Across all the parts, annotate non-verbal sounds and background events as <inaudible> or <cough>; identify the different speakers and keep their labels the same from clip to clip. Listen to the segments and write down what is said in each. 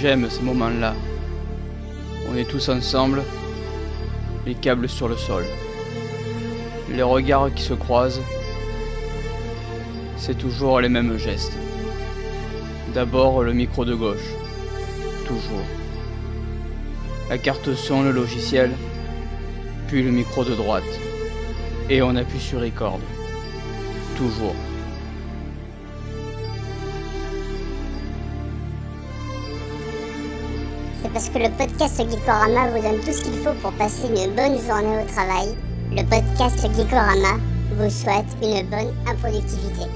Speaker 1: J'aime ces moments-là. On est tous ensemble, les câbles sur le sol, les regards qui se croisent. C'est toujours les mêmes gestes. D'abord le micro de gauche, toujours. La carte son, le logiciel, puis le micro de droite. Et on appuie sur record. Toujours.
Speaker 2: C'est parce que le podcast Geekorama vous donne tout ce qu'il faut pour passer une bonne journée au travail. Le podcast Geekorama vous souhaite une bonne improductivité.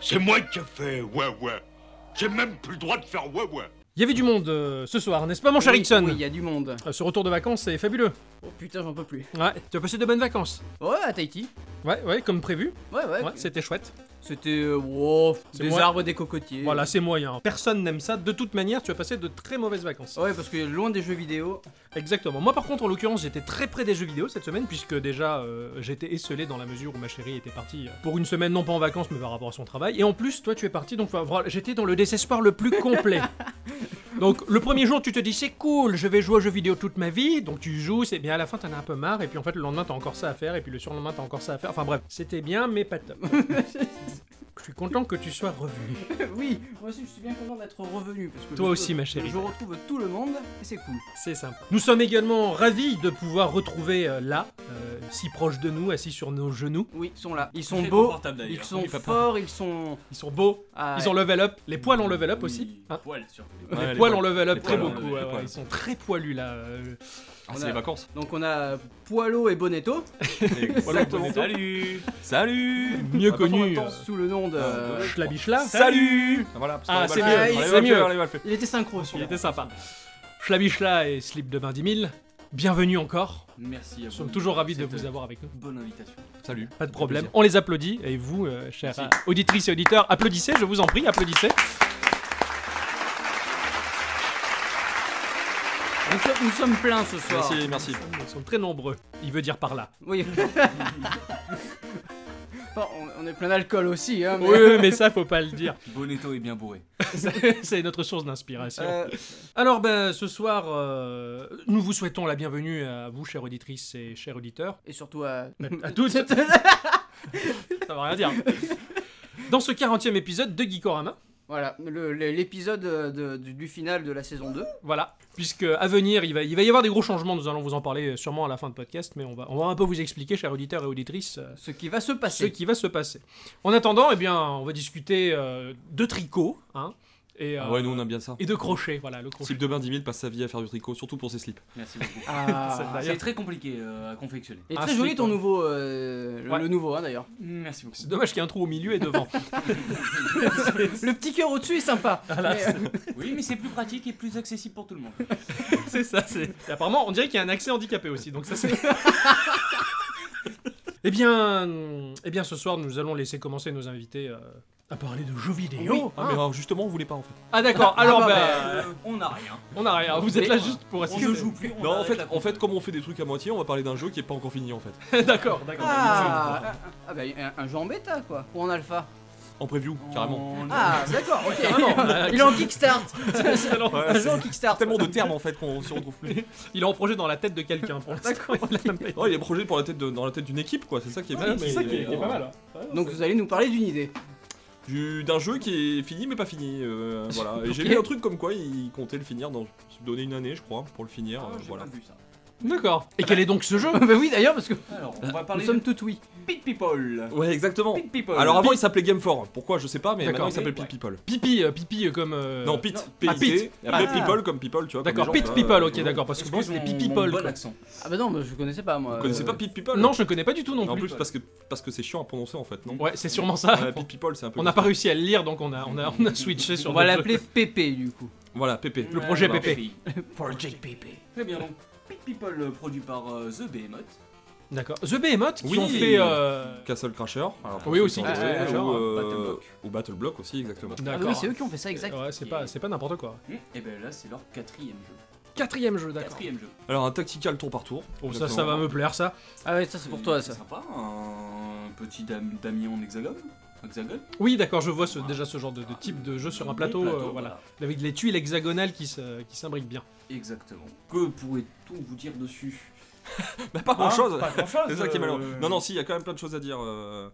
Speaker 3: C'est moi qui ai fait ouais ouais. J'ai même plus le droit de faire ouais ouais.
Speaker 4: Il y avait du monde euh, ce soir, n'est-ce pas, mon cher
Speaker 1: Oui,
Speaker 4: Ixon
Speaker 1: Oui, il y a du monde.
Speaker 4: Euh, Ce retour de vacances, c'est fabuleux.
Speaker 1: Oh putain, j'en peux plus.
Speaker 4: Ouais, tu as passé de bonnes vacances. Euh,
Speaker 1: Ouais, à Tahiti.
Speaker 4: Ouais, ouais, comme prévu.
Speaker 1: Ouais, ouais.
Speaker 4: Ouais, c'était chouette.
Speaker 1: C'était. euh, wow,
Speaker 4: C'est
Speaker 1: des
Speaker 4: moi.
Speaker 1: arbres, des cocotiers.
Speaker 4: Voilà, c'est moyen. euh, Personne n'aime ça. De toute manière, tu as passé de très mauvaises vacances.
Speaker 1: Ah Ouais, parce que loin des jeux vidéo. <laughs>
Speaker 4: Exactement. Moi, par contre, en l'occurrence, j'étais très près des jeux vidéo cette semaine, puisque déjà, euh, j'étais esselé dans la mesure où ma chérie était partie euh, pour une semaine, non pas en vacances, mais par rapport à son travail. Et en plus, toi, tu es parti, donc enfin, voilà, j'étais dans le désespoir le plus complet. Donc, le premier jour, tu te dis, c'est cool, je vais jouer aux jeux vidéo toute ma vie. Donc, tu joues, c'est bien. À la fin, t'en as un peu marre. Et puis, en fait, le lendemain, t'as encore ça à faire. Et puis, le surlendemain, t'as encore ça à faire. Enfin, bref, c'était bien, mais pas top. Je suis content que tu sois revenu.
Speaker 1: oui, moi aussi, je suis bien content d'être revenu. Parce que
Speaker 4: Toi
Speaker 1: je-
Speaker 4: aussi, ma chérie.
Speaker 1: Je retrouve tout le monde et c'est cool.
Speaker 4: C'est sympa. Nous sommes également ravis de pouvoir retrouver euh, là, euh, si proche de nous, assis sur nos genoux.
Speaker 1: Oui, ils sont là. Ils sont
Speaker 5: Très
Speaker 1: beaux.
Speaker 5: confortable, d'ailleurs.
Speaker 1: Ils sont
Speaker 4: Oui, papa.
Speaker 1: forts, ils sont.
Speaker 4: Ils sont beaux,
Speaker 1: Ah,
Speaker 4: ils ont level up, les poils ont level up aussi. hein.
Speaker 5: Poil, surtout.
Speaker 4: les,
Speaker 6: Ouais,
Speaker 4: poils
Speaker 6: les
Speaker 4: ont
Speaker 6: poils.
Speaker 4: level up
Speaker 6: Les
Speaker 4: très
Speaker 6: poils ont
Speaker 4: beaucoup.
Speaker 6: level
Speaker 4: ouais,
Speaker 6: up,
Speaker 4: ouais,
Speaker 6: ouais.
Speaker 4: ils sont très poilus là. euh,
Speaker 6: Ah,
Speaker 1: On
Speaker 6: c'est
Speaker 1: a-
Speaker 6: les <laughs> vacances.
Speaker 1: Donc on a Poilo et Bonetto,
Speaker 4: Exactement.
Speaker 6: Salut Salut
Speaker 4: Mieux
Speaker 6: Ah, pas en même
Speaker 4: connu.
Speaker 6: temps.
Speaker 1: sous le nom de.
Speaker 4: euh,
Speaker 1: Euh,
Speaker 6: Ah, ouais.
Speaker 4: Schlabichla.
Speaker 6: Salut Ah, Voilà,
Speaker 4: Ah,
Speaker 6: parce qu'on
Speaker 4: c'est
Speaker 6: l'a
Speaker 4: mieux,
Speaker 6: mal fait, on
Speaker 4: c'est
Speaker 6: l'a mal
Speaker 4: mieux.
Speaker 6: fait, on l'a mal fait.
Speaker 1: Il était synchro sur
Speaker 4: Il était sympa. Schlabichla et Slip de Bain 10 000. Bienvenue encore.
Speaker 5: Merci.
Speaker 4: Nous sommes toujours ravis de vous avoir avec nous.
Speaker 5: Bonne invitation.
Speaker 6: Salut.
Speaker 4: Pas de problème. On les applaudit. Et vous, euh, chers euh, auditrices et auditeurs, applaudissez, je vous en prie, applaudissez.
Speaker 1: Nous, sommes- nous sommes pleins ce soir.
Speaker 6: Merci, merci.
Speaker 4: Ils sont très nombreux. Il veut dire par là.
Speaker 1: Oui. <laughs> Bon, on, on est plein d'alcool aussi, hein. mais-
Speaker 4: Oui, mais ça, faut pas le dire.
Speaker 5: Bonetto est bien bourré.
Speaker 4: C'est notre source d'inspiration.
Speaker 1: Euh,
Speaker 4: Alors ben ce soir, euh, nous vous souhaitons la bienvenue à vous, chères auditrices et chers auditeurs.
Speaker 1: et surtout euh, à.
Speaker 4: À toutes. <laughs> ça va rien dire. Dans ce 40e épisode de Geekorama,
Speaker 1: Voilà, le- le- l'épisode euh, de- du, du final de la saison 2.
Speaker 4: voilà, puisque à venir, il va, il va y avoir des gros changements, nous allons vous en parler sûrement à la fin de podcast, mais on va, on va un peu vous expliquer, chers auditeurs et auditrices, euh,
Speaker 1: Ce qui va se
Speaker 4: ce
Speaker 1: passer.
Speaker 4: qui <laughs> va se passer. En attendant, eh bien, on va discuter euh, de tricot, hein, et,
Speaker 6: Ah
Speaker 4: euh,
Speaker 6: ouais, nous on aime bien ça.
Speaker 4: et de crochet, voilà, le crochet.
Speaker 6: Slip de bain 10 000 passe sa vie à faire du tricot, surtout pour ses slips.
Speaker 5: Merci <laughs> beaucoup.
Speaker 1: Ah,
Speaker 4: C'est-
Speaker 5: C'est très compliqué euh, à confectionner.
Speaker 1: et
Speaker 4: Ah,
Speaker 1: très joli
Speaker 4: c'est
Speaker 1: ton
Speaker 4: bon.
Speaker 1: nouveau. euh, le,
Speaker 4: Ouais.
Speaker 1: le nouveau, hein, d'ailleurs.
Speaker 5: Merci beaucoup.
Speaker 4: C'est dommage qu'il y ait un trou au milieu et devant.
Speaker 1: Le petit cœur au-dessus est sympa. mais, euh,
Speaker 5: Oui, mais c'est plus pratique et plus accessible pour tout le monde.
Speaker 4: <laughs> C'est ça, c'est. Et apparemment, on dirait qu'il y a un accès handicapé aussi, donc ça c'est. <laughs> eh bien, hum, eh bien, ce soir, nous allons laisser commencer nos invités euh, à parler de jeux vidéo.
Speaker 1: Oui.
Speaker 6: Ah, mais alors, justement, on voulait pas en fait.
Speaker 4: Ah d'accord. Alors,
Speaker 1: bah,
Speaker 4: bah,
Speaker 5: <laughs> Euh, on n'a rien.
Speaker 4: on hein. a rien. Vous êtes là
Speaker 5: Mais-
Speaker 4: juste pour
Speaker 5: On
Speaker 4: assister.
Speaker 5: ne joue plus. on
Speaker 6: Non, en
Speaker 5: arrête
Speaker 6: fait,
Speaker 5: la
Speaker 6: en fait,
Speaker 5: conférence.
Speaker 6: comme on fait des trucs à moitié, on va parler d'un jeu qui est pas encore fini en fait.
Speaker 4: <laughs> d'accord, d'accord.
Speaker 1: ah, ah, bah, un, un jeu en bêta, quoi. Ou en alpha.
Speaker 6: En preview, carrément.
Speaker 5: On-
Speaker 1: Ah, d'accord, ok.
Speaker 4: Carrément.
Speaker 1: Il est en kickstart.
Speaker 4: Alors,
Speaker 6: Ouais,
Speaker 1: Un
Speaker 6: c'est
Speaker 1: jeu en kickstart.
Speaker 6: Tellement de termes en fait qu'on s'y retrouve plus.
Speaker 4: Il est en projet dans la tête de quelqu'un pour l'instant. Il a même pas-
Speaker 6: Oh, il est projeté pour la tête de- dans la tête d'une équipe quoi, c'est ça qui est bien.
Speaker 4: Ouais, c'est ça qui est, qui est pas mal. hein.
Speaker 1: Donc vous allez nous parler d'une idée.
Speaker 6: Du- D'un jeu qui est fini mais pas fini. euh, voilà. Et j'ai
Speaker 1: Ok.
Speaker 6: lu un truc comme quoi il comptait le finir dans. se donner une année, je crois, pour le finir.
Speaker 5: Ah,
Speaker 6: euh,
Speaker 5: j'ai
Speaker 6: voilà.
Speaker 5: pas vu ça.
Speaker 4: D'accord. Et quel est donc <laughs> ce jeu
Speaker 1: bah oui, d'ailleurs, parce que
Speaker 5: Alors, on va
Speaker 1: nous
Speaker 5: parler
Speaker 1: sommes
Speaker 5: de
Speaker 1: toutes oui.
Speaker 5: Pit People.
Speaker 6: Ouais, exactement.
Speaker 5: Pit People.
Speaker 6: Alors avant, il s'appelait Game 4. Pourquoi Je sais pas, mais
Speaker 4: D'accord.
Speaker 6: maintenant il s'appelle Pit
Speaker 5: Ouais.
Speaker 6: People.
Speaker 4: Pipi, euh, pipi euh, comme. euh,
Speaker 6: Non, Pit,
Speaker 5: non.
Speaker 6: P
Speaker 4: Ah, Pit.
Speaker 6: Et après
Speaker 1: Ah.
Speaker 6: People comme People, tu vois. comme
Speaker 4: D'accord.
Speaker 6: les
Speaker 4: Pit
Speaker 6: gens, tu vois,
Speaker 4: people,
Speaker 6: euh,
Speaker 4: ok, d'accord. Parce que moi,
Speaker 5: Excuse
Speaker 4: c'était
Speaker 5: mon-
Speaker 4: pipi
Speaker 5: mon
Speaker 4: people.
Speaker 5: Bon
Speaker 4: quoi.
Speaker 5: accent.
Speaker 1: Ah bah non, bah, je connaissais pas moi.
Speaker 6: Vous connaissez
Speaker 1: Euh,
Speaker 6: pas Pit People
Speaker 4: Non, je ne connais pas du tout non
Speaker 6: en
Speaker 4: plus.
Speaker 6: plus parce que parce que c'est chiant à prononcer en fait, non
Speaker 4: Ouais, c'est sûrement ça.
Speaker 6: Ouais, Pit People, c'est un peu.
Speaker 4: On n'a pas réussi à le lire, donc on a, on a, on a switché sur
Speaker 1: On va
Speaker 4: d'autres
Speaker 1: l'appeler Pépé du coup.
Speaker 6: Voilà, PP.
Speaker 4: projet
Speaker 5: Ouais,
Speaker 4: PP.
Speaker 5: Pépé.
Speaker 1: Project Pépé.
Speaker 5: <laughs>
Speaker 7: Ah
Speaker 5: Très bien donc. Pit People euh, produit par euh, The Behemoth.
Speaker 4: D'accord. The Behemoth qui
Speaker 6: Oui.
Speaker 4: ont fait. euh,
Speaker 6: Castle Crasher. alors, pour
Speaker 4: Oui,
Speaker 6: ceux
Speaker 4: aussi,
Speaker 6: qui ont
Speaker 4: Castle
Speaker 6: joué,
Speaker 4: Crasher,
Speaker 6: ou, euh,
Speaker 5: Battle Block.
Speaker 6: ou Battle Block aussi, exactement.
Speaker 7: Ah
Speaker 4: D'accord.
Speaker 7: oui, c'est eux qui ont fait ça, exact.
Speaker 4: Ouais, c'est pas, c'est pas n'importe quoi.
Speaker 5: Et ben là, c'est leur quatrième jeu.
Speaker 4: Quatrième jeu, d'accord.
Speaker 5: Quatrième jeu.
Speaker 6: Alors, un tactical tour par tour.
Speaker 4: Bon, ça, ça va me plaire, ça.
Speaker 7: Ah ouais, ça c'est pour toi ça.
Speaker 5: sympa, un petit dam- damier en hexagone. Hexagone
Speaker 4: Oui, d'accord, je vois ce- déjà ce genre de, de type de jeu sur un
Speaker 5: Oui,
Speaker 4: plateau, euh, voilà. Avec les tuiles hexagonales qui se- qui s'imbriquent bien.
Speaker 5: Exactement. Que pourrait-on vous dire dessus
Speaker 6: Bah, pas
Speaker 4: Hein
Speaker 6: grand chose
Speaker 5: Pas grand-chose.
Speaker 6: <laughs> C'est ça qui est malheureux.
Speaker 5: euh,
Speaker 6: Non, non, si, il y a quand même plein de choses à dire. euh,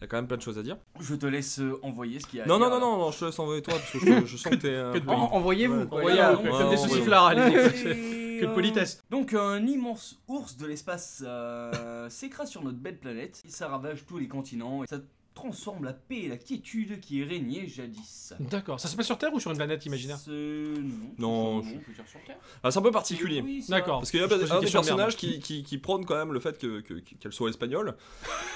Speaker 6: Il y a quand même plein de choses à dire.
Speaker 5: Je te laisse euh, envoyer ce qu'il y a. à
Speaker 6: Non, non, non,
Speaker 5: dire.
Speaker 6: non, non, je te laisse envoyer toi parce que je, je sens que t'es. euh,
Speaker 4: Que de
Speaker 7: En-
Speaker 4: bruit.
Speaker 6: <laughs>
Speaker 7: Envoyez-vous. quoi.
Speaker 4: Envoyez,
Speaker 5: Voilà,
Speaker 4: euh,
Speaker 5: ouais,
Speaker 4: comme des
Speaker 6: ouais,
Speaker 4: sauciflards, allez.
Speaker 6: <laughs>
Speaker 5: Et,
Speaker 4: Que de
Speaker 5: euh,
Speaker 4: politesse.
Speaker 5: Donc un immense ours de l'espace euh, <laughs> s'écrase sur notre belle planète. Ça ravage tous les continents et ça transforme la paix et la quiétude qui régnait jadis.
Speaker 4: D'accord, ça se passe sur Terre ou sur une planète imaginaire
Speaker 5: C'est- Non.
Speaker 6: Non,
Speaker 5: c'est-
Speaker 6: je-
Speaker 5: je veux dire sur Terre.
Speaker 6: Ah, c'est un peu particulier.
Speaker 5: Oui, ça-
Speaker 4: D'accord.
Speaker 6: Parce qu'il y a
Speaker 4: Je pose une
Speaker 6: un des
Speaker 4: question de merde.
Speaker 6: personnages qui, qui, qui prône quand même le fait que- que- qu'elle soit
Speaker 4: <laughs>
Speaker 6: espagnole,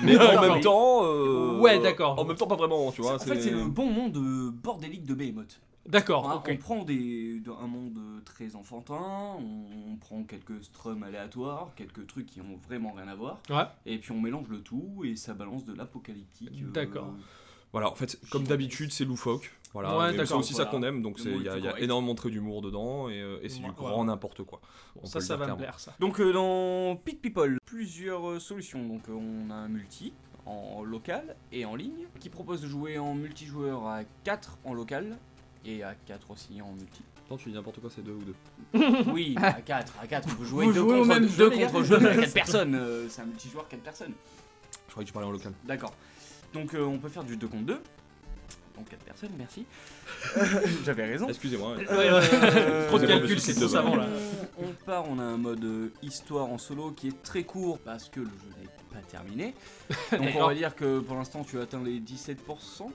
Speaker 6: mais en
Speaker 4: D'accord.
Speaker 6: même temps. euh,
Speaker 4: Ouais, d'accord.
Speaker 6: En même temps, pas vraiment, tu
Speaker 5: C'est-
Speaker 6: vois.
Speaker 5: en fait, c'est le bon monde euh, bordélique de Behemoth.
Speaker 4: D'accord,
Speaker 5: Hein,
Speaker 4: ok.
Speaker 5: On prend des, de- un monde euh, très enfantin, on, on prend quelques strums aléatoires, quelques trucs qui ont vraiment rien à voir,
Speaker 4: Ouais.
Speaker 5: et puis on mélange le tout et ça balance de l'apocalyptique. euh,
Speaker 4: D'accord.
Speaker 6: Voilà, en fait, comme d'habitude, c'est loufoque. Voilà,
Speaker 4: Ouais,
Speaker 6: mais c'est
Speaker 4: d'accord,
Speaker 6: aussi ça
Speaker 5: voilà.
Speaker 6: qu'on aime, donc
Speaker 5: Le
Speaker 6: c'est- il y a,
Speaker 5: mot est
Speaker 6: il y a
Speaker 5: correct.
Speaker 6: énormément de traits d'humour dedans et, euh, et c'est
Speaker 4: Ouais,
Speaker 6: du
Speaker 4: voilà.
Speaker 6: grand n'importe quoi.
Speaker 4: Bon,
Speaker 6: On
Speaker 4: ça,
Speaker 6: peut le
Speaker 4: ça
Speaker 6: dire
Speaker 4: va me
Speaker 6: clairement.
Speaker 4: plaire, ça.
Speaker 5: Donc euh, dans Pit People, plusieurs euh, solutions. Donc euh, on a un multi en local et en ligne qui propose de jouer en multijoueur à 4 en local et à 4 aussi
Speaker 7: <laughs>
Speaker 5: en multi.
Speaker 6: Attends, tu dis n'importe quoi, c'est deux ou deux.
Speaker 5: Oui, à 4, à 4 on peut jouer
Speaker 7: Vous
Speaker 5: deux
Speaker 7: jouez au
Speaker 5: contre
Speaker 7: même
Speaker 5: deux,
Speaker 7: jeu, les gars
Speaker 5: contre jeu à
Speaker 7: <laughs>
Speaker 5: 4 personnes, euh, c'est un multijoueur 4 personnes.
Speaker 6: Je croyais que tu parlais en local.
Speaker 5: D'accord. Donc euh, on peut faire du 2 contre 2. Donc 4 personnes, merci. Euh, <laughs> J'avais raison.
Speaker 6: Excusez-moi. ouais.
Speaker 5: Euh,
Speaker 4: <laughs> Trop de
Speaker 6: c'est
Speaker 4: calculs,
Speaker 6: bon,
Speaker 4: c'est
Speaker 6: c'est
Speaker 4: trop
Speaker 6: bon.
Speaker 4: savant, là.
Speaker 5: On, on part, on a un mode euh, histoire en solo qui est très court parce que le jeu n'est pas terminé. Donc on
Speaker 4: D'accord.
Speaker 5: va dire que pour l'instant tu atteins les 17%.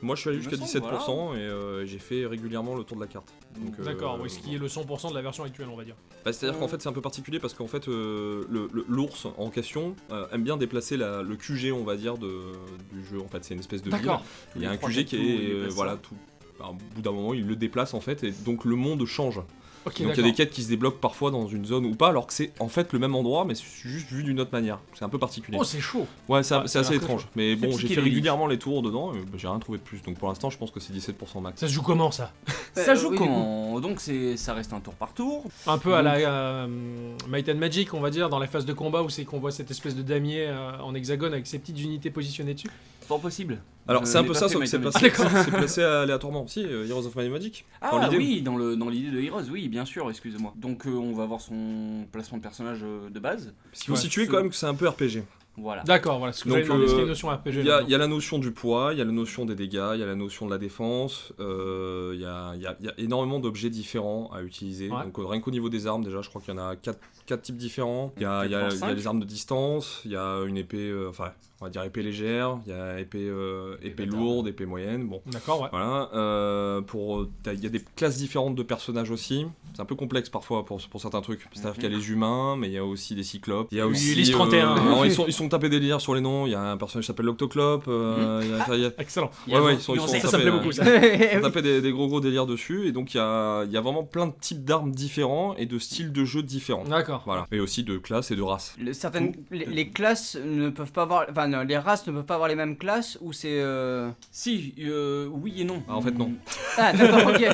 Speaker 6: Moi, je suis allé jusqu'à
Speaker 5: Il me
Speaker 6: 17%
Speaker 5: semble,
Speaker 6: et euh, j'ai fait régulièrement le tour de la carte. Donc, euh,
Speaker 4: D'accord, oui, ce qui est le Euh. 100% de la version actuelle, on va dire.
Speaker 6: Bah, C'est-à-dire qu'en fait c'est un peu particulier parce qu'en fait euh, le- le- l'ours en question euh, aime bien déplacer la- le QG on va dire de, du jeu en fait c'est une espèce de ville.
Speaker 4: D'accord.
Speaker 6: Il y a
Speaker 5: Tous
Speaker 6: un
Speaker 5: les trois,
Speaker 6: QG
Speaker 5: quatre
Speaker 6: qui
Speaker 5: tours, il
Speaker 6: est euh,
Speaker 5: déplace ça.
Speaker 6: voilà tout. bah, Au bout d'un moment il le déplace en fait et donc le monde change.
Speaker 4: Ok,
Speaker 6: donc il y a
Speaker 4: d'accord.
Speaker 6: des quêtes qui se débloquent parfois dans une zone ou pas alors que c'est en fait le même endroit mais c'est juste vu d'une autre manière. C'est un peu particulier.
Speaker 4: Oh, c'est chaud.
Speaker 6: ouais c'est
Speaker 4: ouais,
Speaker 6: c'est
Speaker 4: ça a
Speaker 6: assez
Speaker 4: l'air très
Speaker 6: étrange. Mais
Speaker 4: C'est
Speaker 6: bon j'ai fait
Speaker 4: psychédélique.
Speaker 6: régulièrement les tours dedans et bah, j'ai rien trouvé de plus donc pour l'instant je pense que c'est 17% max.
Speaker 4: Ça se joue comment, ça
Speaker 5: Ça
Speaker 7: Euh,
Speaker 5: joue
Speaker 7: oui, du coup.
Speaker 5: comment Donc c'est ça reste un tour par tour.
Speaker 4: Un peu à la euh, Might and Magic, on va dire, dans la phase de combat où c'est qu'on voit cette espèce de damier euh, en hexagone avec ses petites unités positionnées dessus.
Speaker 5: Pas possible.
Speaker 6: Alors
Speaker 5: Je
Speaker 6: c'est un
Speaker 5: n'ai
Speaker 6: peu
Speaker 5: Euh, pas
Speaker 6: ça
Speaker 5: fait
Speaker 6: sauf
Speaker 5: My
Speaker 6: que c'est
Speaker 5: Time
Speaker 6: placé, c'est placé aléatoirement. Si euh, Heroes of Might and Magic. Dans
Speaker 5: Ah
Speaker 6: l'idée,
Speaker 5: oui, dans le dans l'idée de Heroes, oui, bien sûr, excusez-moi. Donc euh, on va voir son placement de personnage euh, de base.
Speaker 6: Parce qu'il faut
Speaker 5: Ouais.
Speaker 6: situer quand même que c'est un peu RPG.
Speaker 5: Voilà.
Speaker 4: D'accord, voilà, ce que
Speaker 6: Donc,
Speaker 4: j'avais demandé,
Speaker 6: euh,
Speaker 4: c'est une notion RPG.
Speaker 6: Il y, a,
Speaker 4: là-dedans.
Speaker 6: il y a la notion du poids, il y a la notion des dégâts, il y a la notion de la défense, euh, il y, a, il y a- il y a énormément d'objets différents à utiliser.
Speaker 4: Ouais.
Speaker 6: Donc euh, rien qu'au niveau des armes déjà, je crois qu'il y en a 4, types différents. Il y a, il y a-
Speaker 5: Quatre,
Speaker 6: il y a
Speaker 5: cinq.
Speaker 6: les armes de distance, il y a une épée, euh, enfin on va dire épée légère, il y a épée, euh, épée
Speaker 5: bâtarde.
Speaker 6: lourde, épée moyenne, bon.
Speaker 4: D'accord, ouais.
Speaker 6: Voilà, euh, pour, euh, t'as- il y a des classes différentes de personnages aussi. C'est un peu complexe parfois pour, pour certains trucs. C'est-à-dire
Speaker 5: Mhm.
Speaker 6: qu'il y a les humains, mais il y a aussi des cyclopes. Il y a
Speaker 4: Oui,
Speaker 6: aussi. euh,
Speaker 4: Ulysse 31.
Speaker 6: non, ils, sont, ils sont tapés des délires sur les noms. Il y a un personnage qui s'appelle l'Octoclope. euh, il y a- enfin, il y a-
Speaker 4: Excellent.
Speaker 5: Il y a
Speaker 6: ouais, ouais,
Speaker 5: un-
Speaker 6: ils sont- ils sont
Speaker 5: Ça,
Speaker 4: Ça,
Speaker 6: tapés,
Speaker 4: ça me plaît
Speaker 6: euh,
Speaker 4: beaucoup, ça.
Speaker 6: ils
Speaker 7: Eh
Speaker 1: <laughs>
Speaker 6: sont
Speaker 7: oui.
Speaker 6: tapés des, des gros gros délires dessus. Et donc il y a, il y a vraiment plein de types d'armes différents et de styles de jeu différents.
Speaker 4: D'accord.
Speaker 6: Voilà. Et aussi de classes et de races.
Speaker 7: Le- Certaines, les, les classes ne peuvent pas avoir, enfin non, les races ne peuvent pas avoir les mêmes classes ou c'est. euh,
Speaker 5: Si, euh, oui et non.
Speaker 6: Ah, en fait, non.
Speaker 7: Ah d'accord,
Speaker 6: <laughs>
Speaker 7: ok.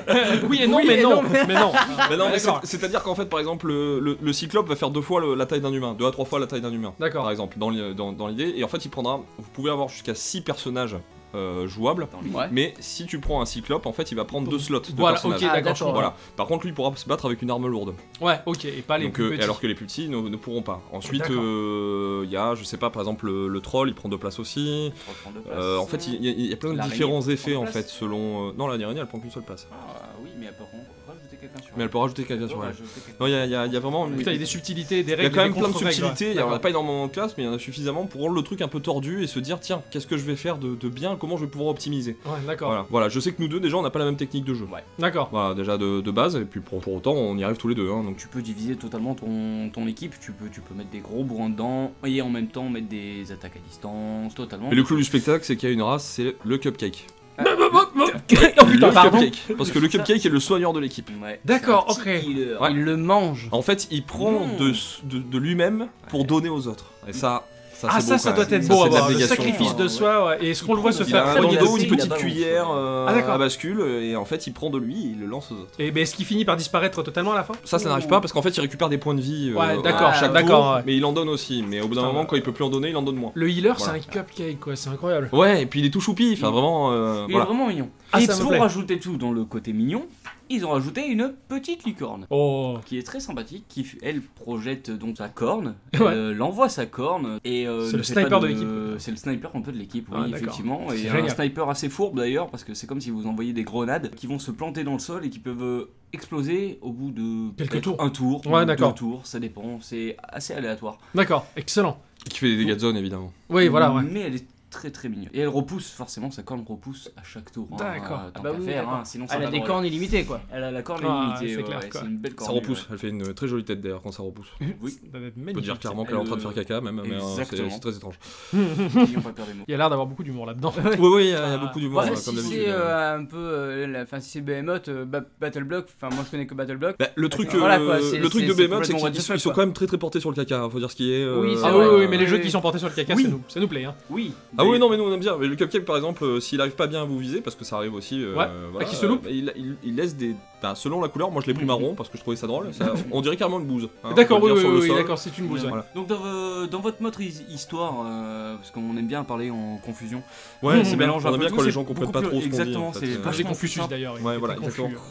Speaker 4: Oui et non,
Speaker 7: Oui
Speaker 4: mais,
Speaker 7: et
Speaker 4: non,
Speaker 7: non, mais-
Speaker 4: mais non.
Speaker 6: Mais non, mais c'est-
Speaker 4: D'accord.
Speaker 6: c'est-à-dire qu'en fait, par exemple, le, le- le cyclope va faire deux fois le- la taille d'un humain, deux à trois fois la taille d'un humain. par
Speaker 4: D'accord.
Speaker 6: exemple, dans l'i- dans- dans l'idée. Et en fait, il prendra. Vous pouvez avoir jusqu'à 6 personnages euh, jouables.
Speaker 7: Ouais.
Speaker 6: Mais si tu prends un cyclope, en fait, il va prendre deux slots de
Speaker 4: Voilà, ok,
Speaker 6: personnages.
Speaker 7: Ah,
Speaker 4: d'accord. je
Speaker 7: d'accord.
Speaker 4: comprends.
Speaker 6: Voilà. Par contre, lui il pourra se battre avec une arme lourde.
Speaker 4: Ouais, ok, et pas les
Speaker 6: Donc,
Speaker 4: plus
Speaker 6: euh,
Speaker 4: petits.
Speaker 6: alors que les plus petits ne, ne pourront pas. Ensuite,
Speaker 4: D'accord.
Speaker 6: euh, il y a, je sais pas, par exemple, le, le troll, il prend deux places aussi.
Speaker 5: Faut prendre de
Speaker 6: Euh,
Speaker 5: place.
Speaker 6: en fait, il y, a- il y a plein de
Speaker 5: L'araignée
Speaker 6: différents
Speaker 5: prend
Speaker 6: effets
Speaker 5: deux
Speaker 6: en
Speaker 5: places.
Speaker 6: fait selon. euh, Non, la dernière, elle prend qu'une seule place.
Speaker 5: Ah oui, mais elle peut ren- rajouter quelqu'un sur
Speaker 6: Mais elle peut rajouter quelqu'un sur elle. Non, il y a, il y a- il y a vraiment. une-
Speaker 4: Putain, il y a des subtilités, des
Speaker 6: Il y a
Speaker 4: règles.
Speaker 6: quand même
Speaker 4: des
Speaker 6: plein de
Speaker 4: contre-règles, ouais.
Speaker 6: subtilités, il y en a
Speaker 4: D'accord.
Speaker 6: pas énormément de classe, mais il y en a suffisamment pour rendre le truc un peu tordu et se dire tiens, qu'est-ce que je vais faire de, de bien, comment je vais pouvoir optimiser.
Speaker 4: Ouais, d'accord.
Speaker 6: Voilà, voilà, je sais que nous deux déjà on n'a pas la même technique de jeu.
Speaker 4: D'accord.
Speaker 6: Voilà, déjà de, de base, et puis pour, pour autant on y arrive tous les deux, hein, donc tu-
Speaker 5: Tu peux diviser totalement ton, ton équipe, tu peux, tu peux mettre des gros bourrins dedans et en même temps mettre des attaques à distance, totalement.
Speaker 6: Mais le clou du spectacle, c'est qu'il y a une race, c'est le cupcake.
Speaker 4: Ah. Bah, oh putain,
Speaker 6: le
Speaker 4: pardon.
Speaker 6: cupcake. Parce que le cupcake est le soigneur de l'équipe.
Speaker 5: Ouais.
Speaker 4: D'accord,
Speaker 5: C'est un petit
Speaker 4: ok.
Speaker 5: killer.
Speaker 6: Ouais.
Speaker 7: Il le mange.
Speaker 6: En fait, il prend
Speaker 5: Mmh.
Speaker 6: de, de, de lui-même pour donner aux autres. Et ça, ça
Speaker 4: Ah
Speaker 6: c'est
Speaker 4: ça,
Speaker 6: beau
Speaker 4: ça
Speaker 6: quand
Speaker 4: doit
Speaker 6: même.
Speaker 4: être
Speaker 6: Ça,
Speaker 4: beau
Speaker 6: c'est
Speaker 4: à
Speaker 6: de la
Speaker 4: voir. bah, Le
Speaker 6: abnégation,
Speaker 4: sacrifice
Speaker 6: hein.
Speaker 4: de soi, ouais. Et est-ce qu'on le voit se
Speaker 6: Il a
Speaker 4: faire
Speaker 6: un
Speaker 4: prendre
Speaker 6: bandeau,
Speaker 4: une
Speaker 6: une
Speaker 5: Il a
Speaker 6: petite
Speaker 5: balance,
Speaker 6: cuillère, euh,
Speaker 4: Ah, d'accord.
Speaker 6: à bascule, et en fait, il prend de lui et il le lance aux autres.
Speaker 4: Et ben, est-ce qu'il finit par disparaître totalement à la fin
Speaker 6: Ça, ça n'arrive pas parce qu'en fait, il récupère des points de vie. euh,
Speaker 4: Ouais, d'accord,
Speaker 6: à chaque
Speaker 4: d'accord,
Speaker 6: tour,
Speaker 4: ouais.
Speaker 6: Mais il en donne aussi. Mais au bout d'un
Speaker 4: Putain,
Speaker 6: moment,
Speaker 4: ouais.
Speaker 6: quand il peut plus en donner, il en donne moins.
Speaker 4: Le healer, c'est
Speaker 6: Voilà.
Speaker 4: un cupcake, quoi. C'est incroyable.
Speaker 6: Ouais, et puis il est tout choupi. Enfin,
Speaker 5: Il-
Speaker 6: vraiment. euh,
Speaker 5: Il est
Speaker 6: voilà.
Speaker 5: vraiment mignon.
Speaker 4: Ah,
Speaker 5: et
Speaker 4: ça me
Speaker 5: pour
Speaker 4: plaît.
Speaker 5: rajouter tout dans le côté mignon, ils ont rajouté une petite licorne.
Speaker 4: Oh.
Speaker 5: Qui est très sympathique, qui elle projette donc sa corne,
Speaker 4: <laughs>
Speaker 5: elle
Speaker 4: Ouais.
Speaker 5: euh, l'envoie sa corne et euh,
Speaker 4: C'est
Speaker 5: ne
Speaker 4: le
Speaker 5: fait pas
Speaker 4: sniper de
Speaker 5: C'est le sniper un peu de l'équipe, oui
Speaker 4: Ah, d'accord.
Speaker 5: effectivement,
Speaker 4: C'est
Speaker 5: et
Speaker 4: génial.
Speaker 5: un sniper assez fourbe d'ailleurs parce que c'est comme si vous envoyez des grenades qui vont se planter dans le sol et qui peuvent euh, exploser au bout de
Speaker 4: Quelques
Speaker 5: peut-être
Speaker 4: tours.
Speaker 5: un tour,
Speaker 4: Ouais,
Speaker 5: ou
Speaker 4: d'accord.
Speaker 5: deux tours, ça dépend, c'est assez aléatoire.
Speaker 4: D'accord, excellent.
Speaker 6: Qui fait des dégâts de zone, évidemment.
Speaker 4: Oui, voilà, ouais.
Speaker 5: Mais elle est très très mignonne et elle repousse forcément sa corne repousse à chaque tour. hein,
Speaker 4: D'accord.
Speaker 5: tant
Speaker 7: Ah bah
Speaker 5: qu'à
Speaker 7: oui,
Speaker 5: faire,
Speaker 7: d'accord.
Speaker 5: hein, sinon ça
Speaker 7: Elle a
Speaker 5: va
Speaker 7: des
Speaker 5: drôle.
Speaker 7: cornes illimitées quoi.
Speaker 5: Elle a la corne
Speaker 4: Ah,
Speaker 5: limitée,
Speaker 4: c'est
Speaker 5: ouais,
Speaker 4: clair,
Speaker 5: ouais,
Speaker 4: quoi.
Speaker 5: c'est une belle corne.
Speaker 6: Ça repousse. Elle fait une très jolie tête d'ailleurs quand ça repousse. <laughs>
Speaker 5: Oui, <laughs>
Speaker 4: Ça doit être
Speaker 6: On peut
Speaker 4: magnifique.
Speaker 6: dire clairement
Speaker 5: c'est-
Speaker 6: qu'elle est en train de faire
Speaker 5: elle,
Speaker 6: caca, même. Mais euh, c'est
Speaker 5: Exactement.
Speaker 6: c'est très étrange.
Speaker 5: ils ont pas peur des mots.
Speaker 4: Il y a l'air d'avoir beaucoup d'humour <laughs> là-dedans.
Speaker 6: Oui, oui, il y a il y a
Speaker 4: Ah.
Speaker 6: beaucoup d'humour,
Speaker 7: Ouais,
Speaker 6: euh,
Speaker 7: si
Speaker 6: comme d'habitude.
Speaker 7: c'est euh, un peu, euh, la- enfin si c'est Behemoth, euh, Ba- Battleblock, enfin moi je connais que Battleblock.
Speaker 6: Bah, le truc,
Speaker 7: Voilà,
Speaker 6: euh,
Speaker 7: quoi, c'est-
Speaker 6: le truc
Speaker 7: c'est-
Speaker 6: de
Speaker 7: c'est
Speaker 6: Behemoth, c'est
Speaker 7: complètement what
Speaker 6: qu'ils
Speaker 7: the
Speaker 6: sont,
Speaker 7: fuck,
Speaker 6: ils sont
Speaker 7: quoi.
Speaker 6: quand même très très portés sur le caca, faut dire ce qui est. euh,
Speaker 7: Oui, c'est
Speaker 4: Ah
Speaker 7: vrai.
Speaker 4: oui, oui,
Speaker 7: euh,
Speaker 4: mais les jeux
Speaker 7: oui.
Speaker 4: qui sont portés sur le caca,
Speaker 6: Oui.
Speaker 4: ça, nous, ça nous plaît. Hein.
Speaker 5: Oui.
Speaker 6: Ah
Speaker 5: mais-
Speaker 6: oui, non, mais nous on aime bien. Mais le cupcake, par exemple, euh, s'il arrive pas bien à vous viser, parce que ça arrive aussi. euh,
Speaker 4: Ouais, ah,
Speaker 6: voilà,
Speaker 4: qu'il se loupe.
Speaker 6: euh, il, il- il laisse des. bah, selon la couleur, moi je l'ai pris marron parce que je trouvais ça drôle. ça- on dirait carrément une bouse. hein,
Speaker 4: d'accord,
Speaker 6: on peut
Speaker 4: oui,
Speaker 6: le
Speaker 4: oui,
Speaker 6: dire sur le
Speaker 4: oui,
Speaker 6: sol.
Speaker 4: d'accord, c'est une bouse. ouais.
Speaker 6: Voilà.
Speaker 5: Donc dans, vo- dans votre mode his- histoire, euh, parce qu'on aime bien parler en confusion,
Speaker 6: Ouais,
Speaker 4: Mmh.
Speaker 6: c'est
Speaker 5: On
Speaker 6: bien.
Speaker 5: mélange un
Speaker 6: On aime
Speaker 5: peu
Speaker 6: bien
Speaker 5: tout,
Speaker 6: quand les
Speaker 5: c'est
Speaker 6: gens comprennent
Speaker 5: beaucoup
Speaker 6: pas
Speaker 5: plus-
Speaker 6: trop ce qu'on dit.
Speaker 5: exactement,
Speaker 6: en fait,
Speaker 5: c'est
Speaker 6: euh,
Speaker 5: vachement
Speaker 4: J'ai
Speaker 5: Vachement
Speaker 4: Confucius
Speaker 5: simple.
Speaker 4: d'ailleurs. il
Speaker 6: Ouais,
Speaker 4: était
Speaker 6: voilà,
Speaker 4: confus,
Speaker 6: exactement.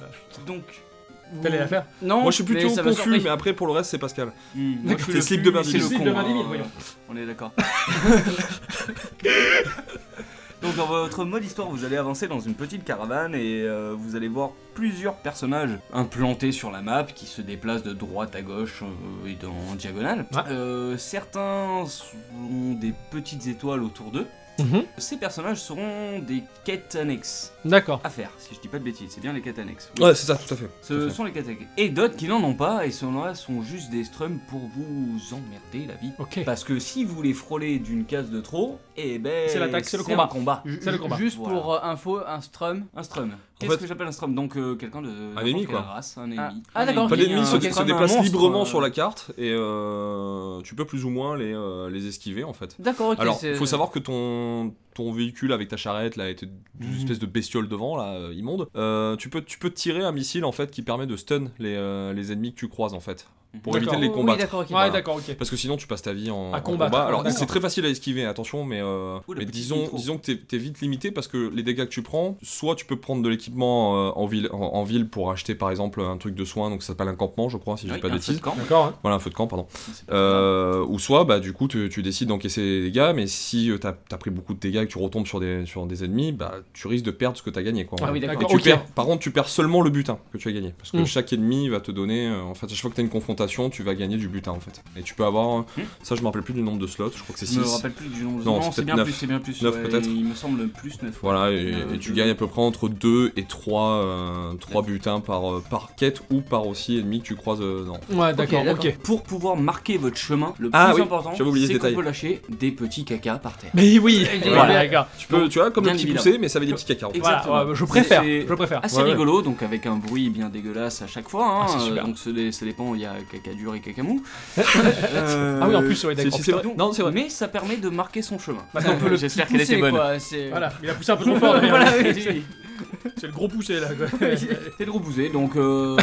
Speaker 4: euh,
Speaker 5: donc...
Speaker 4: T'allais la faire
Speaker 7: Non,
Speaker 6: Moi je suis
Speaker 7: mais
Speaker 6: plutôt
Speaker 7: ça m'a
Speaker 6: confus,
Speaker 7: surpris.
Speaker 6: mais après pour le reste, c'est Pascal.
Speaker 5: Hmm,
Speaker 6: D'accord,
Speaker 5: moi, je suis
Speaker 6: c'est
Speaker 5: le
Speaker 6: slip
Speaker 5: plus-
Speaker 6: de Bardiville.
Speaker 5: C'est le
Speaker 4: Slip
Speaker 5: con,
Speaker 4: de
Speaker 5: hein,
Speaker 4: Bardiville,
Speaker 5: euh,
Speaker 4: voyons.
Speaker 5: On
Speaker 6: <laughs>
Speaker 5: est d'accord. Donc dans votre mode histoire, vous allez avancer dans une petite caravane et euh, vous allez voir plusieurs personnages implantés sur la map qui se déplacent de droite à gauche euh, et dans- en diagonale.
Speaker 4: Ouais.
Speaker 5: Euh, certains ont des petites étoiles autour d'eux.
Speaker 4: Mhm.
Speaker 5: Ces personnages seront des quêtes annexes
Speaker 4: D'accord.
Speaker 5: à faire, si je dis pas de bêtises, c'est bien les quêtes annexes. Oui.
Speaker 6: Ouais, c'est ça, tout à fait. tout à
Speaker 5: Ce
Speaker 6: fait.
Speaker 5: sont les catégories. Et d'autres qui n'en ont pas, et ceux-là sont juste des strums pour vous emmerder la vie.
Speaker 4: Ok.
Speaker 5: Parce que si vous les frôlez d'une case de trop, eh ben.
Speaker 4: C'est l'attaque, c'est le
Speaker 5: un
Speaker 4: combat.
Speaker 5: combat.
Speaker 4: Ju- C'est le combat.
Speaker 7: Juste
Speaker 5: Voilà.
Speaker 7: pour euh, info, un strum.
Speaker 5: Un strum. Qu'est-ce
Speaker 6: fait-
Speaker 5: que j'appelle un strum Donc euh, quelqu'un de. n'importe
Speaker 6: ennemi,
Speaker 5: quelle
Speaker 6: quoi.
Speaker 5: Race, un ennemi.
Speaker 7: Ah.
Speaker 5: Un
Speaker 7: Ah, d'accord,
Speaker 6: Enfin,
Speaker 5: ennemi,
Speaker 7: Ok,
Speaker 6: l'ennemi
Speaker 5: un-
Speaker 6: se,
Speaker 7: ok,
Speaker 6: se
Speaker 5: comme un
Speaker 6: déplace
Speaker 5: monstre,
Speaker 6: librement
Speaker 5: euh,
Speaker 6: sur la carte et euh, tu peux plus ou moins les, euh, les esquiver en fait.
Speaker 7: D'accord, ok.
Speaker 6: Alors,
Speaker 7: c'est-
Speaker 6: faut savoir que ton, ton véhicule avec ta charrette, là, était une espèce de bestiole devant, là, euh, immonde. Euh, tu, peux, tu peux tirer un missile, en fait, qui permet de stun les, euh, les ennemis que tu croises, en fait. Pour
Speaker 4: D'accord.
Speaker 6: éviter de les
Speaker 7: Oui,
Speaker 6: combattre.
Speaker 7: d'accord, ok.
Speaker 1: <laughs>
Speaker 4: Ouais, <laughs>
Speaker 6: Voilà.
Speaker 4: d'accord, ok.
Speaker 6: Parce que sinon, tu passes ta vie en,
Speaker 4: À
Speaker 6: en
Speaker 4: combattre.
Speaker 6: combat. Alors,
Speaker 4: D'accord.
Speaker 6: c'est très facile à esquiver, attention, mais, euh,
Speaker 5: Ouh, le
Speaker 6: mais
Speaker 5: petit
Speaker 6: disons,
Speaker 5: micro.
Speaker 6: disons que t'es- t'es vite limité parce que les dégâts que tu prends, soit tu peux prendre de l'équipement euh, en, ville, en, en ville pour acheter, par exemple, un truc de soin, donc ça s'appelle un campement, je crois, si je
Speaker 5: Oui,
Speaker 6: dis pas
Speaker 5: un
Speaker 6: de
Speaker 5: feu
Speaker 6: bêtises.
Speaker 5: de camp.
Speaker 4: D'accord, hein.
Speaker 6: Voilà, un feu de camp, pardon.
Speaker 5: C'est pas
Speaker 6: Euh, ou soit, bah, du coup, tu, tu décides d'encaisser les dégâts, mais si euh, t'as as pris beaucoup de dégâts et que tu retombes sur des, sur des ennemis, bah, tu risques de perdre ce que t'as gagné. Quoi,
Speaker 7: Ah oui,
Speaker 6: Et
Speaker 7: d'accord.
Speaker 6: tu
Speaker 4: Ok.
Speaker 6: perds, par contre, tu perds seulement le butin que tu as gagné. Parce que
Speaker 4: Mm.
Speaker 6: chaque ennemi va te donner. euh, en fait, à chaque fois que t'as une confrontation, tu vas gagner du butin, en fait. Et tu peux avoir. euh,
Speaker 5: Mm.
Speaker 6: Ça, je me rappelle plus du nombre de slots, je crois que c'est
Speaker 5: Je me
Speaker 6: 6.
Speaker 5: rappelle plus du nombre.
Speaker 6: Non,
Speaker 5: Non,
Speaker 6: c'est
Speaker 5: c'est
Speaker 6: peut-être
Speaker 5: bien
Speaker 6: neuf.
Speaker 5: plus, c'est bien plus.
Speaker 6: Neuf,
Speaker 5: ouais,
Speaker 6: peut-être.
Speaker 5: Il me semble plus 9.
Speaker 6: Voilà, et,
Speaker 5: Euh,
Speaker 6: et tu
Speaker 5: deux.
Speaker 6: gagnes à peu près entre 2 et 3 butins par, euh, par quête ou par aussi ennemi que tu croises euh, dans-
Speaker 4: Ouais, d'accord, ok.
Speaker 7: d'accord.
Speaker 5: Pour pouvoir marquer votre chemin, le
Speaker 6: Ah
Speaker 5: plus
Speaker 6: oui,
Speaker 5: important,
Speaker 6: j'avais oublié ce
Speaker 5: c'est qu'on
Speaker 6: détail.
Speaker 5: peut lâcher des petits cacas par terre.
Speaker 4: Mais oui,
Speaker 7: Voilà.
Speaker 4: voilà, d'accord.
Speaker 6: Tu peux, tu vois, comme
Speaker 5: Bien
Speaker 6: le petit
Speaker 5: évidemment.
Speaker 6: poussé, mais ça fait des petits caca. en fait.
Speaker 4: Voilà,
Speaker 5: Exactement.
Speaker 4: ouais, je préfère.
Speaker 5: C'est-
Speaker 4: Je préfère.
Speaker 5: assez
Speaker 6: Ouais, ouais.
Speaker 5: rigolo, donc avec un bruit bien dégueulasse à chaque fois. hein,
Speaker 4: Ah, c'est
Speaker 5: euh,
Speaker 4: super.
Speaker 5: donc ça, dé- ça dépend, il y a caca dur et
Speaker 4: <laughs>
Speaker 5: caca mou.
Speaker 4: Ah oui, en plus, ouais,
Speaker 6: C'est-
Speaker 4: d'accord.
Speaker 6: c'est- c'est vrai.
Speaker 5: Donc,
Speaker 6: Non, c'est vrai.
Speaker 5: Mais ça permet de marquer son chemin.
Speaker 4: Maintenant, Bah, on peut
Speaker 5: Euh,
Speaker 4: le
Speaker 5: J'espère qu'elle était
Speaker 7: Poussé,
Speaker 5: bonne. <laughs>
Speaker 7: quoi, c'est-
Speaker 4: Voilà, il a poussé un peu trop fort. d'ailleurs.
Speaker 5: Voilà, oui.
Speaker 4: C'est le gros poussé là. quoi.
Speaker 5: c'est le gros bousé. Donc euh,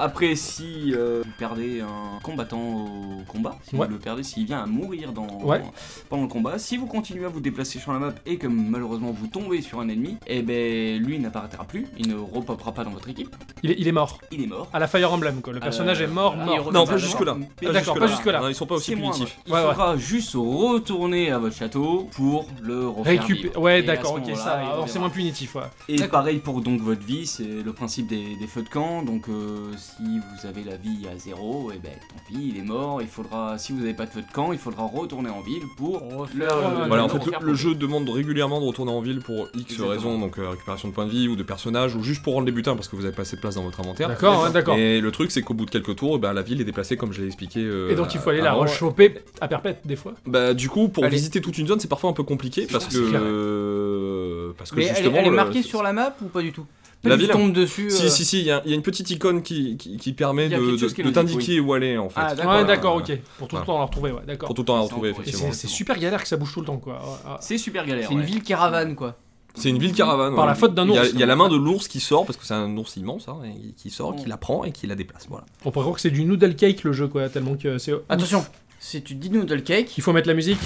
Speaker 5: après, si euh, vous perdez un combattant au combat, si
Speaker 4: Ouais.
Speaker 5: vous le perdez, s'il vient à mourir dans,
Speaker 4: Ouais.
Speaker 5: pendant le combat, si vous continuez à vous déplacer sur la map et que malheureusement vous tombez sur un ennemi, eh ben lui n'apparaîtra plus, il ne repopera pas dans votre équipe,
Speaker 4: Il est, il est mort.
Speaker 5: il est mort.
Speaker 4: À la Fire Emblem, quoi. Le personnage
Speaker 5: Euh,
Speaker 4: est mort,
Speaker 5: voilà.
Speaker 4: mort.
Speaker 6: Non,
Speaker 5: Bah,
Speaker 6: pas jusque-là.
Speaker 5: d'accord.
Speaker 6: Pas
Speaker 4: D'accord, pas jusque-là.
Speaker 6: Non, ils sont pas aussi
Speaker 5: C'est moins,
Speaker 6: punitifs.
Speaker 5: Il
Speaker 4: Ouais, ouais.
Speaker 5: faudra juste retourner à votre château pour le refaire
Speaker 4: Récupé-
Speaker 5: vivre.
Speaker 4: Ouais,
Speaker 5: Et à
Speaker 4: d'accord,
Speaker 5: ce
Speaker 4: ok,
Speaker 5: moment-là,
Speaker 4: ça,
Speaker 5: il
Speaker 4: alors c'est
Speaker 5: reviendra.
Speaker 4: moins punitif, ouais.
Speaker 5: Et pareil pour donc votre vie, c'est le principe des, des feux de camp. Donc euh, si vous avez la vie à zéro, et ben tant pis, il est mort. Il faudra, si vous n'avez pas de feu de camp, il faudra retourner en ville pour
Speaker 7: Refaire,
Speaker 5: le.
Speaker 4: ouais, ouais.
Speaker 6: Voilà, en
Speaker 4: Non,
Speaker 6: fait,
Speaker 5: refaire
Speaker 6: le, le jeu demande régulièrement de retourner en ville pour X
Speaker 5: Exactement.
Speaker 6: raisons, donc euh, récupération de points de vie ou de personnages, ou juste pour rendre les butins parce que vous avez pas assez de place dans votre inventaire.
Speaker 4: D'accord, ouais, d'accord.
Speaker 6: Et le truc, c'est qu'au bout de quelques tours, bah, la ville est déplacée, comme je l'ai expliqué. euh,
Speaker 4: Et donc il faut aller
Speaker 6: à-
Speaker 4: la
Speaker 6: avant.
Speaker 4: rechoper à perpète des fois.
Speaker 6: Bah, du coup, pour
Speaker 7: Allez.
Speaker 6: visiter toute une zone, c'est parfois un peu compliqué parce
Speaker 4: c'est
Speaker 6: que
Speaker 4: clair.
Speaker 6: euh, parce que
Speaker 7: Mais elle, est-
Speaker 6: justement.
Speaker 7: elle est
Speaker 6: le-
Speaker 7: marquée sur la map ou pas du tout
Speaker 6: La
Speaker 7: Tu
Speaker 6: ville
Speaker 7: tombes dessus. euh,
Speaker 6: Si, si, si, il y, a il y a une petite icône qui, qui, qui permet
Speaker 5: Il y a
Speaker 6: de,
Speaker 5: quelque
Speaker 6: de,
Speaker 5: chose qui
Speaker 6: de
Speaker 5: nous dit,
Speaker 6: t'indiquer où aller en fait.
Speaker 7: Ah,
Speaker 4: Ouais, d'accord,
Speaker 6: Euh,
Speaker 4: ok. Pour tout le
Speaker 6: voilà.
Speaker 4: temps la retrouver, ouais, d'accord.
Speaker 6: Pour tout le temps à
Speaker 5: Et
Speaker 6: retrouver,
Speaker 5: c'est-
Speaker 4: Et
Speaker 6: effectivement.
Speaker 4: c'est c'est super galère que ça bouge tout le temps, quoi. Ah, Ouais, ouais.
Speaker 5: C'est super galère.
Speaker 7: C'est une
Speaker 5: ouais.
Speaker 7: ville caravane quoi.
Speaker 6: C'est une ville caravane.
Speaker 4: Par
Speaker 6: ouais.
Speaker 4: la faute d'un
Speaker 6: Il y a-
Speaker 4: ours. hein.
Speaker 6: Il y a la main de l'ours qui sort, parce que c'est un ours immense, hein, et qui sort, qui la prend et qui la déplace. Voilà.
Speaker 4: On pourrait croire que c'est du noodle cake le jeu, quoi, tellement que c'est.
Speaker 7: Attention, si tu dis Noodle Cake,
Speaker 4: Il faut mettre la musique.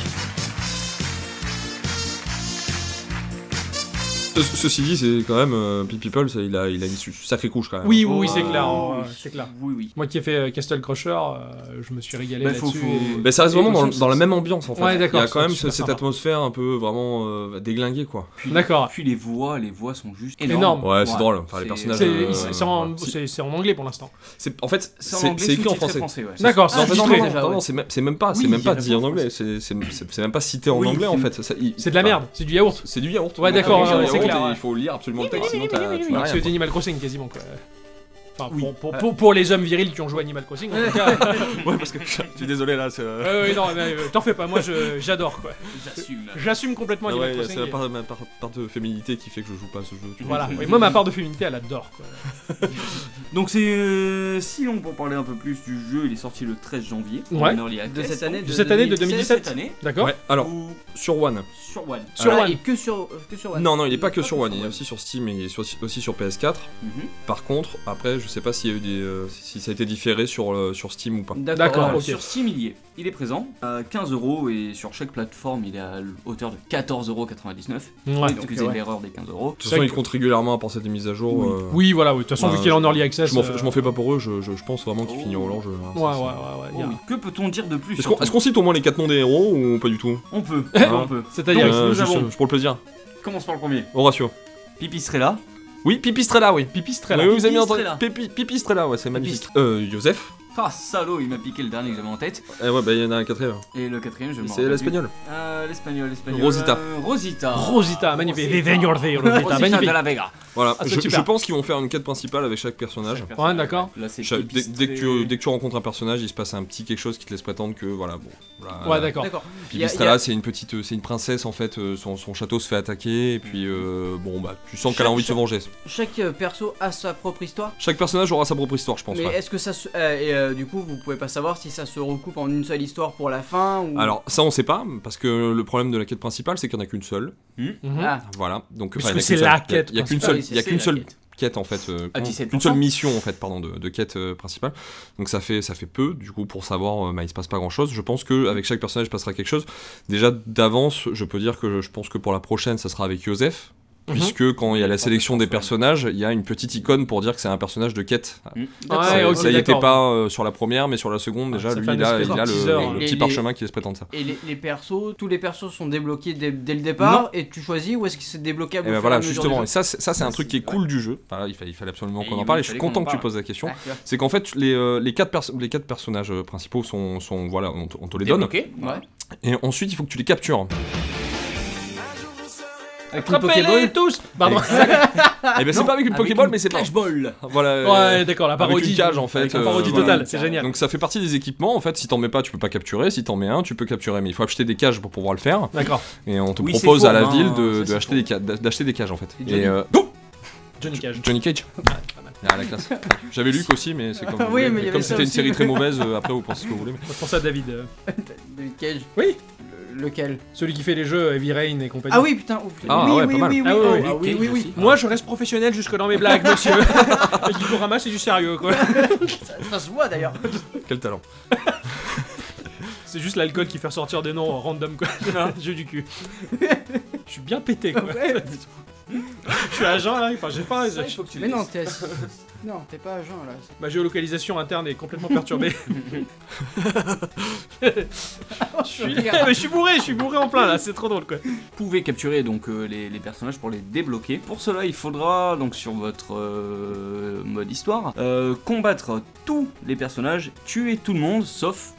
Speaker 6: Ce- ceci dit, c'est quand même. Euh, Pete People, ça, il, a, il a une su- sacrée couche quand même.
Speaker 4: Oui, oui, oui, c'est
Speaker 5: Oh,
Speaker 4: clair. hein,
Speaker 5: oui.
Speaker 4: ouais, c'est clair.
Speaker 5: Oui, oui.
Speaker 4: Moi qui ai fait euh, Castle Crusher, euh, je me suis régalé
Speaker 5: Bah, faut-
Speaker 4: là-dessus.
Speaker 5: faut-
Speaker 4: et-
Speaker 6: Mais ça reste
Speaker 4: et
Speaker 6: vraiment dans,
Speaker 4: attention,
Speaker 6: dans la
Speaker 4: c'est-
Speaker 6: même ambiance en fait.
Speaker 4: Ouais, d'accord,
Speaker 6: Il y a quand
Speaker 4: c'est
Speaker 6: même ce-
Speaker 4: super
Speaker 6: cette
Speaker 4: sympa.
Speaker 6: atmosphère un peu vraiment euh, déglinguée quoi.
Speaker 4: D'accord.
Speaker 5: Puis les voix, les voix sont juste
Speaker 4: Énorme.
Speaker 5: énormes.
Speaker 6: Ouais, c'est drôle, enfin, les personnages,
Speaker 4: C'est
Speaker 6: Euh,
Speaker 4: il- c'est en,
Speaker 6: ouais.
Speaker 4: c'est- c'est en anglais pour l'instant.
Speaker 6: C'est- En fait,
Speaker 5: C'est en
Speaker 6: c'est
Speaker 5: anglais,
Speaker 6: c'est écrit en
Speaker 5: sous-titré
Speaker 6: français.
Speaker 5: ouais.
Speaker 4: D'accord,
Speaker 6: Non,
Speaker 4: c'est Ah,
Speaker 6: en fait, non,
Speaker 4: sous-titré.
Speaker 6: non, non, non, c'est même, c'est même pas, c'est
Speaker 5: Oui,
Speaker 6: même
Speaker 5: il y
Speaker 6: pas
Speaker 5: a
Speaker 6: dit en
Speaker 5: raison.
Speaker 6: anglais, c'est c'est- c'est- c'est même pas cité en
Speaker 5: Oui,
Speaker 6: anglais en
Speaker 5: c'est-
Speaker 6: fait. ça- il-
Speaker 4: C'est de la merde, c'est du yaourt.
Speaker 6: C'est du yaourt.
Speaker 4: Ouais, d'accord,
Speaker 6: C'est du
Speaker 4: ouais,
Speaker 6: yaourt
Speaker 4: c'est clair,
Speaker 6: et
Speaker 4: ouais.
Speaker 6: Il faut lire absolument le texte, sinon t'as- Euh, tu n'as
Speaker 4: C'est
Speaker 6: rien.
Speaker 4: du Animal Crossing quasiment quoi. Enfin,
Speaker 5: Oui.
Speaker 4: pour, pour, pour, pour les hommes virils qui ont joué à Animal Crossing, en tout cas.
Speaker 6: Ouais, parce que je suis désolé là, c'est. euh,
Speaker 4: Ouais, ouais, non, mais euh, t'en fais pas, moi je- j'adore quoi.
Speaker 5: J'assume.
Speaker 4: J'assume complètement
Speaker 6: Ah
Speaker 4: Animal
Speaker 6: ouais,
Speaker 4: Crossing.
Speaker 6: c'est la
Speaker 4: et-
Speaker 6: part, ma part, part de féminité qui fait que je joue pas à ce jeu. tu vois.
Speaker 4: Voilà,
Speaker 6: C'est-
Speaker 4: et moi ma part de féminité elle adore quoi.
Speaker 5: Donc c'est euh, si on pour parler un peu plus du jeu, il est sorti le 13 janvier. en
Speaker 4: Ouais.
Speaker 5: early
Speaker 7: de
Speaker 5: access.
Speaker 7: cette année,
Speaker 4: de cette année, de
Speaker 7: 2016,
Speaker 4: 2017.
Speaker 5: cette année
Speaker 4: D'accord
Speaker 6: Ouais, alors,
Speaker 5: ou
Speaker 6: sur One.
Speaker 5: sur One.
Speaker 4: Sur
Speaker 7: Voilà,
Speaker 4: One.
Speaker 7: et que sur euh, que sur One.
Speaker 6: Non, non, il est pas que sur One, il est aussi sur Steam et il est sur- aussi sur PS4.
Speaker 5: Mhm.
Speaker 6: Par contre, après, je sais pas s'il y a eu des, euh, si ça a été différé sur, euh, sur Steam ou pas.
Speaker 4: D'accord,
Speaker 5: Alors,
Speaker 4: ok.
Speaker 5: Sur 6 milliers, il est présent à 15 euros et sur chaque plateforme, il est à hauteur de 14,99€.
Speaker 4: Ouais.
Speaker 5: donc euh,
Speaker 4: ok,
Speaker 5: vous avez
Speaker 4: Ah, ouais.
Speaker 5: l'erreur des 15
Speaker 6: De
Speaker 5: euros.
Speaker 6: toute
Speaker 4: C'est
Speaker 6: façon,
Speaker 4: vrai
Speaker 6: ils
Speaker 4: que-
Speaker 6: comptent régulièrement à penser des mises à jour.
Speaker 5: Oui.
Speaker 6: euh,
Speaker 4: Oui, voilà, oui, de toute façon,
Speaker 6: Ouais,
Speaker 4: vu qu'il est en early access.
Speaker 6: Je m'en fais-
Speaker 4: euh,
Speaker 6: je m'en fais pas pour eux, je, je- je pense vraiment qu'ils
Speaker 5: Oh.
Speaker 6: finiront leur jeu. hein,
Speaker 4: Ouais,
Speaker 6: ça,
Speaker 4: ouais,
Speaker 6: c'est-
Speaker 4: ouais, ouais.
Speaker 5: Oh
Speaker 4: y a-
Speaker 5: oui, Que peut-on dire de plus
Speaker 6: Est-ce qu'on est-ce qu'on cite au moins les 4 noms des héros ou pas du tout
Speaker 5: On peut,
Speaker 6: Hein
Speaker 4: Ah.
Speaker 5: on peut.
Speaker 4: C'est-à-dire,
Speaker 5: Donc,
Speaker 6: Euh,
Speaker 5: nous
Speaker 6: juste,
Speaker 5: avons-
Speaker 6: euh, Pour le plaisir.
Speaker 5: Commence par le premier.
Speaker 6: Horatio.
Speaker 5: Pipistrella.
Speaker 6: Oui, Pipistrella, oui.
Speaker 4: Pipistrella.
Speaker 6: Oui, oui, vous avez bien entendu.
Speaker 5: Pipistrella.
Speaker 6: Pipi- Pipistrella, ouais, c'est magnifique. Euh, Joseph
Speaker 5: Ah salaud, il m'a piqué le dernier que j'avais en tête.
Speaker 6: Eh ouais, bah il y en a un quatrième.
Speaker 5: Et le quatrième, je me
Speaker 6: C'est l'espagnol.
Speaker 5: Euh, l'espagnol, l'espagnol.
Speaker 6: Rosita.
Speaker 5: euh, Rosita.
Speaker 4: Rosita, magnifique.
Speaker 5: Rosita.
Speaker 4: Vivegnol de Rosita,
Speaker 5: Rosita de
Speaker 4: magnifique.
Speaker 5: la Vega.
Speaker 6: Voilà,
Speaker 4: Ah, c'est
Speaker 6: je,
Speaker 4: super.
Speaker 6: je pense qu'ils vont faire une quête principale avec chaque personnage.
Speaker 4: Ouais, d'accord.
Speaker 5: Là, c'est
Speaker 6: Cha- dès,
Speaker 5: Pipistrella.
Speaker 6: dès que tu, dès que tu rencontres un personnage, il se passe un petit quelque chose qui te laisse prétendre que voilà, bon. voilà,
Speaker 4: Ouais, d'accord.
Speaker 7: D'accord. Il y a- il y
Speaker 6: Pipistrella,
Speaker 7: a-
Speaker 6: c'est une petite, euh, c'est une princesse en fait. euh, Son, son château se fait attaquer et puis euh, bon bah tu sens qu'elle a envie de se venger.
Speaker 7: Chaque euh, perso a sa propre histoire.
Speaker 6: Chaque personnage aura sa propre histoire, je pense.
Speaker 7: Mais
Speaker 6: ouais.
Speaker 7: est-ce que ça se. euh, et euh, du coup, vous pouvez pas savoir si ça se recoupe en une seule histoire pour la fin ou.
Speaker 6: Alors ça on sait pas parce que le problème de la quête principale c'est qu'il n'y en a qu'une seule.
Speaker 4: Mhm.
Speaker 7: Ah,
Speaker 6: Voilà, donc
Speaker 4: Parce
Speaker 6: enfin,
Speaker 4: que
Speaker 6: il y a
Speaker 4: c'est
Speaker 6: qu'une
Speaker 4: la
Speaker 6: seule- il y a- Il y a qu'une
Speaker 7: principale,
Speaker 6: seule, il y a
Speaker 5: c'est
Speaker 6: qu'une
Speaker 5: la
Speaker 6: seule
Speaker 5: quête.
Speaker 6: quête en fait, euh,
Speaker 5: À
Speaker 4: Ah,
Speaker 6: comment-
Speaker 5: 17%.
Speaker 6: une seule mission en fait, pardon, de, de quête euh, principale. Donc ça fait ça fait peu. Du coup, pour savoir, euh, bah, il se passe pas grand chose. Je pense que avec chaque personnage il passera quelque chose. Déjà d'avance, je peux dire que je, je pense que pour la prochaine, ça sera avec Joseph.
Speaker 4: Mhm.
Speaker 6: Puisque quand il y a la
Speaker 5: Parfait,
Speaker 6: sélection des
Speaker 5: parfait.
Speaker 6: personnages, il y a une petite icône pour dire que c'est un personnage de quête.
Speaker 5: Mhm.
Speaker 4: Ouais,
Speaker 6: Ça-
Speaker 4: ok,
Speaker 6: ça y était
Speaker 4: d'accord.
Speaker 6: pas euh, sur la première, mais sur la seconde
Speaker 4: Ah,
Speaker 6: déjà,
Speaker 4: ça
Speaker 6: lui
Speaker 4: fait un
Speaker 6: il a,
Speaker 4: espèce
Speaker 6: il a
Speaker 4: de
Speaker 6: le,
Speaker 4: teaser,
Speaker 6: le
Speaker 4: hein.
Speaker 6: petit
Speaker 7: Les-
Speaker 6: parchemin qui se prétend ça.
Speaker 7: Et les, les persos, tous les persos sont débloqués dès, dès le départ et tu choisis ou est-ce que c'est débloquable
Speaker 6: Et
Speaker 7: au
Speaker 6: ben
Speaker 7: fur
Speaker 6: voilà,
Speaker 7: à mesure
Speaker 6: justement,
Speaker 7: du
Speaker 6: et
Speaker 7: jeu
Speaker 6: ça, c'est- ça c'est un
Speaker 5: Ouais,
Speaker 6: truc
Speaker 5: c'est-
Speaker 6: qui est cool du jeu. Voilà, il, fallait, il fallait absolument
Speaker 5: Et
Speaker 6: qu'on en
Speaker 5: oui,
Speaker 6: parle.
Speaker 5: il
Speaker 6: Et je suis
Speaker 5: fallait qu'on en
Speaker 6: content que tu
Speaker 5: parle.
Speaker 6: poses la question.
Speaker 7: Ah, tu vois.
Speaker 6: C'est qu'en fait, les, euh, les, quatre perso- les quatre personnages euh, principaux sont, sont- Voilà, on, te- on te les donne.
Speaker 5: Débloqué, ouais.
Speaker 6: Et ensuite, il faut que tu les captures.
Speaker 7: Avec une
Speaker 4: Attrapez-les
Speaker 7: Pokéball,
Speaker 4: tous Pardon.
Speaker 6: et ben c'est pas avec une
Speaker 5: Avec
Speaker 6: Pokéball,
Speaker 5: une
Speaker 6: mais c'est pas.
Speaker 5: Flashball.
Speaker 6: Voilà. euh,
Speaker 4: Ouais, d'accord, la
Speaker 6: avec
Speaker 4: parodie.
Speaker 6: une cage, en fait,
Speaker 4: Avec La
Speaker 6: euh,
Speaker 4: parodie
Speaker 6: voilà.
Speaker 4: totale, c'est génial.
Speaker 6: Donc ça fait partie des équipements. En fait, si t'en mets pas, tu peux pas capturer. Si t'en mets un, tu peux capturer. Mais il faut acheter des cages pour pouvoir le faire.
Speaker 4: D'accord.
Speaker 6: Et on te
Speaker 5: Oui, c'est
Speaker 6: propose à la
Speaker 5: fourbe, hein,
Speaker 6: ville de-
Speaker 5: ça,
Speaker 6: de
Speaker 5: c'est
Speaker 6: acheter des ca- d'acheter des cages en fait.
Speaker 7: Et Johnny.
Speaker 6: Et euh, oh
Speaker 4: Johnny Cage.
Speaker 6: Johnny Cage. Ah, la classe. J'avais Luc aussi, mais c'est comme, vous
Speaker 7: Oui,
Speaker 6: voulez.
Speaker 7: mais il y avait
Speaker 6: comme
Speaker 7: ça
Speaker 6: c'était une
Speaker 7: aussi.
Speaker 6: série très mauvaise, euh, après vous pensez ce que vous voulez. mais-
Speaker 4: Je pense à David, euh,
Speaker 7: David Cage.
Speaker 4: Oui.
Speaker 7: Le- lequel
Speaker 4: celui qui fait les jeux Heavy Rain et compagnie.
Speaker 7: Ah oui, putain. oh, putain.
Speaker 6: Ah,
Speaker 7: oui,
Speaker 6: ouais,
Speaker 7: oui,
Speaker 6: pas mal.
Speaker 7: oui, oui,
Speaker 4: Ah,
Speaker 7: oh,
Speaker 4: ouais,
Speaker 7: ah oui, oui, oui.
Speaker 4: Moi, je reste professionnel jusque dans mes blagues, <laughs> monsieur. Et Gikorama, c'est du sérieux, quoi.
Speaker 7: Ça se voit d'ailleurs.
Speaker 6: Quel talent.
Speaker 4: C'est juste l'alcool qui fait ressortir des noms euh, random, <laughs> quoi. Jeu du cul. Je suis bien pété, quoi. Je suis agent, là. Enfin, j'ai pas...
Speaker 5: Ça, il faut que tu
Speaker 7: Mais
Speaker 5: le
Speaker 7: non,
Speaker 5: dises.
Speaker 7: t'es assis. <laughs> Non, t'es pas à jeun là.
Speaker 4: Ma géolocalisation interne est complètement <laughs> perturbée.
Speaker 7: Je suis
Speaker 4: Eh, mais je suis bourré, je suis bourré en plein là, c'est trop drôle quoi.
Speaker 5: Vous pouvez capturer donc euh, les, les personnages pour les débloquer. Pour cela, il faudra donc sur votre euh, mode histoire euh, combattre tous les personnages, tuer tout le monde sauf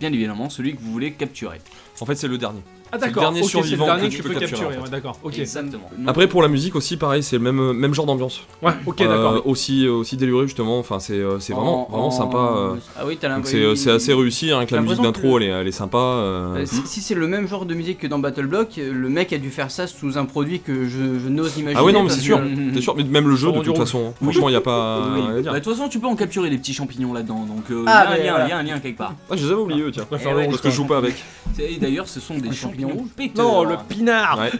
Speaker 5: bien évidemment celui que vous voulez capturer.
Speaker 6: En fait, c'est le dernier.
Speaker 4: Ah
Speaker 6: C'est le
Speaker 4: d'accord,
Speaker 6: dernier
Speaker 4: ok, c'est
Speaker 6: survivant
Speaker 4: le dernier
Speaker 6: que
Speaker 4: que
Speaker 6: tu
Speaker 4: tu
Speaker 6: peux
Speaker 4: peux
Speaker 6: capturer,
Speaker 4: capturer,
Speaker 6: en fait.
Speaker 4: ouais, d'accord, ok.
Speaker 5: Exactement.
Speaker 6: Après, pour la musique aussi, pareil, c'est le même, euh, même genre d'ambiance.
Speaker 4: Ouais, ok,
Speaker 6: Euh,
Speaker 4: d'accord.
Speaker 6: aussi, aussi déluré, justement. Enfin, c'est euh, c'est
Speaker 7: Oh,
Speaker 6: vraiment,
Speaker 5: En-
Speaker 6: vraiment
Speaker 5: en-
Speaker 6: sympa. euh.
Speaker 7: Ah oui,
Speaker 5: t'as
Speaker 6: Donc c'est euh, c'est assez réussi, hein, avec la
Speaker 7: J'ai
Speaker 6: musique
Speaker 7: l'impression
Speaker 6: d'intro,
Speaker 7: que-
Speaker 6: elle, est- elle est sympa. euh.
Speaker 7: Euh, si si c'est le même genre de musique que dans Battle Block, euh, le mec a dû faire ça sous un produit que je, je n'ose imaginer.
Speaker 6: Ah ouais, non, mais
Speaker 7: parce
Speaker 6: c'est sûr,
Speaker 7: que-
Speaker 6: c'est sûr, mais même le jeu, de
Speaker 4: Rendu
Speaker 6: toute
Speaker 4: rouge.
Speaker 6: façon, hein. franchement, il n'y a pas
Speaker 5: Oui.
Speaker 6: rien à dire.
Speaker 5: Bah, de toute façon, tu peux en capturer des petits champignons là-dedans, donc euh,
Speaker 7: Ah,
Speaker 5: il y a un
Speaker 7: mais
Speaker 5: lien,
Speaker 7: voilà.
Speaker 5: il y a un lien quelque part.
Speaker 6: Ah, je les avais oubliés, eux, tiens.
Speaker 4: faire
Speaker 5: le
Speaker 6: Parce que je joue pas avec.
Speaker 5: Et d'ailleurs, ce sont des champignons péteurs.
Speaker 4: Non,
Speaker 6: euh,
Speaker 4: le pinard
Speaker 6: Ouais.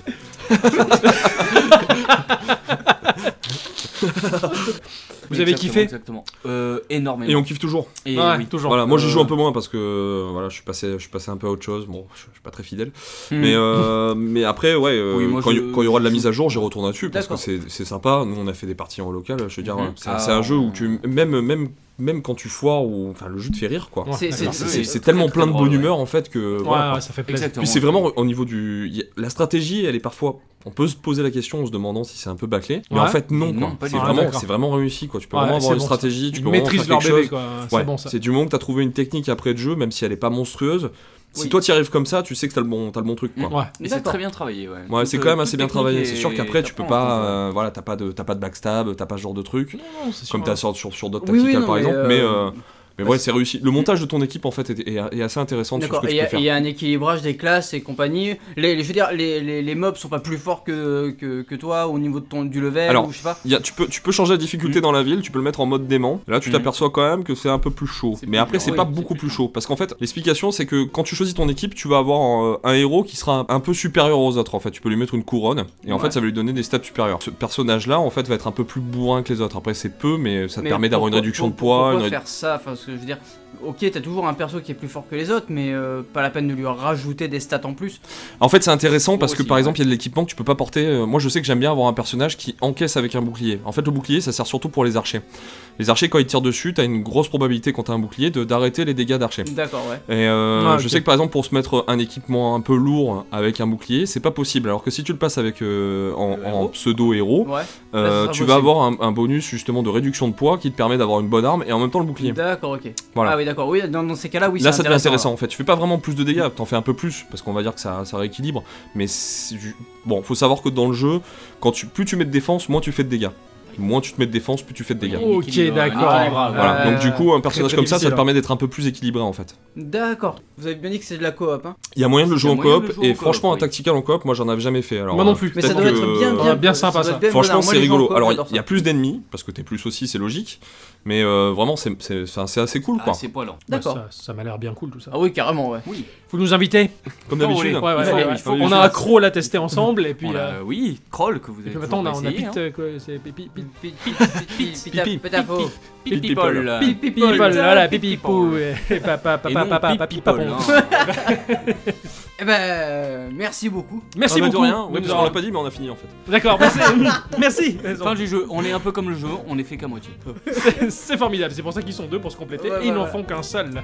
Speaker 4: Vous avez
Speaker 5: Exactement,
Speaker 4: kiffé
Speaker 5: Exactement. Euh, énormément.
Speaker 6: Et on kiffe toujours.
Speaker 5: Et
Speaker 4: Ouais,
Speaker 5: oui.
Speaker 4: toujours.
Speaker 6: Voilà, moi j'y joue
Speaker 5: euh,
Speaker 6: un peu moins parce que euh, voilà, je suis passé, je suis passé un peu à autre chose. Bon, je, je suis pas très fidèle.
Speaker 5: Hmm.
Speaker 6: Mais euh, <laughs> mais après, ouais, euh,
Speaker 5: Oui, moi,
Speaker 6: quand
Speaker 5: je-
Speaker 6: il quand il y aura de la mise à jour, j'y retourne dessus parce que
Speaker 7: D'accord.
Speaker 6: c'est c'est sympa. Nous, on a fait des parties en local. Je veux dire,
Speaker 5: Mhm.
Speaker 6: ouais, c'est un-
Speaker 5: Ah.
Speaker 6: c'est un jeu où tu même même même quand tu foires ou enfin le jeu te fait rire quoi.
Speaker 4: Ouais,
Speaker 7: C'est-
Speaker 4: d'accord.
Speaker 7: c'est-
Speaker 6: C'est- C'est
Speaker 5: oui,
Speaker 6: c'est
Speaker 5: très,
Speaker 6: tellement
Speaker 5: très
Speaker 6: plein de
Speaker 5: drôle,
Speaker 6: bonne
Speaker 5: ouais.
Speaker 6: humeur en fait que
Speaker 4: Ouais,
Speaker 6: voilà, quoi.
Speaker 4: ouais, ça fait plaisir.
Speaker 5: Exactement.
Speaker 6: Puis c'est vraiment au niveau du. y a- La stratégie, elle est parfois. On peut se poser la question en se demandant si c'est un peu bâclé. Mais
Speaker 4: Ouais.
Speaker 6: en fait, non.
Speaker 5: Non,
Speaker 6: quoi.
Speaker 5: pas
Speaker 6: c'est,
Speaker 5: du
Speaker 4: tout. Ah,
Speaker 6: vraiment,
Speaker 4: d'accord.
Speaker 6: c'est vraiment réussi. Quoi. Tu peux
Speaker 4: Ouais,
Speaker 6: vraiment
Speaker 4: c'est
Speaker 6: avoir une
Speaker 4: bon, ça.
Speaker 6: stratégie. Tu
Speaker 4: Ils
Speaker 6: peux vraiment
Speaker 4: maîtrisent
Speaker 6: faire
Speaker 4: leur
Speaker 6: quelque
Speaker 4: bébé,
Speaker 6: chose.
Speaker 4: quoi.
Speaker 6: Ouais,
Speaker 4: Ah, C'est bon ça.
Speaker 6: c'est du moment que tu as trouvé une technique après de jeu, même si elle est pas monstrueuse. Si
Speaker 7: Oui.
Speaker 6: toi t'y arrives comme ça, tu sais que t'as le bon, t'as le bon truc. Quoi.
Speaker 5: Mm.
Speaker 4: Ouais.
Speaker 5: Et c'est
Speaker 7: D'accord.
Speaker 5: très bien travaillé,
Speaker 7: Mm.
Speaker 5: ouais.
Speaker 6: Ouais,
Speaker 5: Toute,
Speaker 6: c'est
Speaker 5: euh,
Speaker 6: quand même assez
Speaker 5: toute
Speaker 6: bien
Speaker 5: technique
Speaker 6: travaillé.
Speaker 5: est-
Speaker 6: C'est sûr qu'après, tu peux
Speaker 5: t'apprends,
Speaker 6: pas,
Speaker 5: en fait.
Speaker 6: euh, voilà, t'as pas de, t'as pas de backstab, t'as pas ce genre de truc,
Speaker 4: Non, c'est sûr,
Speaker 6: comme
Speaker 4: hein.
Speaker 6: t'as sur sur, sur d'autres
Speaker 7: Oui, oui,
Speaker 6: tacticales,
Speaker 7: non,
Speaker 6: par
Speaker 7: mais,
Speaker 6: exemple.
Speaker 7: euh,
Speaker 6: Mais, euh, mais ouais, c'est réussi. Le montage de ton équipe en fait est, est- est assez intéressant sur ce
Speaker 7: D'accord,
Speaker 6: que
Speaker 7: et
Speaker 6: tu
Speaker 7: il y,
Speaker 6: peux
Speaker 7: a-
Speaker 6: faire.
Speaker 7: il y a un équilibrage des classes et compagnie. Les, les- je veux dire, les, les, les mobs sont pas plus forts que, que, que toi au niveau de ton, du level
Speaker 6: Alors,
Speaker 7: ou je sais pas.
Speaker 6: Il y a- tu, peux, tu peux changer la difficulté
Speaker 7: Mm.
Speaker 5: Mhm.
Speaker 6: dans la ville, tu peux le mettre en mode dément. Là, tu
Speaker 5: Mhm.
Speaker 6: t'aperçois quand même que c'est un peu plus chaud.
Speaker 5: C'est
Speaker 6: Mais
Speaker 5: plus
Speaker 6: après,
Speaker 5: chaud,
Speaker 6: c'est
Speaker 5: oui,
Speaker 6: pas
Speaker 5: c'est
Speaker 6: beaucoup
Speaker 5: plus
Speaker 6: plus chaud. Parce qu'en fait, l'explication, c'est que quand tu choisis ton équipe, tu vas avoir euh, un héros qui sera un, un peu supérieur aux autres. En fait, tu peux lui mettre une couronne et en
Speaker 5: Ouais.
Speaker 6: fait, ça va lui donner des stats supérieurs. Ce personnage-là, en fait, va être un peu plus bourrin que les autres. Après, c'est peu, mais ça te
Speaker 7: Mais
Speaker 6: permet d'avoir une
Speaker 7: pourquoi-
Speaker 6: réduction de
Speaker 7: pour-
Speaker 6: poids.
Speaker 7: Pourquoi
Speaker 6: une rédu-
Speaker 7: faire ça Enfin, ce que je veux dire, ok, t'as toujours un perso qui est plus fort que les autres, mais euh, pas la peine de lui rajouter des stats en plus.
Speaker 6: En fait, c'est intéressant
Speaker 5: Moi
Speaker 6: parce que
Speaker 5: aussi,
Speaker 6: par
Speaker 5: ouais.
Speaker 6: exemple, il y a de l'équipement que tu peux pas porter. Euh, Moi, je sais que j'aime bien avoir un personnage qui encaisse avec un bouclier. En fait, le bouclier, ça sert surtout pour les archers. Les archers, quand ils tirent dessus, t'as une grosse probabilité quand t'as un bouclier de- d'arrêter les dégâts d'archers.
Speaker 7: D'accord, ouais.
Speaker 6: Et euh,
Speaker 4: Ah,
Speaker 6: je
Speaker 4: ok.
Speaker 6: sais que par exemple pour se mettre un équipement un peu lourd avec un bouclier, c'est pas possible. Alors que si tu le passes avec euh, en,
Speaker 5: Le héros.
Speaker 6: pseudo héros,
Speaker 7: Ouais. sera
Speaker 6: euh, tu
Speaker 7: possible.
Speaker 6: vas avoir un, un bonus justement de réduction de poids qui te permet d'avoir une bonne arme et en même temps le bouclier.
Speaker 7: D'accord, ok.
Speaker 6: Voilà.
Speaker 7: Ah oui, d'accord. Oui, dans, dans ces cas-là, oui,
Speaker 6: Là,
Speaker 7: c'est
Speaker 6: ça devient intéressant en fait. Tu fais pas vraiment plus de dégâts, t'en fais un peu plus parce qu'on va dire que ça, ça rééquilibre. Mais c'est du- bon, faut savoir que dans le jeu, quand tu, plus tu mets de défense, moins tu fais de dégâts. Moins tu te mets de défense, plus tu fais de dégâts.
Speaker 5: Oui,
Speaker 4: Ok, d'accord.
Speaker 5: un équilibre,
Speaker 7: Voilà.
Speaker 6: Voilà. Donc du coup, un personnage
Speaker 4: très
Speaker 6: comme ça, ça
Speaker 4: difficile,
Speaker 6: te permet d'être un peu plus équilibré en fait.
Speaker 7: D'accord. Vous avez bien dit que c'est de la coop, hein.
Speaker 6: Il y a moyen de le
Speaker 5: Il y
Speaker 6: jouer
Speaker 5: a
Speaker 6: en
Speaker 5: moyen de
Speaker 6: coop
Speaker 5: le jouer
Speaker 6: et
Speaker 5: en coop,
Speaker 6: franchement un
Speaker 5: oui.
Speaker 6: tactical en coop, moi j'en avais jamais fait. Alors
Speaker 4: Moi non
Speaker 6: euh,
Speaker 4: plus.
Speaker 7: Mais ça doit
Speaker 6: peut-être que-
Speaker 7: être bien, Ah, bien,
Speaker 4: bien sympa,
Speaker 7: doit
Speaker 4: ça.
Speaker 7: être bien
Speaker 6: Franchement,
Speaker 7: bonheur. Moi,
Speaker 6: c'est
Speaker 7: les gens
Speaker 6: rigolo.
Speaker 7: coop,
Speaker 6: Alors, il
Speaker 7: j'adore
Speaker 6: y a
Speaker 7: ça.
Speaker 6: plus d'ennemis parce que t'es plus aussi, c'est logique. Mais euh, vraiment, c'est- c'est enfin, c'est assez cool,
Speaker 5: Ah,
Speaker 6: quoi.
Speaker 5: c'est poilant.
Speaker 7: D'accord.
Speaker 4: Ouais, ça- Ça m'a l'air bien cool tout ça.
Speaker 7: Ah oui, carrément, ouais.
Speaker 5: Oui.
Speaker 4: Faut nous inviter
Speaker 6: Comme
Speaker 5: Quand vous
Speaker 6: d'habitude.
Speaker 5: voulez.
Speaker 4: Ouais, ouais,
Speaker 5: Il faut-
Speaker 4: ouais,
Speaker 5: il
Speaker 4: ouais.
Speaker 5: faut-
Speaker 4: On a un croc à la tester ensemble et puis.
Speaker 5: On a-
Speaker 4: euh,
Speaker 5: Oui, Kroll que vous
Speaker 4: et
Speaker 5: avez
Speaker 4: puis maintenant, on a, on a Pete,
Speaker 5: essayé, hein.
Speaker 4: euh, quoi, c'est Pipi- Pete-
Speaker 7: Pi- pi- pi- pi- pita-
Speaker 6: Pipi.
Speaker 7: pétapo.
Speaker 5: Pete
Speaker 6: Pete
Speaker 5: People.
Speaker 6: People.
Speaker 5: Pete
Speaker 4: Pipi,
Speaker 5: People.
Speaker 4: Paul, voilà, pipi,
Speaker 5: Pete
Speaker 4: pou,
Speaker 5: People.
Speaker 4: et et papa, papa,
Speaker 5: Et non,
Speaker 4: papa,
Speaker 5: Pete
Speaker 4: papa,
Speaker 5: People,
Speaker 4: papon.
Speaker 5: hein.
Speaker 7: Eh ben, merci beaucoup.
Speaker 4: Merci
Speaker 6: Ah, bah,
Speaker 4: beaucoup.
Speaker 6: De rien. Oui,
Speaker 4: Nous
Speaker 6: parce qu'on
Speaker 4: avons-
Speaker 6: l'a pas dit, mais on a fini en fait.
Speaker 4: D'accord, merci. merci.
Speaker 5: Fin du jeu, on est un peu comme le jeu, on est fait qu'à moitié.
Speaker 4: C'est formidable, c'est pour ça qu'ils sont deux pour se compléter
Speaker 7: Ouais,
Speaker 4: et ils
Speaker 7: ouais,
Speaker 4: n'en
Speaker 7: ouais.
Speaker 4: font qu'un seul.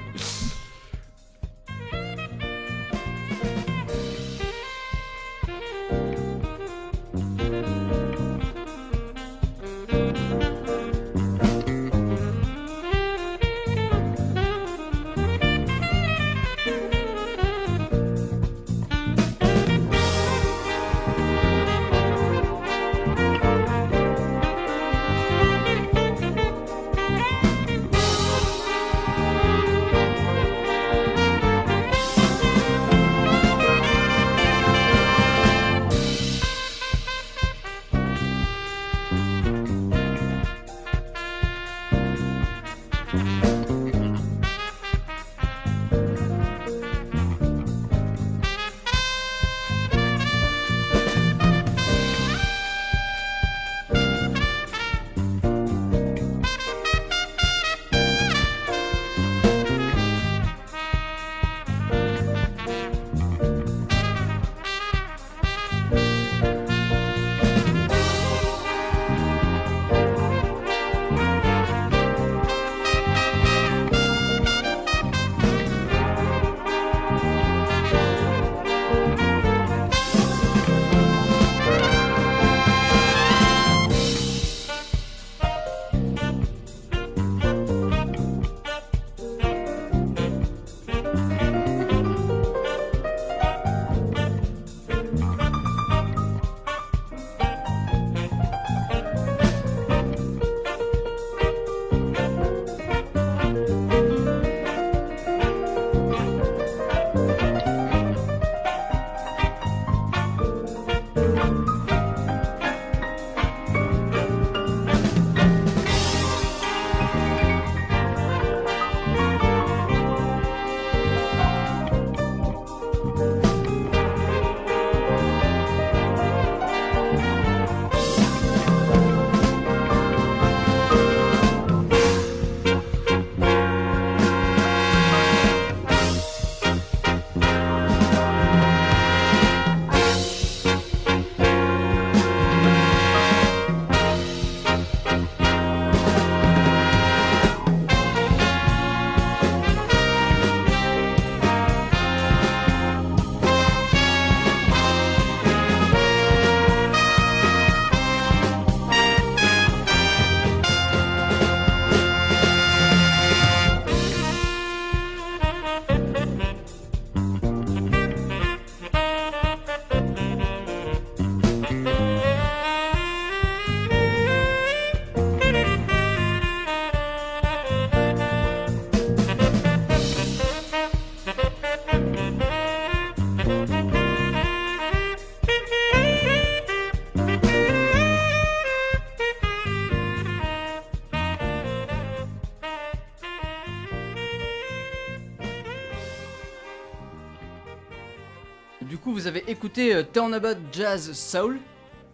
Speaker 7: du coup, vous avez écouté euh, Turn About Jazz Soul.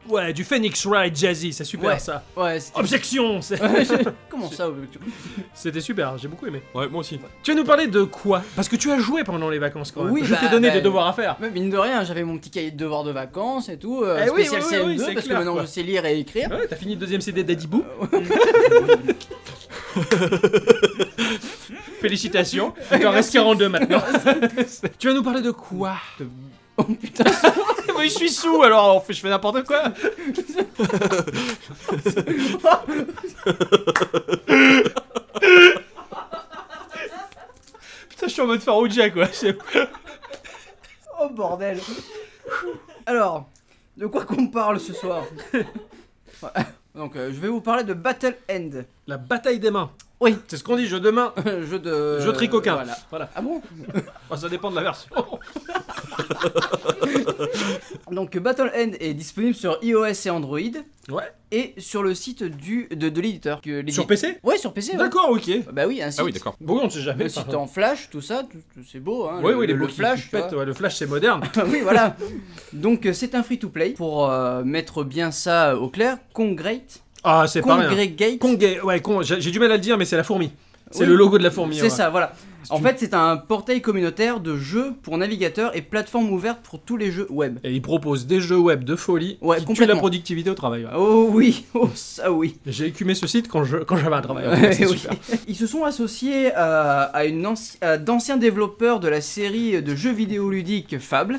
Speaker 4: Ouais, du Phoenix Wright jazzy, c'est super
Speaker 7: Ouais.
Speaker 4: ça.
Speaker 7: Ouais,
Speaker 6: Oh,
Speaker 7: c'était.
Speaker 4: Objection c'est-
Speaker 7: Comment ça, objection
Speaker 4: <laughs> C'était super, j'ai beaucoup aimé.
Speaker 6: Ouais, moi aussi.
Speaker 4: Tu vas nous parler de quoi Parce que tu as joué pendant les vacances quand même.
Speaker 7: Oui,
Speaker 4: je
Speaker 7: bah,
Speaker 4: t'ai donné
Speaker 7: bah,
Speaker 4: des devoirs à faire.
Speaker 7: Mais mine de rien, j'avais mon petit cahier de devoirs de vacances et tout, euh,
Speaker 4: Eh oui,
Speaker 7: spécial
Speaker 4: oui, oui, oui,
Speaker 7: CM2, parce
Speaker 4: c'est clair,
Speaker 7: que maintenant
Speaker 4: quoi.
Speaker 7: je sais lire et écrire.
Speaker 4: Ouais, t'as fini le deuxième CD d'Adibou. Félicitations, il t'en reste 42 maintenant. tu vas nous parler de quoi
Speaker 7: Oh putain,
Speaker 4: <laughs> Oui, je suis sous alors on fait- je fais n'importe quoi. Putain, je suis en mode Farouja quoi. C'est-
Speaker 7: oh bordel <laughs> Alors, de quoi qu'on parle ce <laughs> soir Ouais, Donc, euh, je vais vous parler de Battle End,
Speaker 4: La bataille des mains.
Speaker 7: Oui.
Speaker 4: C'est ce qu'on dit, jeu de main,
Speaker 7: Euh, jeu de...
Speaker 4: <laughs>
Speaker 1: Euh,
Speaker 4: jeu tricoquin.
Speaker 7: Voilà.
Speaker 4: voilà.
Speaker 7: Ah bon
Speaker 4: Oh, ça dépend de la version.
Speaker 7: Donc, Battle End est disponible sur iOS et Android,
Speaker 4: Ouais.
Speaker 7: et sur le site du, de, de l'éditeur. que l'édi-
Speaker 4: Sur PC
Speaker 7: Ouais, sur PC, Eh ouais.
Speaker 4: D'accord, ok.
Speaker 7: Bah oui, un site.
Speaker 6: Ah oui, d'accord.
Speaker 4: Bon, on sait jamais.
Speaker 7: Le
Speaker 4: enfin.
Speaker 7: site Euh, en flash, tout ça, tout- tout- c'est beau, hein.
Speaker 4: Oui,
Speaker 7: le,
Speaker 4: oui, les
Speaker 7: le
Speaker 4: blocs qui-
Speaker 7: flash,
Speaker 4: qui
Speaker 7: tu vois.
Speaker 4: pètent, ouais, le flash c'est moderne.
Speaker 7: <laughs> oui, voilà. Donc euh, c'est un free-to-play pour euh, mettre bien ça euh, au clair. Congrate,
Speaker 4: Ah, c'est pas rien.
Speaker 7: Congregate,
Speaker 4: Congé, ouais, con, j'ai j'ai du mal à le dire, mais c'est la fourmi. C'est
Speaker 7: Oui.
Speaker 4: le logo de la fourmi.
Speaker 7: c'est
Speaker 4: ouais.
Speaker 7: ça, voilà. En
Speaker 4: une-
Speaker 7: fait, c'est un portail communautaire de jeux pour navigateurs et plateforme ouverte pour tous les jeux web.
Speaker 4: Et ils proposent des jeux web de folie
Speaker 7: Ouais,
Speaker 4: qui tuent la
Speaker 7: complètement.
Speaker 4: productivité au travail. ouais.
Speaker 7: Oh oui, <laughs> oh ça oui.
Speaker 4: J'ai écumé ce site quand je quand j'avais un travail. <laughs> ouais,
Speaker 7: <laughs>
Speaker 4: c'est
Speaker 7: Oui.
Speaker 4: super.
Speaker 7: Ils se sont associés à, à une anci- à d'anciens développeurs de la série de jeux vidéo ludiques Fable.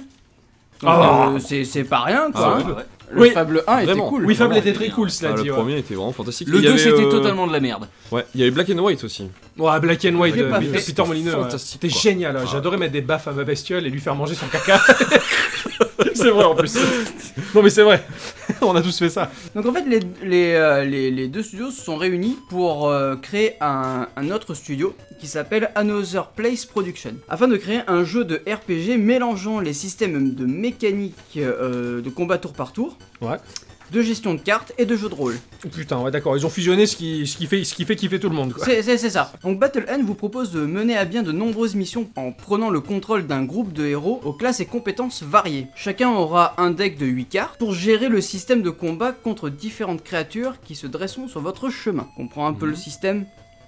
Speaker 7: Donc,
Speaker 4: Ah.
Speaker 7: euh, c'est c'est pas rien
Speaker 6: Ah
Speaker 7: quoi.
Speaker 6: ouais.
Speaker 7: hein. Le
Speaker 4: Oui.
Speaker 7: Fable 1 était
Speaker 6: Vraiment.
Speaker 7: cool.
Speaker 4: Oui, Fable
Speaker 6: Vraiment,
Speaker 4: était très cool, cela
Speaker 6: Ah,
Speaker 4: dit.
Speaker 6: le
Speaker 4: ouais.
Speaker 6: premier était vraiment fantastique.
Speaker 5: Le
Speaker 6: Il y
Speaker 5: 2
Speaker 6: avait,
Speaker 5: c'était
Speaker 6: euh,
Speaker 5: totalement de la merde.
Speaker 6: Ouais, il y avait Black and White aussi.
Speaker 4: Ouais, Black and White
Speaker 7: J'ai pas
Speaker 4: de
Speaker 7: fait.
Speaker 4: Peter Molineux. ouais.
Speaker 6: Fantastique,
Speaker 4: C'était
Speaker 6: quoi. Ah.
Speaker 4: génial. ouais. J'adorais mettre des baffes à ma bestiole et lui faire manger son caca. <laughs> c'est vrai en
Speaker 6: <laughs>
Speaker 4: plus. non, mais c'est vrai. <laughs> On a tous fait ça.
Speaker 7: Donc en fait, les, les, euh, les- les deux studios se sont réunis pour euh, créer un, un autre studio qui s'appelle Another Place Production, afin de créer un jeu de RPG mélangeant les systèmes de mécanique euh, de combat tour par tour,
Speaker 4: Ouais.
Speaker 7: de gestion de cartes et de jeu de rôle.
Speaker 4: Putain, ouais, d'accord. Ils ont fusionné ce qui, ce qui fait ce qui fait kiffer tout le monde. Quoi.
Speaker 7: C'est c'est- c'est ça. Donc Battle End vous propose de mener à bien de nombreuses missions en prenant le contrôle d'un groupe de héros aux classes et compétences variées. Chacun aura un deck de 8 cartes pour gérer le système de combat contre différentes créatures qui se dresseront sur votre chemin. Comprends un peu
Speaker 4: Mhm.
Speaker 7: le système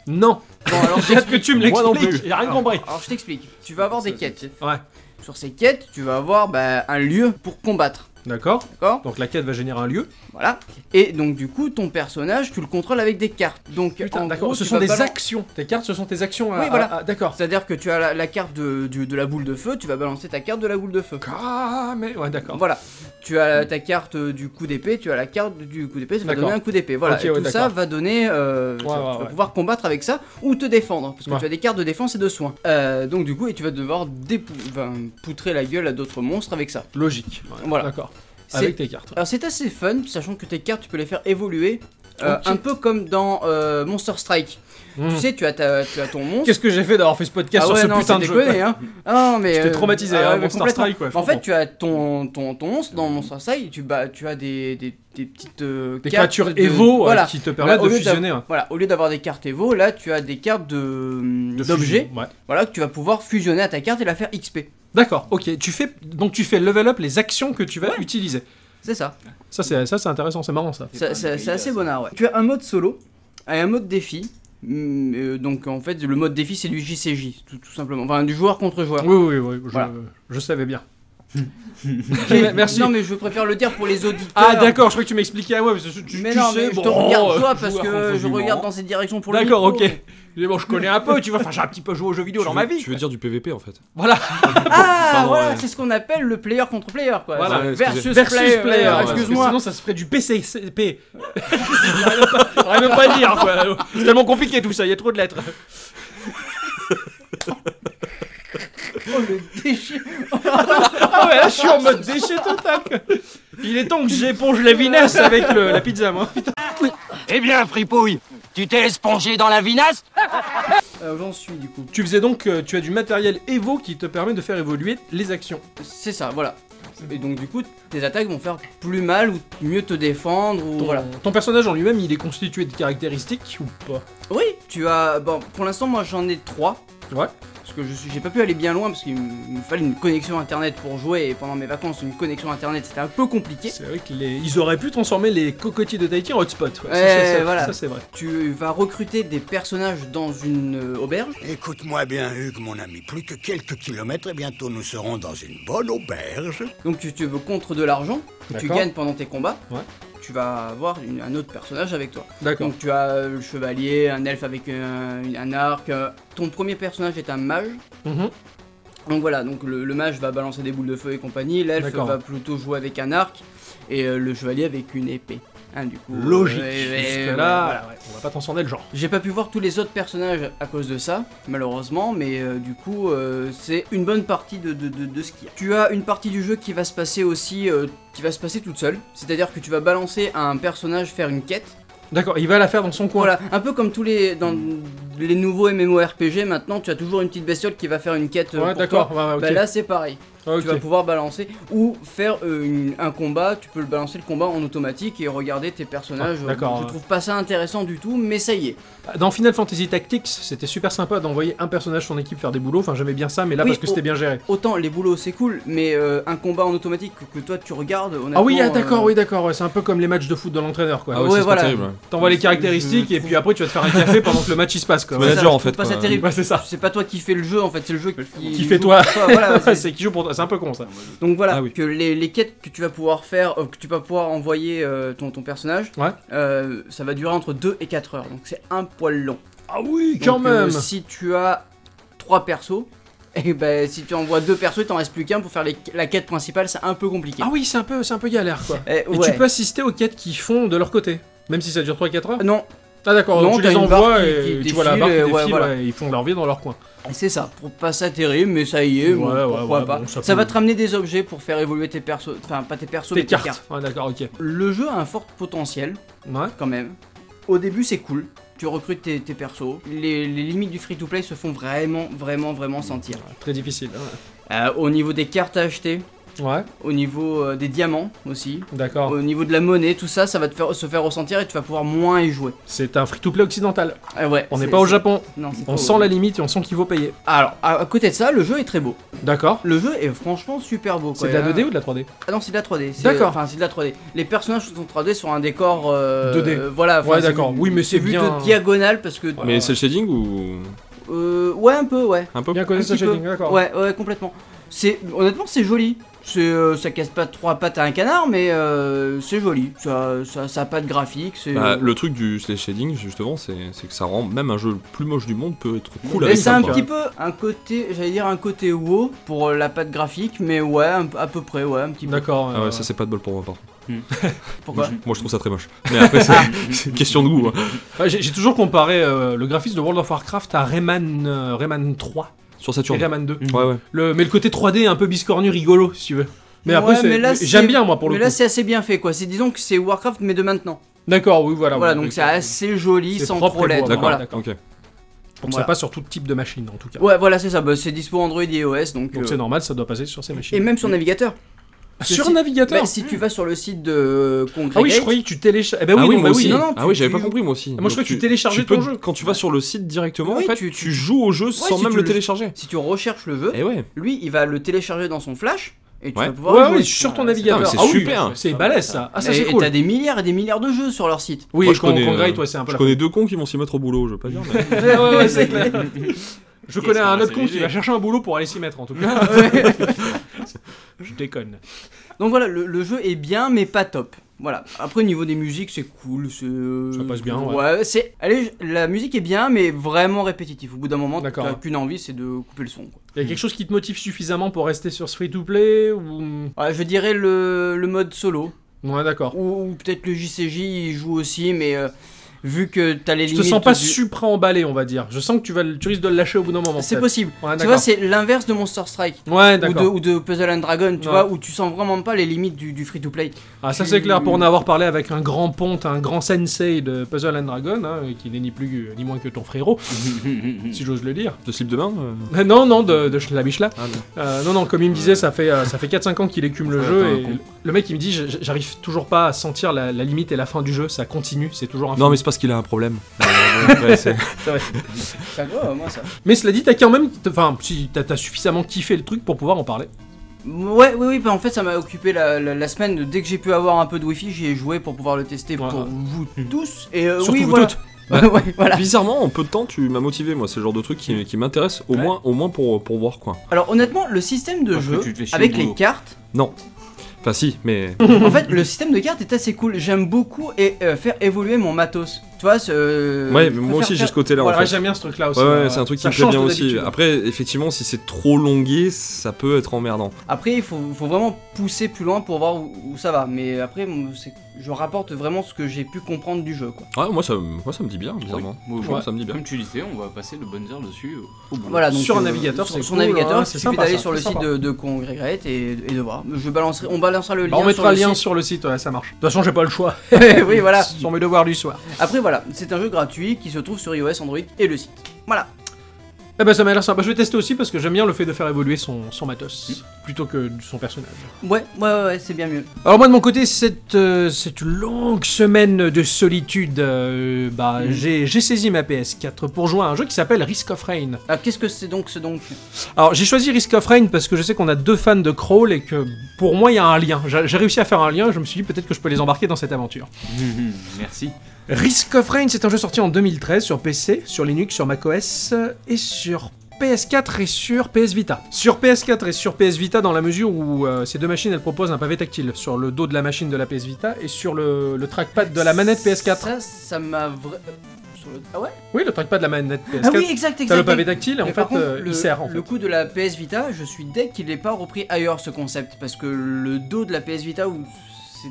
Speaker 4: Non.
Speaker 7: Bon
Speaker 4: <laughs>
Speaker 7: alors je
Speaker 4: J'ai hâte que tu me
Speaker 6: Moi non
Speaker 4: l'expliques.
Speaker 6: plus.
Speaker 4: J'ai rien compris.
Speaker 7: alors, je t'explique. Tu vas avoir des quêtes.
Speaker 4: Ouais.
Speaker 7: Sur ces quêtes, tu vas avoir bah, un lieu pour combattre.
Speaker 4: D'accord.
Speaker 7: D'accord
Speaker 4: Donc la quête va générer un lieu.
Speaker 7: Voilà. Et donc du coup, ton personnage, tu le contrôles avec des cartes. Donc
Speaker 4: Putain,
Speaker 7: en
Speaker 4: d'accord.
Speaker 7: gros,
Speaker 4: Ce
Speaker 7: tu
Speaker 4: sont
Speaker 7: vas
Speaker 4: des
Speaker 7: balan-
Speaker 4: actions. Tes cartes, ce sont tes actions. à-
Speaker 7: Oui, voilà.
Speaker 4: à- à- d'accord.
Speaker 7: C'est-à-dire que tu as la, la carte de, du- de la boule de feu, tu vas balancer ta carte de la boule de feu.
Speaker 4: Ah, mais ouais, d'accord.
Speaker 7: Voilà. Tu as ta carte euh, du coup d'épée, tu as la carte du coup d'épée, tu vas
Speaker 4: D'accord.
Speaker 7: donner un coup d'épée. Voilà.
Speaker 4: Ok,
Speaker 7: Et
Speaker 4: ouais,
Speaker 7: tout ça
Speaker 4: d'accord.
Speaker 7: va donner. euh, tu
Speaker 4: Ouais,
Speaker 7: vas-
Speaker 4: ouais,
Speaker 7: tu vas
Speaker 4: ouais.
Speaker 7: pouvoir combattre avec ça ou te défendre. Parce que
Speaker 4: Ouais.
Speaker 7: tu as des cartes de défense et de soins. Euh, donc du coup, et tu vas devoir dépou- enfin, poutrer la gueule à d'autres monstres avec ça.
Speaker 4: Logique. Ouais,
Speaker 7: Voilà.
Speaker 4: D'accord.
Speaker 7: C'est-
Speaker 4: Avec tes cartes.
Speaker 7: Alors c'est assez fun, sachant que tes cartes, tu peux les faire évoluer. euh,
Speaker 4: Ok.
Speaker 7: Un peu comme dans euh, Monster Strike.
Speaker 4: Hmm.
Speaker 7: Tu sais, tu as, ta- tu as ton monstre.
Speaker 4: Qu'est-ce que j'ai fait d'avoir fait ce podcast
Speaker 7: ah
Speaker 4: sur
Speaker 7: ouais,
Speaker 4: ce
Speaker 7: non,
Speaker 4: putain de
Speaker 7: c'est
Speaker 4: jeu
Speaker 7: déconné,
Speaker 4: <laughs>
Speaker 7: hein. Ah non, mais.
Speaker 4: J'étais
Speaker 7: euh,
Speaker 4: traumatisé,
Speaker 7: ah
Speaker 4: hein,
Speaker 7: ouais, mais
Speaker 4: Monster
Speaker 7: complètement.
Speaker 4: Strike, ouais, je
Speaker 7: En fait,
Speaker 4: comprends.
Speaker 7: tu as ton, ton, ton monstre dans Monster Strike, tu, bah, tu as des, des, des petites. euh,
Speaker 4: Des
Speaker 7: cartes
Speaker 4: créatures
Speaker 7: de-
Speaker 4: Evo euh,
Speaker 7: Voilà.
Speaker 4: qui te permettent
Speaker 7: Bah, au
Speaker 4: de
Speaker 7: lieu d'avoir-
Speaker 4: fusionner. hein.
Speaker 7: Voilà, au lieu d'avoir des cartes Evo, là tu as des cartes de- euh,
Speaker 4: De
Speaker 7: d'objets,
Speaker 4: fusion, ouais.
Speaker 7: voilà, que tu vas pouvoir fusionner à ta carte et la faire XP.
Speaker 4: D'accord, ok. Tu fais, donc tu fais level up les actions que tu vas utiliser.
Speaker 7: C'est ça,
Speaker 4: Ça c'est, ça, c'est intéressant, c'est marrant ça.
Speaker 7: Ça-
Speaker 5: pas
Speaker 7: ça-
Speaker 5: une
Speaker 7: c'est
Speaker 5: idée,
Speaker 7: assez
Speaker 5: ça.
Speaker 7: bonnard, ouais. Tu as un mode solo et un mode défi. Mm, euh, donc en fait, le mode défi c'est du JCJ, tout, tout simplement. Enfin, du joueur contre joueur.
Speaker 4: Oui, oui, oui, je,
Speaker 7: Voilà.
Speaker 4: je savais bien.
Speaker 7: Qui-
Speaker 4: Merci.
Speaker 7: Non, mais je préfère le dire pour les auditeurs.
Speaker 4: Ah d'accord, je croyais que tu m'expliquais. Ah ouais, parce que tu, tu-
Speaker 7: Mais
Speaker 4: tu
Speaker 7: non,
Speaker 4: sais,
Speaker 7: mais je te
Speaker 4: bon,
Speaker 7: regarde
Speaker 4: euh,
Speaker 7: toi parce
Speaker 5: joueur
Speaker 7: que
Speaker 5: contre
Speaker 7: je
Speaker 5: joueur.
Speaker 7: regarde dans cette direction pour le
Speaker 4: D'accord, ok.
Speaker 7: micro.
Speaker 4: Mais bon, je connais un peu, tu vois. Enfin, j'ai un petit peu joué aux jeux vidéo
Speaker 6: Tu
Speaker 4: dans ma
Speaker 6: veux-
Speaker 4: vie.
Speaker 6: Tu veux dire du PVP en fait
Speaker 4: Voilà.
Speaker 7: Ah,
Speaker 6: Pardon,
Speaker 7: voilà,
Speaker 6: ouais.
Speaker 7: c'est ce qu'on appelle le player contre player, quoi.
Speaker 4: Voilà,
Speaker 7: C'est
Speaker 6: excusez.
Speaker 7: versus,
Speaker 4: Versus
Speaker 7: player.
Speaker 4: player. euh,
Speaker 7: ouais,
Speaker 4: parce que
Speaker 7: Excuse-moi.
Speaker 4: Sinon, ça se ferait du <laughs> PCCP. Rien de pas dire, quoi. C'est tellement compliqué tout ça. Il y a trop de lettres.
Speaker 7: Oh, le déchet.
Speaker 4: <laughs> Ah ouais, là, je suis en mode déchet total. quoi. Il est temps que j'éponge la vinasse avec le- la pizza, moi.
Speaker 8: Eh bien, fripouille, tu t'es espongé dans la vinasse
Speaker 7: Euh, J'en suis du coup.
Speaker 4: Tu faisais donc, euh, tu as du matériel Evo qui te permet de faire évoluer les actions.
Speaker 7: C'est ça, voilà. Et donc du coup, tes attaques vont faire plus mal ou mieux te défendre ou
Speaker 4: Ton,
Speaker 7: voilà.
Speaker 4: ton personnage en lui-même, il est constitué de caractéristiques ou pas
Speaker 7: Oui, tu as bon pour l'instant moi j'en ai trois.
Speaker 4: Ouais.
Speaker 7: Parce Parce que je suis- j'ai pas pu aller bien loin parce qu'il me me fallait une connexion internet pour jouer et pendant mes vacances une connexion internet c'était un peu compliqué.
Speaker 4: C'est vrai qu'ils auraient pu transformer les cocotiers de Tahiti en hotspot. ouais. Ça,
Speaker 7: Ouais,
Speaker 4: c'est- ça-
Speaker 7: voilà.
Speaker 4: ça, c'est vrai.
Speaker 7: Tu vas recruter des personnages dans une euh, auberge.
Speaker 9: Écoute-moi bien, Hugues, mon ami. Plus que quelques kilomètres et bientôt nous serons dans une bonne auberge.
Speaker 7: Donc tu, tu veux contre de l'argent que tu
Speaker 4: D'accord.
Speaker 7: gagnes pendant tes combats.
Speaker 4: Ouais.
Speaker 7: Tu vas avoir une- un autre personnage avec toi.
Speaker 4: D'accord.
Speaker 7: Donc tu as euh, le chevalier, un elfe avec un, une- un arc. euh, Ton premier personnage est un mage.
Speaker 4: Mhm.
Speaker 7: Donc voilà, donc le, le mage va balancer des boules de feu et compagnie. L'elfe
Speaker 4: D'accord.
Speaker 7: va plutôt jouer avec un arc et euh, le chevalier avec une épée. Hein, du coup,
Speaker 4: Logique.
Speaker 7: ouais, ouais,
Speaker 4: Jusque
Speaker 7: ouais,
Speaker 4: là,
Speaker 7: voilà.
Speaker 4: on va pas transcender le genre.
Speaker 7: J'ai pas pu voir tous les autres personnages à cause de ça, malheureusement, mais euh, du coup, euh, c'est une bonne partie de, de, de, de ce qu'il y a. Tu as une partie du jeu qui va se passer aussi, euh, qui va se passer toute seule, c'est-à-dire que tu vas balancer à un personnage faire une quête.
Speaker 4: D'accord, il va la faire dans son coin.
Speaker 7: Voilà, un peu comme tous les dans les nouveaux MMORPG, maintenant tu as toujours une petite bestiole qui va faire une quête. euh,
Speaker 4: Ouais,
Speaker 7: pour
Speaker 4: d'accord.
Speaker 7: toi.
Speaker 4: ouais, ouais, ok.
Speaker 7: Bah là, c'est pareil.
Speaker 4: Ok.
Speaker 7: Tu vas pouvoir balancer ou faire euh, une- un combat. Tu peux le balancer le combat en automatique et regarder tes personnages.
Speaker 4: Ah, d'accord,
Speaker 7: Je
Speaker 4: ouais.
Speaker 7: trouve pas ça intéressant du tout, mais ça y est.
Speaker 4: Dans Final Fantasy Tactics, c'était super sympa d'envoyer un personnage son équipe faire des boulots. Enfin, j'aimais bien ça, mais là,
Speaker 7: Oui,
Speaker 4: parce que c'était
Speaker 7: oh.
Speaker 4: bien géré.
Speaker 7: Autant les boulots c'est cool, mais euh, un combat en automatique que toi tu regardes, honnêtement.
Speaker 4: Ah oui, ah, d'accord,
Speaker 7: euh,
Speaker 4: oui, d'accord. ouais, c'est un peu comme les matchs de foot de l'entraîneur, quoi.
Speaker 6: Ah ouais,
Speaker 7: ouais,
Speaker 6: ça, c'est
Speaker 7: voilà.
Speaker 6: pas terrible. ouais.
Speaker 4: T'envoies les caractéristiques
Speaker 7: Je
Speaker 4: et puis après, tu vas te faire un café pendant que le match il
Speaker 7: <laughs>
Speaker 4: se passe, quoi.
Speaker 6: Ouais.
Speaker 7: c'est ça,
Speaker 6: manager,
Speaker 7: je
Speaker 6: en
Speaker 7: trouve
Speaker 6: fait,
Speaker 7: Pas ça
Speaker 6: quoi.
Speaker 7: terrible.
Speaker 4: Ouais, c'est ça.
Speaker 7: C'est pas toi qui fais le jeu en fait, c'est le jeu qui,
Speaker 4: Qui fait toi.
Speaker 7: joue pour
Speaker 4: <laughs>
Speaker 7: voilà, c'est-
Speaker 4: c'est qui joue pour toi. C'est un peu con, ça.
Speaker 7: Donc voilà,
Speaker 6: Ah oui.
Speaker 7: que les, les quêtes que tu vas pouvoir faire, euh, que tu vas pouvoir envoyer euh, ton, ton personnage,
Speaker 4: Ouais.
Speaker 7: euh, ça va durer entre 2 et 4 heures. Donc c'est un poil long.
Speaker 4: Ah oui,
Speaker 7: Donc,
Speaker 4: quand
Speaker 7: euh,
Speaker 4: même.
Speaker 7: si tu as 3 persos, <laughs> et ben si tu envoies 2 persos, il t'en reste plus qu'un pour faire les- la quête principale, c'est un peu compliqué.
Speaker 4: Ah oui, c'est un peu, c'est un peu galère, quoi.
Speaker 7: Eh,
Speaker 4: Et
Speaker 7: ouais.
Speaker 4: tu peux assister aux quêtes qu'ils font de leur côté, même si ça dure 3-4 heures.
Speaker 7: Non,
Speaker 4: Ah d'accord,
Speaker 7: Non,
Speaker 4: donc tu
Speaker 7: t'as
Speaker 4: les
Speaker 7: une barre
Speaker 4: envoies
Speaker 7: qui-
Speaker 4: et
Speaker 7: qui
Speaker 4: tu vois la barre qui
Speaker 7: défile, euh,
Speaker 4: défile,
Speaker 7: ouais, voilà.
Speaker 4: ouais, ils font leur vie dans leur coin.
Speaker 7: Et C'est ça, pour pas ça terrible, mais ça y est,
Speaker 4: Ouais,
Speaker 7: bon,
Speaker 4: ouais,
Speaker 7: pourquoi
Speaker 4: ouais,
Speaker 7: pas.
Speaker 4: bon, ça
Speaker 7: ça
Speaker 4: peut-
Speaker 7: va te ramener des objets pour faire évoluer tes persos, enfin pas tes persos,
Speaker 4: Tes
Speaker 7: mais
Speaker 4: cartes.
Speaker 7: tes cartes.
Speaker 4: Ouais, d'accord, ok.
Speaker 7: Le jeu a un fort potentiel,
Speaker 4: Ouais.
Speaker 7: quand même. Au début, c'est cool, tu recrutes tes, tes persos. Les, les limites du free-to-play se font vraiment, vraiment, vraiment sentir.
Speaker 4: Très difficile. hein.
Speaker 7: Euh, au niveau des cartes à acheter,
Speaker 4: Ouais,
Speaker 7: au niveau euh, des diamants aussi,
Speaker 4: d'accord.
Speaker 7: au niveau de la monnaie, tout ça, ça va te faire, se faire ressentir et tu vas pouvoir moins y jouer.
Speaker 4: C'est un free-to-play occidental.
Speaker 7: Ah ouais,
Speaker 4: On n'est
Speaker 7: c'est-
Speaker 4: pas au
Speaker 7: c'est-
Speaker 4: Japon.
Speaker 7: Non, c'est pas
Speaker 4: On sent
Speaker 7: au-
Speaker 4: la limite et on sent qu'il vaut payer.
Speaker 7: Alors, à, à côté de ça, le jeu est très beau.
Speaker 4: D'accord.
Speaker 7: Le jeu est franchement super beau.
Speaker 4: C'est
Speaker 7: quoi.
Speaker 4: de la
Speaker 7: Il y a un-
Speaker 4: 2D ou de la 3D
Speaker 7: Ah non, c'est de la 3D. c'est-
Speaker 4: D'accord.
Speaker 7: Enfin, c'est de la 3D. Les personnages sont en 3D sur un décor. euh,
Speaker 4: 2D.
Speaker 7: euh, voilà. enfin,
Speaker 4: Ouais,
Speaker 7: c'est
Speaker 4: d'accord.
Speaker 7: vu-
Speaker 4: Oui, mais c'est
Speaker 7: vu
Speaker 4: bien-
Speaker 7: de diagonale parce que.
Speaker 6: Mais
Speaker 4: ouais.
Speaker 6: c'est le shading ou
Speaker 7: euh, ouais, un peu, ouais.
Speaker 6: un peu
Speaker 4: Bien connu
Speaker 7: Un
Speaker 4: ce
Speaker 7: petit peu.
Speaker 4: shading, d'accord.
Speaker 7: Ouais, ouais, complètement. C'est honnêtement, c'est joli. C'est, euh, ça casse pas trois pattes à un canard, mais euh, c'est joli. Ça, ça, ça a pas de graphique. C'est.
Speaker 6: Bah,
Speaker 7: euh,
Speaker 6: le truc du cel shading justement c'est c'est que ça rend même un jeu le plus moche du monde peut être cool
Speaker 7: mais
Speaker 6: avec
Speaker 7: c'est
Speaker 6: ça,
Speaker 7: un
Speaker 6: quoi.
Speaker 7: petit peu un côté, j'allais dire un côté WoW pour euh, la patte graphique, mais ouais, un- à peu près, ouais, un petit peu. Mm.
Speaker 4: D'accord.
Speaker 6: Ah
Speaker 4: euh,
Speaker 6: ouais, ça c'est pas de bol pour moi par contre.
Speaker 7: Pourquoi
Speaker 6: Moi je trouve ça très moche. Mais après c'est <laughs> c'est une question de goût. hein.
Speaker 4: ouais, J'ai j'ai toujours comparé euh, le graphisme de World of Warcraft à Rayman, euh, Rayman 3
Speaker 6: Sur
Speaker 4: et
Speaker 6: Saturn.
Speaker 4: Rayman 2.
Speaker 6: Ouais ouais.
Speaker 4: Le, mais le côté 3D est un peu biscornu, rigolo, si tu veux. Mais
Speaker 7: Ouais,
Speaker 4: après, c'est-
Speaker 7: mais là,
Speaker 4: j'aime
Speaker 7: c'est-
Speaker 4: bien moi pour
Speaker 7: Mais
Speaker 4: le
Speaker 7: là,
Speaker 4: coup.
Speaker 7: c'est assez bien fait, quoi. C'est disons que c'est Warcraft, mais de maintenant.
Speaker 4: Ah D'accord, oui, voilà.
Speaker 7: voilà,
Speaker 4: oui,
Speaker 7: donc
Speaker 4: oui.
Speaker 7: c'est assez joli,
Speaker 4: C'est
Speaker 7: sans
Speaker 4: propre et
Speaker 7: trop
Speaker 4: beau à
Speaker 7: l'être.
Speaker 4: voir.
Speaker 6: D'accord.
Speaker 7: Voilà.
Speaker 4: d'accord.
Speaker 6: OK.
Speaker 4: Donc ça
Speaker 7: voilà.
Speaker 4: passe sur tout type de machine en tout cas.
Speaker 7: Ouais, voilà, c'est ça. Bah, c'est dispo Android et iOS, donc.
Speaker 4: Donc
Speaker 7: euh,
Speaker 4: c'est normal, ça doit passer sur ces machines.
Speaker 7: Et même sur navigateur.
Speaker 4: Sur
Speaker 7: si-
Speaker 4: navigateur
Speaker 7: Bah, si tu vas sur le site de euh, Congrégate,
Speaker 4: Hmm. Ah oui, je croyais que tu télécharges. Eh ben oui,
Speaker 6: ah oui,
Speaker 4: non,
Speaker 6: moi
Speaker 4: bah
Speaker 6: aussi.
Speaker 4: oui.
Speaker 7: non, non,
Speaker 6: ah
Speaker 7: tu-
Speaker 6: oui, j'avais
Speaker 7: tu-
Speaker 6: pas compris moi aussi.
Speaker 4: moi, je crois
Speaker 6: Donc,
Speaker 4: que tu téléchargeais
Speaker 6: tu peux-
Speaker 4: ton jeu.
Speaker 6: Quand tu vas sur le site directement,
Speaker 7: Oui,
Speaker 6: en fait,
Speaker 7: tu-
Speaker 6: tu,
Speaker 7: tu-
Speaker 6: joues au jeu sans
Speaker 7: si
Speaker 6: même
Speaker 7: tu
Speaker 6: le
Speaker 7: le-
Speaker 6: télécharger.
Speaker 7: si tu recherches le jeu,
Speaker 6: Et ouais.
Speaker 7: lui, il va le télécharger dans son flash et tu vas
Speaker 6: Ouais.
Speaker 4: Eh Ouais,
Speaker 7: pouvoir. y
Speaker 4: ouais,
Speaker 7: jouer.
Speaker 4: sur ton
Speaker 7: Voilà,
Speaker 4: navigateur.
Speaker 6: Putain, mais c'est
Speaker 4: Ah oui,
Speaker 6: super.
Speaker 4: C'est balèze ça. Ah, ça
Speaker 7: euh, et
Speaker 4: c'est
Speaker 7: et
Speaker 4: cool.
Speaker 7: t'as des milliards et des milliards de jeux sur leur site.
Speaker 4: Oui,
Speaker 6: Moi,
Speaker 4: je
Speaker 6: je connais, euh,
Speaker 4: toi, c'est un peu
Speaker 6: Je
Speaker 4: la
Speaker 6: connais deux cons qui m'ont s'y mettre au boulot, je veux pas dire.
Speaker 4: <laughs>
Speaker 6: mais-
Speaker 4: Ouais, ouais, ouais, c'est
Speaker 7: <laughs>
Speaker 4: clair. Je
Speaker 5: Qu'est-ce
Speaker 4: connais un
Speaker 5: qu'on
Speaker 4: autre
Speaker 5: va
Speaker 4: con qui
Speaker 5: s'amuser.
Speaker 4: va chercher un boulot pour aller s'y mettre en
Speaker 7: <laughs>
Speaker 4: tout cas. <laughs> je déconne.
Speaker 7: Donc voilà, le, le jeu est bien, mais pas top. Voilà. Après, au niveau des musiques, c'est cool. c'est, euh,
Speaker 4: Ça passe bien, ouais.
Speaker 7: Ouais, c'est. Allez, je- la musique est bien, mais vraiment répétitive. Au bout d'un moment,
Speaker 4: D'accord,
Speaker 7: t'as
Speaker 4: ouais.
Speaker 7: qu'une envie, c'est de couper le son. quoi.
Speaker 4: Il y a quelque chose qui te motive suffisamment pour rester sur ce free to play ou.
Speaker 7: Ouais, je dirais le, le mode solo.
Speaker 4: Ouais, d'accord.
Speaker 7: Ou, ou peut-être le JCJ il joue aussi, mais euh, vu que t'as les
Speaker 4: Je te
Speaker 7: limites.
Speaker 4: sens pas
Speaker 7: du-
Speaker 4: supra emballé, on va dire. Je sens que tu vas, le- tu risques de le lâcher au bout d'un moment.
Speaker 7: C'est
Speaker 4: peut-être.
Speaker 7: possible.
Speaker 4: Ouais,
Speaker 7: tu vois,
Speaker 4: d'accord.
Speaker 7: c'est l'inverse de Monster Strike.
Speaker 4: Ouais,
Speaker 7: Ou de,
Speaker 4: d'accord.
Speaker 7: ou de Puzzle and Dragon, tu
Speaker 4: Ouais.
Speaker 7: vois, où tu sens vraiment pas les limites du, free to play.
Speaker 4: Ah, ça c'est clair, pour en avoir parlé avec un grand ponte, un grand sensei de Puzzle and Dragon, hein, qui n'est ni plus ni moins que
Speaker 7: <laughs>
Speaker 4: ton frérot, si j'ose le dire.
Speaker 6: De slip de main euh,
Speaker 4: Non, non, de, de Schlabischla.
Speaker 6: Ah, non.
Speaker 4: Euh, non, non, comme il me disait, ça fait, euh, ça fait 4-5 ans qu'il écume le
Speaker 6: Ouais,
Speaker 4: jeu
Speaker 6: attends,
Speaker 4: et
Speaker 6: con.
Speaker 4: Le mec, il me dit, j- j- j'arrive toujours pas à sentir la, la limite et la fin du jeu, ça continue, c'est toujours un
Speaker 6: Non, mais c'est parce qu'il a un <laughs> problème. Euh, ouais, c'est-
Speaker 7: Ça doit, moi, ça.
Speaker 4: mais cela dit, t'as quand même. Enfin, si t'as t'as suffisamment kiffé le truc pour pouvoir en parler.
Speaker 7: Ouais, oui, oui, bah en fait, ça m'a occupé la, la- la semaine. Dès que j'ai pu avoir un peu de wifi, j'y ai joué pour pouvoir le tester
Speaker 4: Voilà.
Speaker 7: pour vous
Speaker 6: Hmm.
Speaker 7: tous. Et euh,
Speaker 4: Surtout
Speaker 7: oui,
Speaker 4: vous
Speaker 7: voilà.
Speaker 4: toutes.
Speaker 7: <laughs> ouais, voilà.
Speaker 6: Bizarrement, en peu de temps, tu m'as motivé, moi. C'est le genre de truc qui, qui m'intéresse, au,
Speaker 5: Ouais.
Speaker 6: moins, au moins pour, pour voir, quoi.
Speaker 7: Alors, honnêtement, le système de
Speaker 5: Parce que
Speaker 7: jeu,
Speaker 5: tu te fais chier
Speaker 7: avec
Speaker 5: au
Speaker 7: les
Speaker 5: boulot. <laughs>
Speaker 7: cartes,
Speaker 6: Enfin, si, mais.
Speaker 4: Euh,
Speaker 7: en fait, le système de cartes est assez cool. J'aime beaucoup et, euh, faire évoluer mon matos. Tu vois, ce. euh,
Speaker 6: ouais,
Speaker 7: je
Speaker 6: mais moi
Speaker 7: préfère
Speaker 6: aussi, j'ai
Speaker 7: faire-
Speaker 6: ce côté-là,
Speaker 4: Voilà,
Speaker 6: en
Speaker 4: ouais,
Speaker 6: fait.
Speaker 4: j'aime bien ce truc-là aussi.
Speaker 6: Ouais, ouais,
Speaker 4: euh,
Speaker 6: c'est un truc qui
Speaker 4: ça
Speaker 6: me plaît
Speaker 4: change
Speaker 6: bien
Speaker 4: de
Speaker 6: aussi.
Speaker 4: d'habitude.
Speaker 6: Après, effectivement, si c'est trop longué, ça peut être emmerdant.
Speaker 7: Après, il faut, faut vraiment pousser plus loin pour voir où, où ça va. Mais après, moi, c'est- je rapporte vraiment ce que j'ai pu comprendre du jeu. Quoi.
Speaker 6: Ouais, moi, ça, moi, ça me dit bien, bizarrement.
Speaker 5: Oui.
Speaker 6: Franchement,
Speaker 5: Ouais.
Speaker 6: ça me dit bien.
Speaker 5: Comme tu disais, on va passer de bonnes heures dessus. euh, au boulot.
Speaker 7: Voilà, donc,
Speaker 4: Sur un navigateur,
Speaker 7: sur,
Speaker 4: c'est
Speaker 7: sur
Speaker 4: cool,
Speaker 7: navigateur,
Speaker 4: hein,
Speaker 7: il
Speaker 4: c'est
Speaker 7: suffit
Speaker 4: sympa,
Speaker 7: d'aller
Speaker 4: ça,
Speaker 7: sur le
Speaker 4: c'est
Speaker 7: site
Speaker 4: sympa.
Speaker 7: de, de Congrès et, et de voir. Je balancerai, on balancera le lien.
Speaker 4: Bah, on mettra le lien
Speaker 7: site.
Speaker 4: sur le site, ouais, ça marche. De toute façon, j'ai pas le <laughs> choix.
Speaker 7: <laughs> oui, voilà.
Speaker 4: Sur mes devoirs du soir.
Speaker 7: Après, voilà, c'est un jeu gratuit qui se trouve sur iOS, Android et le site. Voilà.
Speaker 4: Eh ben, ça m'a l'air sympa. Je vais tester aussi parce que j'aime bien le fait de faire évoluer son, son matos plutôt que son personnage.
Speaker 7: Ouais, ouais, ouais, ouais, c'est bien mieux.
Speaker 4: Alors moi de mon côté, cette, euh, cette longue semaine de solitude, euh, bah, j'ai j'ai saisi ma PS4 pour jouer à un jeu qui s'appelle Risk of Rain.
Speaker 7: Alors, Ah, qu'est-ce que c'est donc ce donc
Speaker 4: Alors j'ai choisi Risk of Rain parce que je sais qu'on a deux fans de Crawl et que pour moi il y a un lien. J'ai j'ai réussi à faire un lien et je me suis dit peut-être que je peux les embarquer dans cette aventure.
Speaker 5: Merci.
Speaker 4: Risk of Rain, c'est un jeu sorti en 2013 sur PC, sur Linux, sur macOS euh, et sur PS4 et sur PS Vita. Sur PS4 et sur PS Vita dans la mesure où euh, ces deux machines elles proposent un pavé tactile sur le dos de la machine de la PS Vita et sur le, le trackpad de la manette PS4.
Speaker 7: Ça, ça m'a. vra- euh, sur le- Ah ouais
Speaker 4: Oui, le trackpad de la manette PS4.
Speaker 7: Ah oui, exact, exact.
Speaker 4: T'as le pavé tactile et en
Speaker 7: Mais
Speaker 4: fait
Speaker 7: par contre,
Speaker 4: euh,
Speaker 7: le,
Speaker 4: il sert en
Speaker 7: le
Speaker 4: fait.
Speaker 7: coup de la PS Vita, je suis deck qu'il n'ait pas repris ailleurs ce concept parce que le dos de la PS Vita où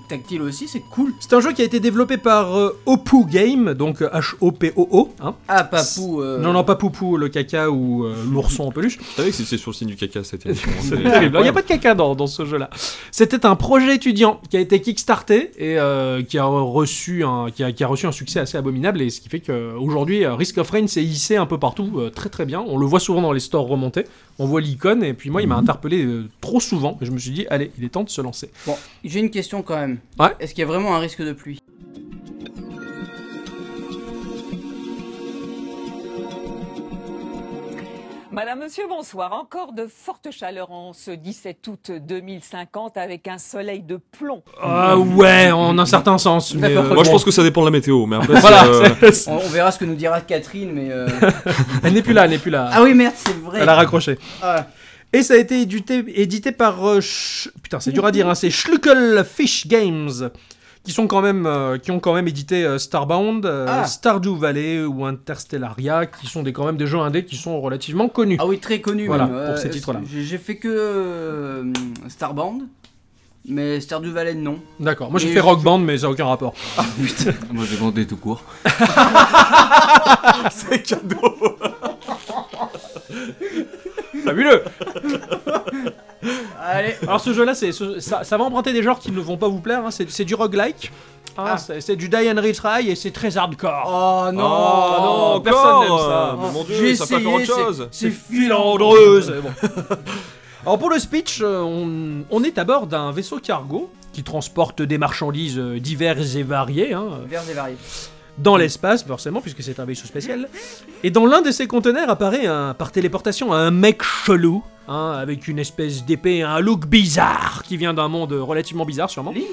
Speaker 7: c'est tactile aussi, c'est cool.
Speaker 4: C'est un jeu qui a été développé par euh, Oppo Game, donc euh, H-O-P-O-O. hein.
Speaker 7: Ah papou. euh,
Speaker 4: Non, non, pas Poupou, le caca ou euh, l'ourson en peluche.
Speaker 6: Tu savais que c'était sur le signe du
Speaker 4: <laughs>
Speaker 6: caca, cette émission. hein, c'est-
Speaker 4: Il n'y a pas de caca dans, dans ce jeu-là. C'était un projet étudiant qui a été kickstarté et euh, qui, a reçu un, qui, a, qui a reçu un succès assez abominable. Et ce qui fait qu'aujourd'hui, Risk of Rain s'est hissé un peu partout, euh, très très bien. On le voit souvent dans les stores remontés. On voit l'icône. Et puis moi, il m'a interpellé euh, trop souvent que je me suis dit, allez, il est temps de se lancer.
Speaker 7: Bon, j'ai une question quand même.
Speaker 4: Ouais.
Speaker 7: Est-ce qu'il y a vraiment un risque de pluie
Speaker 10: Madame, monsieur, bonsoir. Encore de fortes chaleurs en ce 17 août 2050 avec un soleil de plomb.
Speaker 4: Ah ouais, en un certain <laughs> sens. Mais,
Speaker 7: D'accord.
Speaker 4: euh,
Speaker 6: Moi, je
Speaker 4: bon,
Speaker 6: pense que ça dépend de la météo, mais après,
Speaker 4: Voilà,
Speaker 6: c'est, euh,
Speaker 4: c'est-
Speaker 7: on, on verra ce que nous dira Catherine, mais.
Speaker 4: <laughs>
Speaker 7: euh,
Speaker 4: elle n'est plus là, elle n'est plus là.
Speaker 7: ah oui, merde, c'est vrai.
Speaker 4: Elle a raccroché.
Speaker 7: Ah.
Speaker 4: Et ça a été édité, édité par. euh, Sch- Putain, c'est dur à dire, hein, c'est Schluckel Fish Games. Qui, sont quand même, euh, qui ont quand même édité euh, Starbound, euh,
Speaker 7: Ah.
Speaker 4: Stardew Valley ou Interstellaria, qui sont des, quand même des jeux indés qui sont relativement connus.
Speaker 7: Ah oui, très connu.
Speaker 4: Voilà,
Speaker 7: même.
Speaker 4: pour ces titres-là.
Speaker 7: J'ai j'ai fait que euh, Starband, mais Stardew Valley non.
Speaker 4: D'accord, moi j'ai
Speaker 7: Mais
Speaker 4: fait
Speaker 7: je-
Speaker 4: Rock Band, mais ça n'a aucun rapport.
Speaker 5: Moi, j'ai demandé tout court.
Speaker 4: Fabuleux
Speaker 7: <laughs> Allez,
Speaker 4: Alors ce jeu-là, c'est- ce- ça, ça va emprunter des genres qui ne vont pas vous plaire, hein, c'est c'est du roguelike, hein,
Speaker 7: Ah.
Speaker 4: c'est c'est du die and retry et c'est très hardcore.
Speaker 7: Oh non,
Speaker 6: Ah non,
Speaker 4: bah personne n'aime
Speaker 6: encore,
Speaker 4: ça.
Speaker 6: euh, mais Mon
Speaker 7: J'ai
Speaker 6: dieu, ça peut faire
Speaker 7: essayé,
Speaker 6: autre chose.
Speaker 7: C'est
Speaker 4: filandreuse. <laughs> Alors pour le speech, euh, on, on est à bord d'un vaisseau cargo qui transporte des marchandises euh, diverses et variées hein, euh,
Speaker 7: Vers et variés.
Speaker 4: dans l'espace forcément puisque c'est un vaisseau spatial. Et dans l'un de ces conteneurs apparaît un- par téléportation un mec chelou. hein, avec une espèce d'épée, un look bizarre qui vient d'un monde relativement bizarre sûrement.
Speaker 7: Link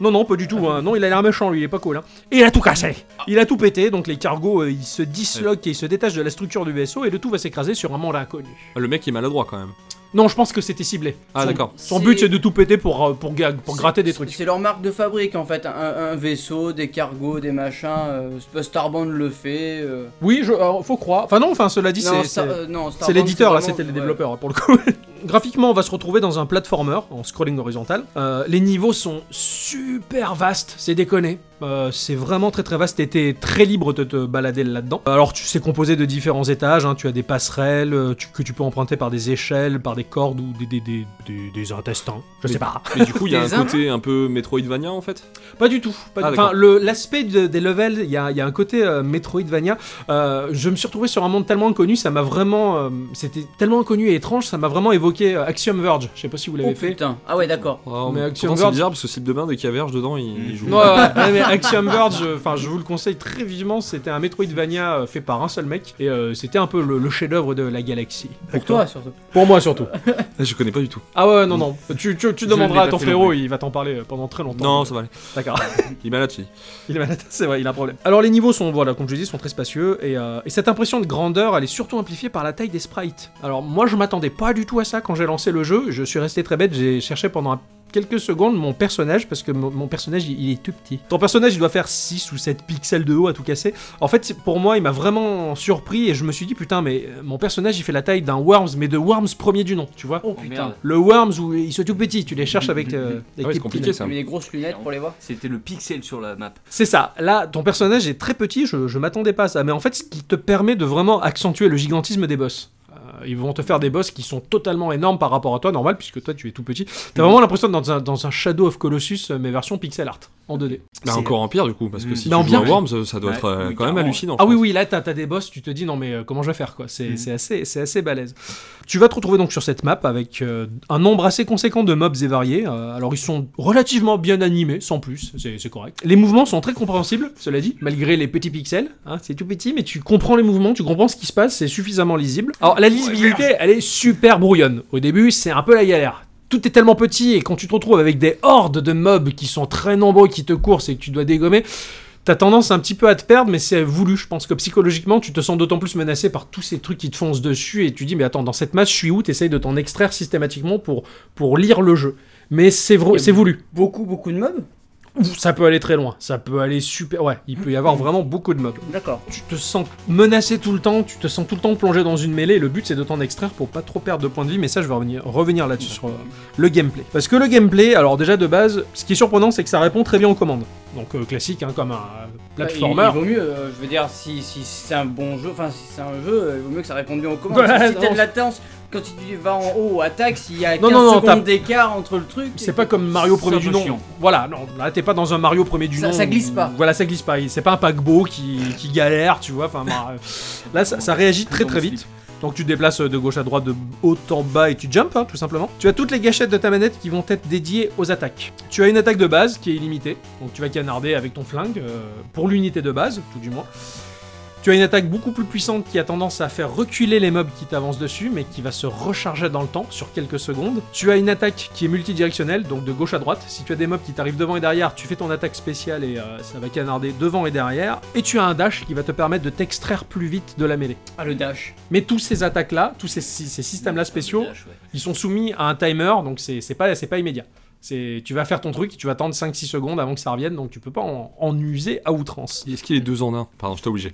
Speaker 4: Non, non, pas du tout. hein. Non, il a l'air méchant, lui, il est pas cool. hein. Et il a tout cassé. Il a tout pété, donc les cargos, euh, ils se disloquent et ils se détachent de la structure du vaisseau et le tout va s'écraser sur un monde inconnu.
Speaker 6: Ah, Le mec est maladroit quand <laughs> même.
Speaker 4: Non, je pense que c'était ciblé.
Speaker 6: Ah,
Speaker 4: Son-
Speaker 6: d'accord.
Speaker 4: Son
Speaker 7: C'est-
Speaker 4: but, c'est de tout péter pour, euh, pour, gag- pour gratter des
Speaker 7: C'est-
Speaker 4: trucs.
Speaker 7: C'est leur marque de fabrique en fait, un, un vaisseau, des cargos, des machins. euh, c'est pas Starband le fait. euh.
Speaker 4: Oui, je, alors, faut croire. Enfin, non, enfin, cela dit, c'est.
Speaker 7: Non,
Speaker 4: c'est-
Speaker 7: Star- euh, non,
Speaker 4: C'est
Speaker 7: Starband,
Speaker 4: l'éditeur, là,
Speaker 7: vraiment-
Speaker 4: c'était le
Speaker 7: ouais.
Speaker 4: développeur, pour le coup. <laughs> Graphiquement, on va se retrouver dans un platformer en scrolling horizontal. Euh, les niveaux sont super vastes, c'est déconné. Euh, c'est vraiment très très vaste et t'es très libre de te balader là-dedans. Euh, Alors tu c'est composé de différents étages, hein, tu as des passerelles euh, tu- que tu peux emprunter par des échelles, par des cordes ou des, des, des, des- des intestins, je sais pas.
Speaker 6: Mais du coup, il y a un
Speaker 7: Des Indiens
Speaker 6: côté un peu Metroidvania en fait.
Speaker 4: Pas du tout. pas du-
Speaker 6: Ah,
Speaker 4: Enfin,
Speaker 6: d'accord.
Speaker 4: le- l'aspect de- des levels, il y a, il y a un côté euh, Metroidvania. Euh, je me suis retrouvé sur un monde tellement inconnu, ça m'a vraiment, euh, c'était tellement inconnu et étrange, ça m'a vraiment évoqué euh, Axiom Verge. Je sais pas si vous l'avez
Speaker 7: Oh
Speaker 4: fait.
Speaker 7: putain, ah ouais d'accord.
Speaker 6: Ah,
Speaker 4: Mais
Speaker 6: mais Mm.
Speaker 4: Action
Speaker 6: pourtant, c'est
Speaker 4: Verge-
Speaker 6: bizarre parce que Slip de Bain, dès qu'il y a Verge dedans, il, il joue.
Speaker 4: Ouais, ouais, ouais, <laughs> mais Axiom Verge, euh, enfin, je vous le conseille très vivement. C'était un Metroidvania euh, fait par un seul mec et euh, c'était un peu le, le chef-d'œuvre de la galaxie.
Speaker 7: Pour toi surtout.
Speaker 4: Pour moi surtout.
Speaker 6: Je connais pas du tout.
Speaker 4: Ah ouais, non, non. Tu, tu, tu
Speaker 7: Je l'ai
Speaker 4: demanderas à
Speaker 7: pas
Speaker 4: ton
Speaker 7: fait
Speaker 4: frérot, il va t'en parler euh, pendant très longtemps.
Speaker 6: Non, ça va aller.
Speaker 4: D'accord.
Speaker 6: Il est malade, lui.
Speaker 4: Il est malade, <laughs> c'est vrai, il a un problème. Alors les niveaux sont, voilà, comme je disais, sont très spacieux et, euh, et cette impression de grandeur, elle est surtout amplifiée par la taille des sprites. Alors moi, je m'attendais pas du tout à ça quand j'ai lancé le jeu. Je suis resté très bête, j'ai cherché pendant un- quelques secondes mon personnage parce que mon mon personnage il il est tout petit. Ton personnage il doit faire 6 ou 7 pixels de haut à tout casser. En fait, c'est- pour moi, il m'a vraiment surpris et je me suis dit putain mais euh, mon personnage il fait la taille d'un Worms mais de Worms premier du nom, tu vois.
Speaker 7: Oh
Speaker 5: Oh,
Speaker 7: putain.
Speaker 5: merde.
Speaker 4: Le Worms où ils sont tout petits, tu les cherches avec, euh, avec
Speaker 6: Ah ouais,
Speaker 4: tes
Speaker 6: c'est
Speaker 4: petits
Speaker 6: compliqué ça.
Speaker 7: Il met des grosses lunettes pour les voir.
Speaker 5: C'était le pixel sur la map.
Speaker 4: C'est ça, là ton personnage est très petit, je, je m'attendais pas à ça, mais en fait ce qui te permet de vraiment accentuer le gigantisme des boss. Euh, Ils vont te faire des boss qui sont totalement énormes par rapport à toi, normal, puisque toi tu es tout petit. T'as vraiment l'impression d'être dans un, dans un Shadow of Colossus, euh, mais version pixel art, en 2D.
Speaker 6: Bah,
Speaker 4: C'est-
Speaker 6: encore en pire du coup, parce que si
Speaker 4: Mais en
Speaker 6: tu joues à
Speaker 4: bien.
Speaker 6: Worms, euh, ça doit
Speaker 5: Ouais,
Speaker 6: être euh,
Speaker 5: oui,
Speaker 6: quand même
Speaker 5: carrément.
Speaker 6: hallucinant.
Speaker 4: Ah
Speaker 6: je
Speaker 4: oui,
Speaker 6: pense. Mm.
Speaker 4: oui, là, t'as t'as des boss, tu te dis, non, mais euh, comment je vais faire, quoi C'est
Speaker 5: Mhm.
Speaker 4: c'est assez, c'est assez balèze. Tu vas te retrouver donc sur cette map avec euh, un nombre assez conséquent de mobs et variés. Euh, alors, ils sont relativement bien animés, sans plus, c'est c'est correct. Les mouvements sont très compréhensibles, cela dit, malgré les petits pixels. hein, c'est tout petit, mais tu comprends les mouvements, tu comprends ce qui se passe, c'est suffisamment lisible. Alors, la lisibilité, elle est super brouillonne. Au début, c'est un peu la galère tout est tellement petit et quand tu te retrouves avec des hordes de mobs qui sont très nombreux, qui te coursent et que tu dois dégommer, t'as tendance un petit peu à te perdre, mais c'est voulu. Je pense que psychologiquement, tu te sens d'autant plus menacé par tous ces trucs qui te foncent dessus et tu dis, mais attends, dans cette masse, je suis où T'essayes de t'en extraire systématiquement pour, pour lire le jeu. Mais c'est vro-
Speaker 7: Et
Speaker 4: c'est voulu.
Speaker 7: Beaucoup beaucoup de mobs.
Speaker 4: Ouf, Ça peut aller très loin. Ça peut aller super. Ouais, il peut y avoir vraiment beaucoup de mobs
Speaker 7: D'accord.
Speaker 4: tu te sens menacé tout le temps, tu te sens tout le temps plongé dans une mêlée, et le but c'est de t'en extraire pour pas trop perdre de points de vie, mais ça je vais revenir, revenir là-dessus sur euh, le gameplay. Parce que le gameplay, alors déjà de base, ce qui est surprenant c'est que ça répond très bien aux commandes. Donc euh, classique, hein, comme un
Speaker 5: Bah,
Speaker 4: euh, platformer.
Speaker 7: Bah, Il, il vaut mieux, euh, je veux dire, si, si c'est un bon jeu, enfin si c'est un jeu, euh, il vaut mieux que ça réponde bien aux commandes.
Speaker 4: Voilà,
Speaker 7: Parce que si t'as
Speaker 4: non.
Speaker 7: de latence, quand tu vas en haut ou attaque, s'il y a 15
Speaker 4: Non, non, non, t'as-
Speaker 7: secondes d'écart entre le truc.
Speaker 4: C'est pas comme Mario
Speaker 5: C'est
Speaker 4: premier
Speaker 5: un
Speaker 4: du
Speaker 5: peu
Speaker 4: nom.
Speaker 5: chiant.
Speaker 4: Voilà, non, là t'es pas dans un Mario premier du
Speaker 7: Ça-
Speaker 4: nom.
Speaker 7: ça glisse pas.
Speaker 4: Voilà, ça glisse pas. Il- C'est pas un paquebot qui, qui galère, tu vois. Enfin, Mar- là ça, ça réagit très très vite. Donc tu te déplaces euh, de gauche à droite, de haut en bas et tu jumps, hein, tout simplement. Tu as toutes les gâchettes de ta manette qui vont être dédiées aux attaques. Tu as une attaque de base qui est illimitée, donc tu vas canarder avec ton flingue, euh, pour l'unité de base, tout du moins. Tu as une attaque beaucoup plus puissante qui a tendance à faire reculer les mobs qui t'avancent dessus, mais qui va se recharger dans le temps, sur quelques secondes. Tu as une attaque qui est multidirectionnelle, donc de gauche à droite. Si tu as des mobs qui t'arrivent devant et derrière, tu fais ton attaque spéciale et euh, ça va canarder devant et derrière. Et tu as un dash qui va te permettre de t'extraire plus vite de la mêlée.
Speaker 7: Ah le dash.
Speaker 4: Mais tous ces attaques-là, tous ces, ces systèmes-là spéciaux, ils sont soumis à un timer, donc c'est c'est pas, c'est pas immédiat. C'est- Tu vas faire ton truc, tu vas attendre 5-6 secondes avant que ça revienne, donc tu peux pas en, en user à outrance.
Speaker 6: Est-ce qu'il est deux en un Pardon, je t'ai obligé.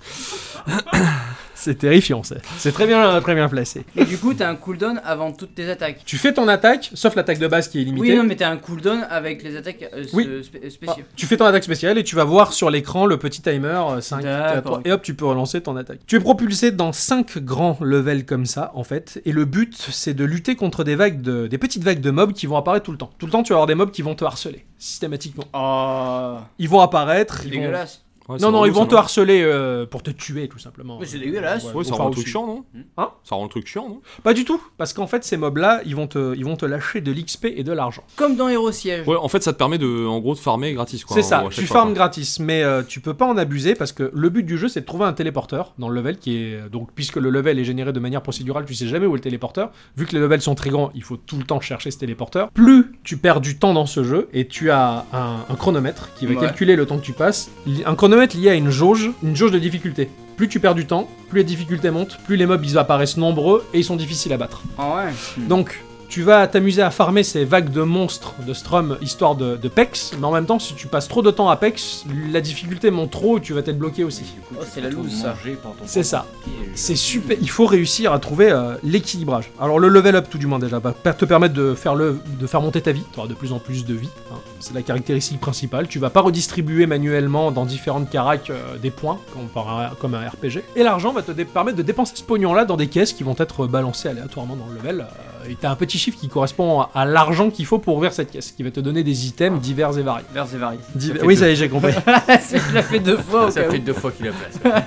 Speaker 4: C'est terrifiant, ça. c'est très bien, très bien placé.
Speaker 7: Et du coup, t'as un cooldown avant toutes tes attaques.
Speaker 4: Tu fais ton attaque, sauf l'attaque de base qui est limitée.
Speaker 7: Oui, non, mais t'as un cooldown avec les attaques euh,
Speaker 4: Oui.
Speaker 7: spé- spé-
Speaker 4: Ah,
Speaker 7: spéciaux.
Speaker 4: tu fais ton attaque spéciale et tu vas voir sur l'écran le petit timer 5
Speaker 7: D'accord.
Speaker 4: et hop tu peux relancer ton attaque. Tu es propulsé dans 5 grands levels comme ça en fait et le but c'est de lutter contre des vagues de des petites vagues de mobs qui vont apparaître tout le temps. Tout le temps tu vas avoir des mobs qui vont te harceler systématiquement.
Speaker 7: Oh,
Speaker 4: Ils vont apparaître,
Speaker 7: c'est
Speaker 4: Ah. ils vont-
Speaker 7: dégueulasse.
Speaker 6: Ouais, c'est
Speaker 4: Non non,
Speaker 6: relou,
Speaker 4: ils vont
Speaker 6: ça, hein.
Speaker 4: te harceler euh, pour te tuer tout simplement.
Speaker 7: Mais c'est dégueulasse.
Speaker 6: Ouais, ça
Speaker 4: enfin,
Speaker 6: rend le truc
Speaker 4: aussi.
Speaker 6: chiant, non
Speaker 4: Hein
Speaker 6: Ça rend le truc chiant, non
Speaker 4: Pas du tout parce qu'en fait ces mobs là, ils vont te ils vont te lâcher de l'XP et de l'argent.
Speaker 7: Comme dans Hero Siege.
Speaker 6: Ouais, en fait, ça te permet de, en gros, de farmer gratis, quoi.
Speaker 4: C'est
Speaker 6: en
Speaker 4: ça,
Speaker 6: gros, à chaque
Speaker 4: tu
Speaker 6: fois,
Speaker 4: farmes
Speaker 6: quoi.
Speaker 4: gratis, mais euh, tu peux pas en abuser parce que le but du jeu c'est de trouver un téléporteur dans le level qui est euh, donc puisque le level est généré de manière procédurale, tu sais jamais où est le téléporteur. Vu que les levels sont très grands, il faut tout le temps chercher ce téléporteur. Plus tu perds du temps dans ce jeu et tu as un, un chronomètre qui va
Speaker 7: Ouais.
Speaker 4: calculer le temps que tu passes, Li- un chronomètre lié à une jauge, une jauge de difficulté. Plus tu perds du
Speaker 5: Mmh.
Speaker 4: temps, plus les difficultés montent, plus les mobs ils apparaissent nombreux et ils sont difficiles à battre.
Speaker 7: Ah ouais.
Speaker 4: Donc, Tu vas t'amuser à farmer ces vagues de monstres de Strum histoire de, de Pex, mais en même temps, si tu passes trop de temps à Pex, la difficulté monte trop et tu vas être bloqué aussi.
Speaker 5: Du coup,
Speaker 1: Oh,
Speaker 5: tu
Speaker 1: c'est
Speaker 5: te
Speaker 1: la
Speaker 5: retrouves
Speaker 1: loose, ça.
Speaker 5: mangé par ton
Speaker 4: C'est
Speaker 5: propre
Speaker 4: ça.
Speaker 5: piège.
Speaker 4: C'est super, il faut réussir à trouver euh, l'équilibrage. Alors le level up tout du moins déjà va per- te permettre de faire, le, de faire monter ta vie, tu auras de plus en plus de vie, hein. c'est la caractéristique principale. Tu vas pas redistribuer manuellement dans différentes caracs euh, des points, comme, par un, comme un RPG. Et l'argent va te dé- permettre de dépenser ce pognon-là dans des caisses qui vont être euh, balancées aléatoirement dans le level. euh, et t'as un petit chiffre qui correspond à, à l'argent qu'il faut pour ouvrir cette caisse, qui va te donner des items divers et variés.
Speaker 1: Vers et variés.
Speaker 4: Div-
Speaker 5: fait
Speaker 4: oui,
Speaker 5: deux.
Speaker 4: ça y est, j'ai compris.
Speaker 7: Je l'ai fait deux fois au
Speaker 5: Ça
Speaker 7: cas
Speaker 5: fait
Speaker 7: où.
Speaker 5: deux fois qu'il la place.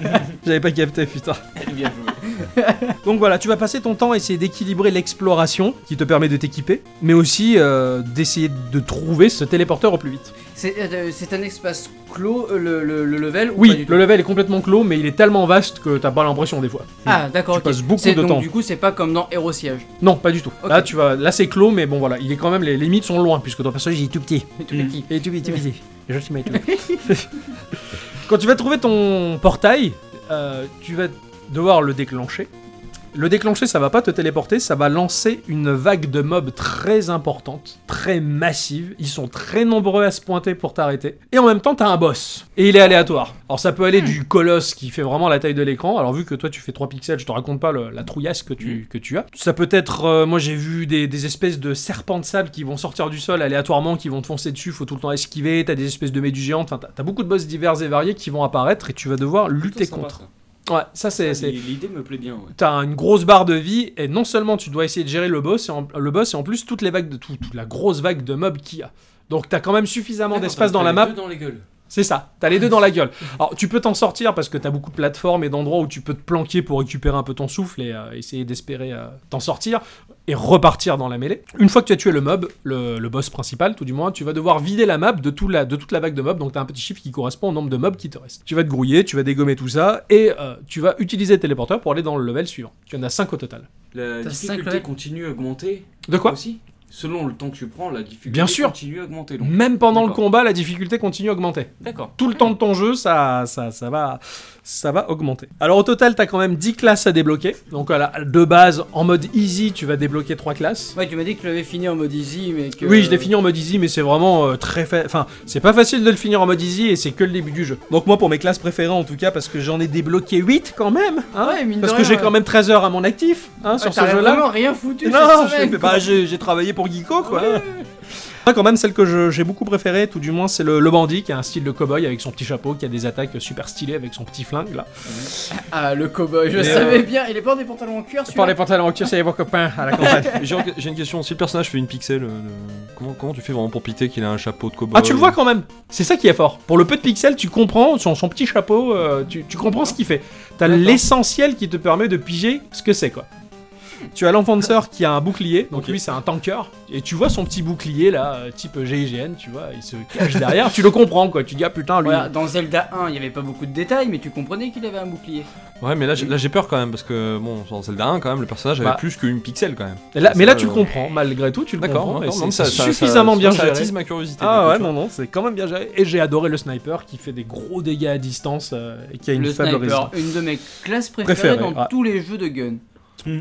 Speaker 4: J'avais pas capté, putain.
Speaker 5: Bien joué.
Speaker 4: <laughs> Donc voilà, tu vas passer ton temps à essayer d'équilibrer l'exploration, qui te permet de t'équiper, mais aussi euh, d'essayer de trouver ce téléporteur au plus vite.
Speaker 7: C'est euh, c'est un espace clos, euh, le, le- le level ou pas
Speaker 4: Oui,
Speaker 7: du tout
Speaker 4: le level est complètement clos, mais il est tellement vaste que t'as pas l'impression des fois.
Speaker 7: Ah, d'accord,
Speaker 4: Tu
Speaker 7: ok.
Speaker 4: passes beaucoup
Speaker 7: C'est-
Speaker 4: de
Speaker 7: donc,
Speaker 4: temps.
Speaker 7: Du coup, c'est pas comme dans Hero Siege.
Speaker 4: <laughs> Non, pas du tout.
Speaker 7: Ok.
Speaker 4: Là, tu vas, là c'est clos, mais bon voilà, il est quand même les limites sont loin puisque ton personnage il est tout petit. Il est tout petit, tout petit. Gentiment et tout. Quand tu vas trouver ton portail, euh, tu vas devoir le déclencher. Le déclencher, ça va pas te téléporter, ça va lancer une vague de mobs très importante, très massive. Ils sont très nombreux à se pointer pour t'arrêter. Et en même temps, t'as un boss. Et il est aléatoire. Alors ça peut aller du colosse qui fait vraiment la taille de l'écran. Alors vu que toi tu fais 3 pixels, je te raconte pas le- la trouillasse que tu, que tu as. Ça peut être, euh, moi j'ai vu des, des espèces de serpents de sable qui vont sortir du sol aléatoirement, qui vont te foncer dessus, faut tout le temps esquiver. T'as des espèces de médusantes. Enfin, t'as- t'as beaucoup de boss divers et variés qui vont apparaître et tu vas devoir lutter contre. Ouais, ça c'est... c'est-
Speaker 5: L'idée me plaît bien. Ouais.
Speaker 4: T'as une grosse barre de vie et non seulement tu dois essayer de gérer le boss, et en, le boss et en plus toutes les vagues de tout, toute la grosse vague de mobs qu'il y a. Donc t'as quand même suffisamment d'espace dans la map.
Speaker 5: Dans les gueules.
Speaker 4: C'est ça. T'as les deux dans la
Speaker 5: <laughs>
Speaker 4: gueule. Alors tu peux t'en sortir parce que t'as beaucoup de plateformes et d'endroits où tu peux te planquer pour récupérer un peu ton souffle et euh, essayer d'espérer euh, t'en sortir et repartir dans la mêlée. Une fois que tu as tué le mob, le, le boss principal, tout du moins, tu vas devoir vider la map de, tout la, de toute la vague de mobs. Donc t'as un petit chiffre qui correspond au nombre de mobs qui te restent. Tu vas te grouiller, tu vas dégommer tout ça et euh, tu vas utiliser le téléporteur pour aller dans le level suivant. Tu en as 5 au total.
Speaker 5: La
Speaker 7: T'as cinq
Speaker 5: difficulté
Speaker 7: levels.
Speaker 5: continue à augmenter.
Speaker 4: De quoi
Speaker 5: aussi Selon le temps que tu prends, la difficulté
Speaker 4: Bien sûr. Mm.
Speaker 5: continue à augmenter. Donc.
Speaker 4: Même pendant le
Speaker 5: D'accord.
Speaker 4: combat, la difficulté continue à augmenter.
Speaker 5: D'accord.
Speaker 4: tout le temps de ton jeu, ça, ça, ça, va, ça va augmenter. Alors au total, t'as quand même 10 classes à débloquer. Donc à la- de base, en mode easy, tu vas débloquer 3 classes.
Speaker 7: Ouais, tu m'as dit que tu l'avais fini en mode easy, mais que. euh,
Speaker 4: Oui, je l'ai fini en mode easy, mais c'est vraiment euh, très fa- Enfin, c'est pas facile de le finir en mode easy et c'est que le début du jeu. Donc moi, pour mes classes préférées, en tout cas, parce que j'en ai débloqué 8 quand même. hein,
Speaker 7: Ouais, mine de
Speaker 4: parce que
Speaker 7: rien,
Speaker 4: j'ai
Speaker 7: ouais.
Speaker 4: quand même 13 heures à mon actif hein,
Speaker 7: Ouais,
Speaker 4: sur ce
Speaker 7: t'as
Speaker 4: jeu-là.
Speaker 7: vraiment rien foutu.
Speaker 4: Non,
Speaker 7: cette semaine,
Speaker 4: j'ai-
Speaker 7: quoi.
Speaker 4: bah, j'ai j'ai travaillé pour Geeko, quoi. Ah, quand même, celle que je- j'ai beaucoup préférée, tout du moins, c'est le, le bandit, qui a un style de cowboy avec son petit chapeau, qui a des attaques super stylées avec son petit flingue, là.
Speaker 7: Ah, le cowboy, je
Speaker 4: Mais,
Speaker 7: savais
Speaker 4: euh,
Speaker 7: bien. Il est pas en des pantalons en cuir, celui-là.
Speaker 4: Par les pantalons en cuir, c'est vos copains à la campagne. <laughs>
Speaker 6: J'ai une- j'ai une question, si le personnage fait une pixel, euh, le- comment, comment tu fais vraiment pour piter qu'il a un chapeau de cowboy
Speaker 4: Ah, tu le vois quand même C'est ça qui est fort. Pour le peu de pixels, tu comprends son, son petit chapeau, euh, tu, tu comprends ce qu'il fait. T'as
Speaker 7: D'accord.
Speaker 4: l'essentiel qui te permet de piger ce que c'est, quoi. Tu as l'enfant de sœur qui a un bouclier, donc lui c'est un tanker, et tu vois son petit bouclier là, euh, type GIGN, tu vois, il se cache derrière, tu le comprends quoi, tu dis ah putain lui.
Speaker 7: Voilà, dans Zelda 1, il y avait pas beaucoup de détails, mais tu comprenais qu'il avait un bouclier.
Speaker 6: Ouais, mais là, j'ai- là j'ai peur quand même, parce que bon, dans Zelda 1, quand même, le personnage avait
Speaker 4: Bah.
Speaker 6: plus qu'une pixel quand même.
Speaker 4: Et là- mais là,
Speaker 6: Ça,
Speaker 4: tu le
Speaker 6: euh,
Speaker 4: comprends, malgré tout, tu le comprends. et
Speaker 6: non,
Speaker 4: c'est
Speaker 6: non, ça-
Speaker 4: c'est
Speaker 6: ça- ça-
Speaker 4: suffisamment
Speaker 6: ça-
Speaker 4: bien
Speaker 6: ça
Speaker 4: géré.
Speaker 6: attise ma
Speaker 4: Ah
Speaker 6: curiosité. du coup,
Speaker 4: ouais,
Speaker 6: tu
Speaker 4: non, non, c'est quand même bien géré. Et j'ai adoré le sniper qui fait des gros dégâts à distance euh, et qui a une
Speaker 7: le
Speaker 4: faible
Speaker 7: sniper,
Speaker 4: résistance.
Speaker 7: une de mes classes préférées
Speaker 4: Préférée,
Speaker 7: dans
Speaker 4: ouais.
Speaker 7: tous les jeux de gun.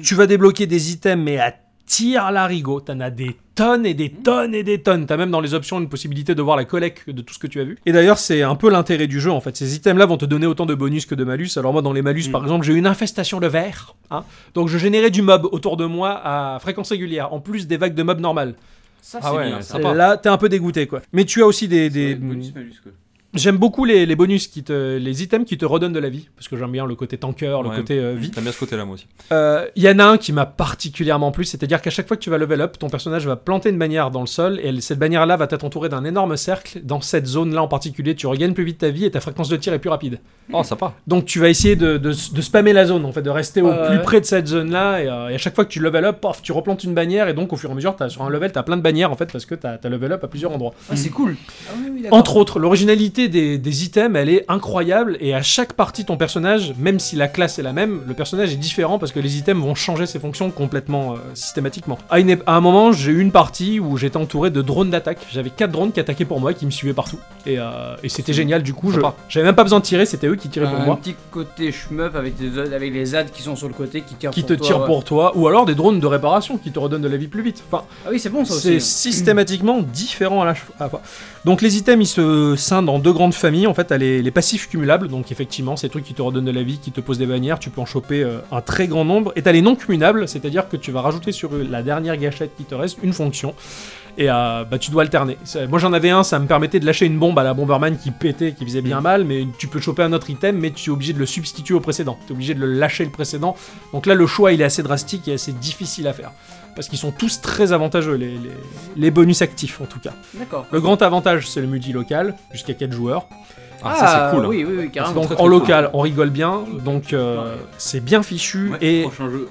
Speaker 4: Tu vas débloquer des items, mais à tir larigot, t'en as des tonnes et des tonnes et des tonnes. T'as même dans les options une possibilité de voir la collecte de tout ce que tu as vu. Et d'ailleurs, c'est un peu l'intérêt du jeu en fait. Ces items-là vont te donner autant de bonus que de malus. Alors moi, dans les
Speaker 5: Mm.
Speaker 4: malus, par exemple, j'ai eu une infestation de verre. hein. Donc je générais du mob autour de moi à fréquence régulière, en plus des vagues de mob normales.
Speaker 5: Ça,
Speaker 6: Ah
Speaker 5: c'est
Speaker 6: ouais,
Speaker 5: bien.
Speaker 6: ça-
Speaker 5: Ça.
Speaker 6: Sympa.
Speaker 4: Là, t'es un peu dégoûté quoi. Mais tu as aussi des.
Speaker 5: C'est
Speaker 4: des...
Speaker 5: bonus, malus, quoi.
Speaker 4: J'aime beaucoup les, les bonus, qui te, les items qui te redonnent de la vie, parce que j'aime bien le côté tanker, le
Speaker 6: Ouais.
Speaker 4: côté euh,
Speaker 6: vois.
Speaker 4: vie.
Speaker 6: T'aimes bien ce côté-là, moi aussi.
Speaker 4: Euh, Il y en a un qui m'a particulièrement plu, c'est-à-dire qu'à chaque fois que tu vas level up, ton personnage va planter une bannière dans le sol, et elle- cette bannière-là va t'être entourée d'un énorme cercle. Dans cette zone-là en particulier, tu regagnes plus vite ta vie et ta fréquence de tir est plus rapide.
Speaker 6: Oh, sympa.
Speaker 4: Donc tu vas essayer de, de, de spammer la zone, en fait, de rester au
Speaker 7: Ouais,
Speaker 4: plus
Speaker 7: ouais.
Speaker 4: près de cette zone-là, et, euh, et à chaque fois que tu level up, paf, tu replantes une bannière, et donc au fur et à mesure, t'as- sur un level, t'as plein de bannières, en fait, parce que t'as t'as level up à plusieurs endroits.
Speaker 7: Ah, c'est cool. Ah oui, oui, d'accord.
Speaker 4: Entre autres, l'originalité diversité des, des items, elle est incroyable, et à chaque partie, ton personnage, même si la classe est la même, le personnage est différent parce que les items vont changer ses fonctions complètement euh, systématiquement. À, une ép- à un moment, j'ai eu une partie où j'étais entouré de drones d'attaque. J'avais quatre drones qui attaquaient pour moi, qui me suivaient partout, et, euh, et c'était génial. Du coup, je
Speaker 7: Sympa.
Speaker 4: j'avais même pas besoin de tirer, c'était eux qui tiraient pour
Speaker 7: un
Speaker 4: moi.
Speaker 7: petit côté shmup avec, des, avec les ZAD qui sont sur le côté qui tirent
Speaker 4: Qui
Speaker 7: pour
Speaker 4: te
Speaker 7: toi,
Speaker 4: tirent
Speaker 7: ouais.
Speaker 4: pour toi, ou alors des drones de réparation qui te redonnent de la vie plus vite. Enfin,
Speaker 7: Ah oui, c'est bon ça
Speaker 4: C'est
Speaker 7: aussi.
Speaker 4: systématiquement différent à la chef- à la fois. Ah, Donc les items, ils se scindent en deux grandes familles. En fait, t'as les, les passifs cumulables, donc effectivement, ces trucs qui te redonnent de la vie, qui te posent des bannières, tu peux en choper euh, un très grand nombre. Et t'as les non cumulables, c'est-à-dire que tu vas rajouter sur la dernière gâchette qui te reste une fonction. Et euh, bah, tu dois alterner. Ça- Moi j'en avais un, ça me permettait de lâcher une bombe à la Bomberman qui pétait, qui faisait
Speaker 7: Mm.
Speaker 4: bien mal, mais tu peux choper un autre item, mais tu es obligé de le substituer au précédent. Tu es obligé de le lâcher le précédent. Donc là le choix il est assez drastique et assez difficile à faire. Parce qu'ils sont tous très avantageux, les- les- les bonus actifs en tout cas.
Speaker 7: D'accord.
Speaker 4: Le grand avantage, c'est le multi-local, jusqu'à 4 joueurs.
Speaker 6: Ah, ça c'est cool.
Speaker 7: Oui, oui, oui, carrément.
Speaker 4: hein. donc
Speaker 6: très,
Speaker 4: en
Speaker 6: très cool.
Speaker 4: local, on rigole bien, donc euh, c'est bien fichu. et
Speaker 5: prochain jeu.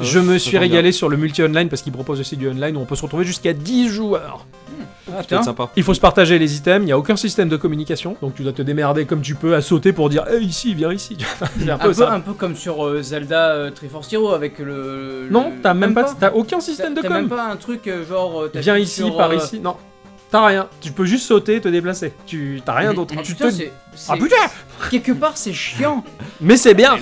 Speaker 4: je me suis
Speaker 6: tombe bien.
Speaker 4: régalé sur le multi-online parce qu'il propose aussi du online où on peut se retrouver jusqu'à 10 joueurs.
Speaker 7: Ah,
Speaker 6: Ça va
Speaker 7: putain.
Speaker 6: être sympa.
Speaker 4: Il faut se partager les items, il n'y a aucun système de communication, donc tu dois te démerder comme tu peux à sauter pour dire Eh, ici, viens ici. <laughs> c'est un
Speaker 7: Un
Speaker 4: peu
Speaker 7: peu,
Speaker 4: ça.
Speaker 7: un peu comme sur euh, Zelda euh, Triforce Hero avec le.
Speaker 4: Non,
Speaker 7: le-
Speaker 4: t'as même pas, t'as aucun système
Speaker 7: T'as-
Speaker 4: de
Speaker 7: T'as même
Speaker 4: com.
Speaker 7: pas un truc euh, genre. euh, t'appuies
Speaker 4: Viens ici,
Speaker 7: sur,
Speaker 4: par
Speaker 7: euh,
Speaker 4: ici. Non, t'as rien. Tu peux juste sauter, te déplacer. Tu t'as rien d'autre.
Speaker 7: Ah,
Speaker 4: tu
Speaker 7: putain,
Speaker 4: te...
Speaker 7: c'est-
Speaker 4: Ah
Speaker 7: c'est-
Speaker 4: putain
Speaker 7: Quelque part, c'est chiant.
Speaker 4: Mais c'est bien.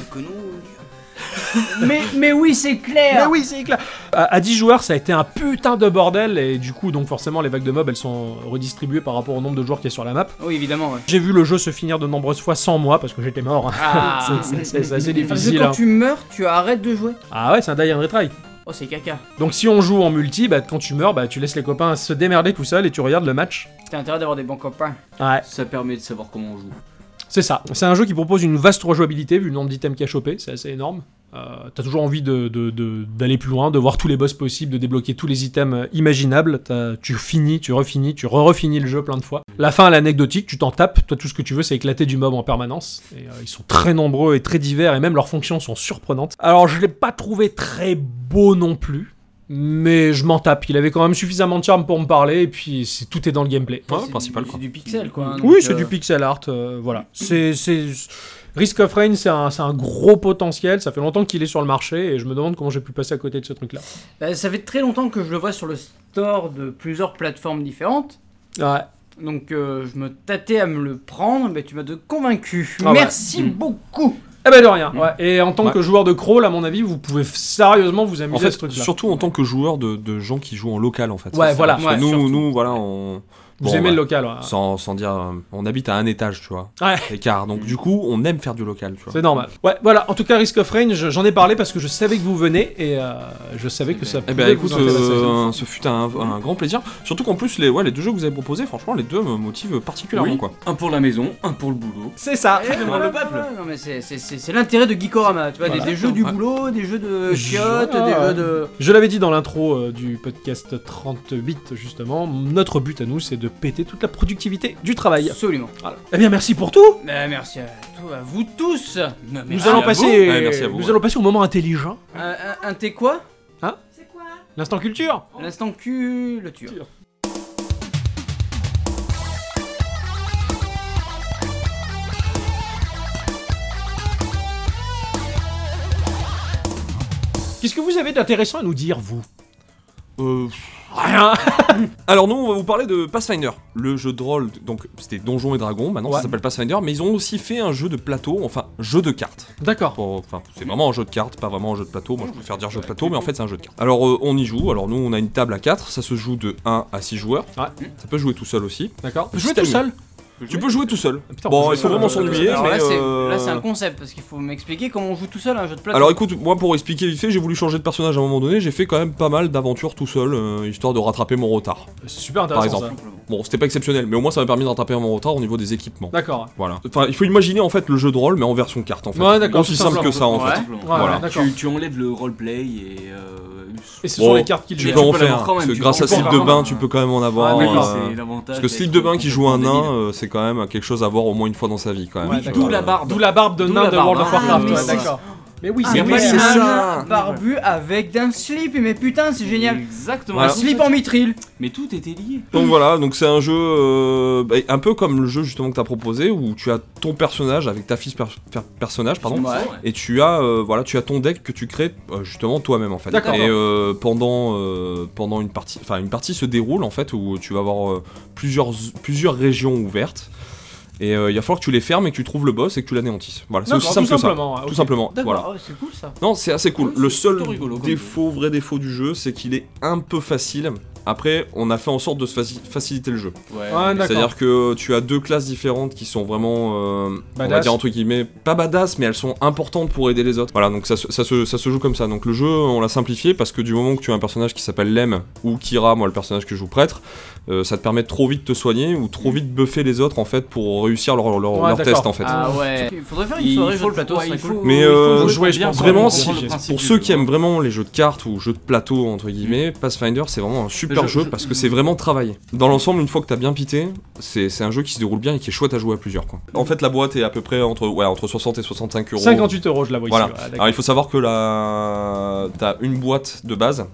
Speaker 7: mais, mais oui, c'est clair.
Speaker 4: Mais oui, c'est clair. À, à 10 joueurs, ça a été un putain de bordel et du coup, donc forcément, les vagues de mobs, elles sont redistribuées par rapport au nombre de joueurs qui est sur la map.
Speaker 7: Oui, évidemment. Ouais.
Speaker 4: J'ai vu le jeu se finir de nombreuses fois sans moi parce que j'étais mort. hein.
Speaker 7: Ah.
Speaker 4: <laughs> C'est- c'est- c'est assez
Speaker 7: Parce que
Speaker 4: difficile.
Speaker 7: quand
Speaker 4: hein.
Speaker 7: tu meurs, tu arrêtes de jouer.
Speaker 4: Ah ouais, c'est un die and retry.
Speaker 7: Oh, c'est caca.
Speaker 4: Donc si on joue en multi, bah quand tu meurs, bah tu laisses les copains se démerder tout seul et tu regardes le match.
Speaker 7: T'as intérêt d'avoir des bons copains.
Speaker 4: Ouais,
Speaker 5: Ça permet de savoir comment on joue.
Speaker 4: c'est ça. C'est un jeu qui propose une vaste rejouabilité vu le nombre d'items qu'il y a chopé, c'est assez énorme. Euh, T'as toujours envie de- de- de- d'aller plus loin, de voir tous les boss possibles, de débloquer tous les items euh, imaginables. T'as- Tu finis, tu refinis, tu re-refinis le jeu plein de fois. La fin, elle est anecdotique, tu t'en tapes. Toi, tout ce que tu veux, c'est éclater du mob en permanence. Et, euh, ils sont très nombreux et très divers, et même leurs fonctions sont surprenantes. Alors, je l'ai pas trouvé très beau non plus. Mais je m'en tape, il avait quand même suffisamment de charme pour me parler, et puis c'est- tout est dans le gameplay.
Speaker 6: Ouais, principal quoi.
Speaker 7: C'est du pixel, quoi. hein,
Speaker 4: Oui,
Speaker 7: donc,
Speaker 4: c'est
Speaker 7: euh,
Speaker 4: du pixel art, euh, voilà. C'est, c'est... Risk of Rain, c'est un, c'est un gros potentiel, ça fait longtemps qu'il est sur le marché, et je me demande comment j'ai pu passer à côté de ce truc-là.
Speaker 7: bah, ça fait très longtemps que je le vois sur le store de plusieurs plateformes différentes.
Speaker 4: Ouais.
Speaker 7: Donc euh, je me tâtais à me le prendre, mais tu m'as de convaincu.
Speaker 4: Ah ouais.
Speaker 7: Merci beaucoup.
Speaker 4: Eh ben de rien, ouais. Et en tant
Speaker 6: Mm. Ouais.
Speaker 4: que joueur de crawl, à mon avis, vous pouvez f- sérieusement vous amuser
Speaker 6: En
Speaker 4: à ce
Speaker 6: fait,
Speaker 4: truc-là.
Speaker 6: surtout en tant que joueur de, de gens qui jouent en local en fait.
Speaker 4: Ouais,
Speaker 6: C'est ça.
Speaker 4: voilà.
Speaker 6: Parce que
Speaker 7: Ouais,
Speaker 6: nous,
Speaker 7: surtout.
Speaker 6: nous, voilà, on.
Speaker 4: Vous
Speaker 6: bon, bah.
Speaker 4: aimez
Speaker 6: ouais.
Speaker 4: le local, ouais.
Speaker 6: Sans, sans dire, euh, on habite à un étage, tu vois,
Speaker 4: Ah. Ouais.
Speaker 6: écart. Donc du coup, on aime faire du local, tu vois.
Speaker 4: C'est normal. Ouais, voilà. En tout cas, Risk of Rain, je- j'en ai parlé parce que je savais que vous venez et euh, je savais que ça
Speaker 6: Eh
Speaker 4: pouvait
Speaker 6: ben écoute,
Speaker 4: vous intéresser.
Speaker 6: euh, ce fut un, un grand plaisir. Surtout qu'en plus, les, ouais, les deux jeux que vous avez proposés, franchement, les deux me motivent particulièrement
Speaker 5: Oui.
Speaker 6: quoi.
Speaker 5: Un pour la maison, un pour le boulot.
Speaker 4: C'est ça.
Speaker 7: Eh, voilà,
Speaker 5: le peuple.
Speaker 7: Non mais c'est- c'est c'est- c'est l'intérêt de Geekorama, tu vois, des-
Speaker 4: Voilà.
Speaker 7: des, jeux du
Speaker 6: Ouais.
Speaker 7: boulot, des jeux de
Speaker 4: Je-
Speaker 7: chiottes, des
Speaker 4: Ah.
Speaker 7: jeux de...
Speaker 4: Je l'avais dit dans l'intro euh, du podcast 38, justement, notre but à nous, c'est de péter toute la productivité du travail.
Speaker 7: Absolument.
Speaker 4: Eh bien, merci pour tout
Speaker 7: Bah, merci à, tout- à vous tous. Un,
Speaker 4: Nous allons
Speaker 5: à
Speaker 4: passer,
Speaker 5: vous.
Speaker 6: Ouais, merci à vous,
Speaker 4: nous
Speaker 6: ouais.
Speaker 4: allons passer au moment intelligent.
Speaker 7: un, un thé quoi
Speaker 4: L'instant culture
Speaker 7: L'instant culture.
Speaker 4: Qu'est-ce que vous avez d'intéressant à nous dire, vous
Speaker 6: Euh,
Speaker 4: Rien
Speaker 6: Alors nous, on va vous parler de Pathfinder, le jeu de rôle. Donc c'était Donjons et Dragons, maintenant
Speaker 4: Ouais.
Speaker 6: ça s'appelle Pathfinder, mais ils ont aussi fait un jeu de plateau, enfin jeu de cartes.
Speaker 4: D'accord.
Speaker 6: Pour- Enfin, c'est vraiment un jeu de cartes, pas vraiment un jeu de plateau. Moi, je préfère dire jeu de plateau, mais en fait, c'est un jeu de cartes. Alors, euh, on y joue. Alors, nous, on a une table à 4. Ça se joue de 1 à 6 joueurs.
Speaker 4: Ouais.
Speaker 6: Ça peut jouer tout seul aussi.
Speaker 4: D'accord.
Speaker 6: Le
Speaker 4: Jouer tout
Speaker 6: système.
Speaker 4: seul
Speaker 6: Tu peux jouer tout seul.
Speaker 4: Putain, on
Speaker 6: bon,
Speaker 4: peut
Speaker 6: il faut
Speaker 4: jouer
Speaker 6: vraiment
Speaker 4: seul.
Speaker 6: s'ennuyer.
Speaker 7: Alors là,
Speaker 6: mais,
Speaker 7: c'est-
Speaker 6: euh,
Speaker 7: là, c'est un concept parce qu'il faut m'expliquer comment on joue tout seul à un jeu de plateau.
Speaker 6: Alors écoute, moi pour expliquer vite fait, j'ai voulu changer de personnage à un moment donné, j'ai fait quand même pas mal d'aventures tout seul, euh, histoire de rattraper mon retard.
Speaker 4: C'est super
Speaker 6: Par
Speaker 4: intéressant,
Speaker 6: exemple. Bon, c'était pas exceptionnel, mais au moins ça m'a permis de rattraper mon retard au niveau des équipements.
Speaker 4: ça. D'accord.
Speaker 6: Voilà. Enfin, il faut imaginer en fait le jeu de rôle, mais en version carte en fait.
Speaker 4: Ouais, d'accord,
Speaker 6: Aussi
Speaker 4: tout
Speaker 6: simple que ça en
Speaker 5: Ouais.
Speaker 6: fait.
Speaker 5: Simplement.
Speaker 4: Ouais,
Speaker 6: Voilà.
Speaker 4: ouais, d'accord.
Speaker 5: Tu, tu enlèves le roleplay et. euh,
Speaker 4: Et ce
Speaker 6: Bon,
Speaker 4: sont les cartes qu'il
Speaker 6: Tu
Speaker 5: Mais
Speaker 4: gère.
Speaker 6: peux
Speaker 5: tu
Speaker 6: en
Speaker 5: peux l'avoir
Speaker 6: faire,
Speaker 5: quand même,
Speaker 6: parce que
Speaker 5: tu
Speaker 6: grâce
Speaker 5: peux
Speaker 6: à
Speaker 5: en
Speaker 6: Slip
Speaker 5: faire
Speaker 6: de
Speaker 5: un.
Speaker 6: Bain, tu peux quand même en avoir.
Speaker 4: Ouais,
Speaker 5: oui,
Speaker 4: d'accord.
Speaker 6: euh,
Speaker 5: c'est l'avantage.
Speaker 6: Parce que
Speaker 5: d'être
Speaker 6: Slip de Bain qui joue un
Speaker 5: complètement
Speaker 6: nain,
Speaker 5: débile.
Speaker 6: euh, c'est quand même quelque chose à voir au moins une fois dans sa vie quand même.
Speaker 4: Ouais,
Speaker 6: Tu
Speaker 4: d'accord.
Speaker 5: D'où
Speaker 6: vois.
Speaker 5: la barbe.
Speaker 4: D'où la barbe de
Speaker 5: D'où
Speaker 4: nain
Speaker 5: la
Speaker 4: de
Speaker 5: barbe.
Speaker 4: World of
Speaker 5: Ah,
Speaker 4: Warcraft.
Speaker 5: oui,
Speaker 4: ouais,
Speaker 5: c'est ça.
Speaker 4: d'accord. Mais oui,
Speaker 7: Ah
Speaker 4: c'est
Speaker 7: oui,
Speaker 5: pas
Speaker 7: c'est
Speaker 5: les
Speaker 7: un
Speaker 5: mains.
Speaker 7: nain barbu avec d'un slip, mais putain, c'est génial.
Speaker 5: Exactement.
Speaker 7: Un
Speaker 6: Voilà.
Speaker 7: slip en mitril.
Speaker 5: Mais tout était lié.
Speaker 6: Donc voilà, donc c'est un jeu euh, bah, un peu comme le jeu justement que t'as proposé où tu as ton personnage avec ta fiche per- per- personnage pardon
Speaker 7: Ouais.
Speaker 6: et tu as euh, voilà tu as ton deck que tu crées euh, justement toi-même en fait.
Speaker 4: D'accord.
Speaker 6: Et euh, pendant euh, pendant une partie enfin une partie se déroule en fait où tu vas avoir euh, plusieurs plusieurs régions ouvertes et euh, il va falloir que tu les fermes et que tu trouves le boss et que tu l'anéantisses. Voilà, c'est
Speaker 4: D'accord,
Speaker 6: aussi simple
Speaker 4: tout
Speaker 6: que ça.
Speaker 4: simplement. ah,
Speaker 6: Tout
Speaker 4: ok.
Speaker 6: simplement.
Speaker 7: D'accord,
Speaker 6: Voilà.
Speaker 7: ouais, c'est cool ça.
Speaker 6: Non, c'est assez cool.
Speaker 5: Ouais,
Speaker 6: Le
Speaker 5: c'est
Speaker 6: seul
Speaker 5: plutôt rigolo comme
Speaker 6: défaut, vrai défaut du jeu, c'est qu'il est un peu facile. Après, on a fait en sorte de se faci- faciliter le jeu.
Speaker 4: Ouais, d'accord.
Speaker 6: C'est-à-dire que tu as deux classes différentes qui sont vraiment, euh, on va
Speaker 4: Badass.
Speaker 6: dire entre guillemets, pas badass, mais elles sont importantes pour aider les autres. Voilà, donc ça, se- ça, se, ça se joue comme ça. Donc le jeu, on l'a simplifié parce que du moment que tu as un personnage qui s'appelle Lem ou Kira, moi le personnage que je joue prêtre, euh, ça te permet de trop vite de te soigner ou
Speaker 5: Mm.
Speaker 6: trop vite buffer les autres en fait pour réussir leur, leur,
Speaker 4: Ouais,
Speaker 6: leur
Speaker 4: d'accord.
Speaker 6: test en fait.
Speaker 1: Ah ouais.
Speaker 7: Il faudrait faire une soirée jeu de plateau,
Speaker 5: ouais,
Speaker 7: ça serait
Speaker 5: il
Speaker 7: cool.
Speaker 5: faut-
Speaker 6: Mais,
Speaker 5: il faut
Speaker 6: euh,
Speaker 5: jouer,
Speaker 4: jouer, je
Speaker 5: bien
Speaker 4: pense,
Speaker 5: pour
Speaker 6: vraiment,
Speaker 5: comprendre
Speaker 6: si-
Speaker 5: le principe
Speaker 6: Pour
Speaker 5: du
Speaker 6: ceux
Speaker 5: jeu,
Speaker 6: qui aiment
Speaker 5: quoi.
Speaker 6: vraiment les jeux de cartes ou jeux de plateau, entre guillemets, Pathfinder, c'est vraiment un super
Speaker 5: Je-
Speaker 6: Mm. jeu
Speaker 5: je-
Speaker 6: parce que c'est vraiment travaillé. Dans l'ensemble, une fois que t'as bien pité, c'est c'est un jeu qui se déroule bien et qui est chouette à jouer à plusieurs. Quoi. En fait, la boîte est à peu près entre, ouais, entre 60 et 65 euros.
Speaker 4: 58 euros, je la vois
Speaker 6: Voilà.
Speaker 4: ici. ouais, d'accord.
Speaker 6: Alors, il faut savoir que là, t'as une boîte de base,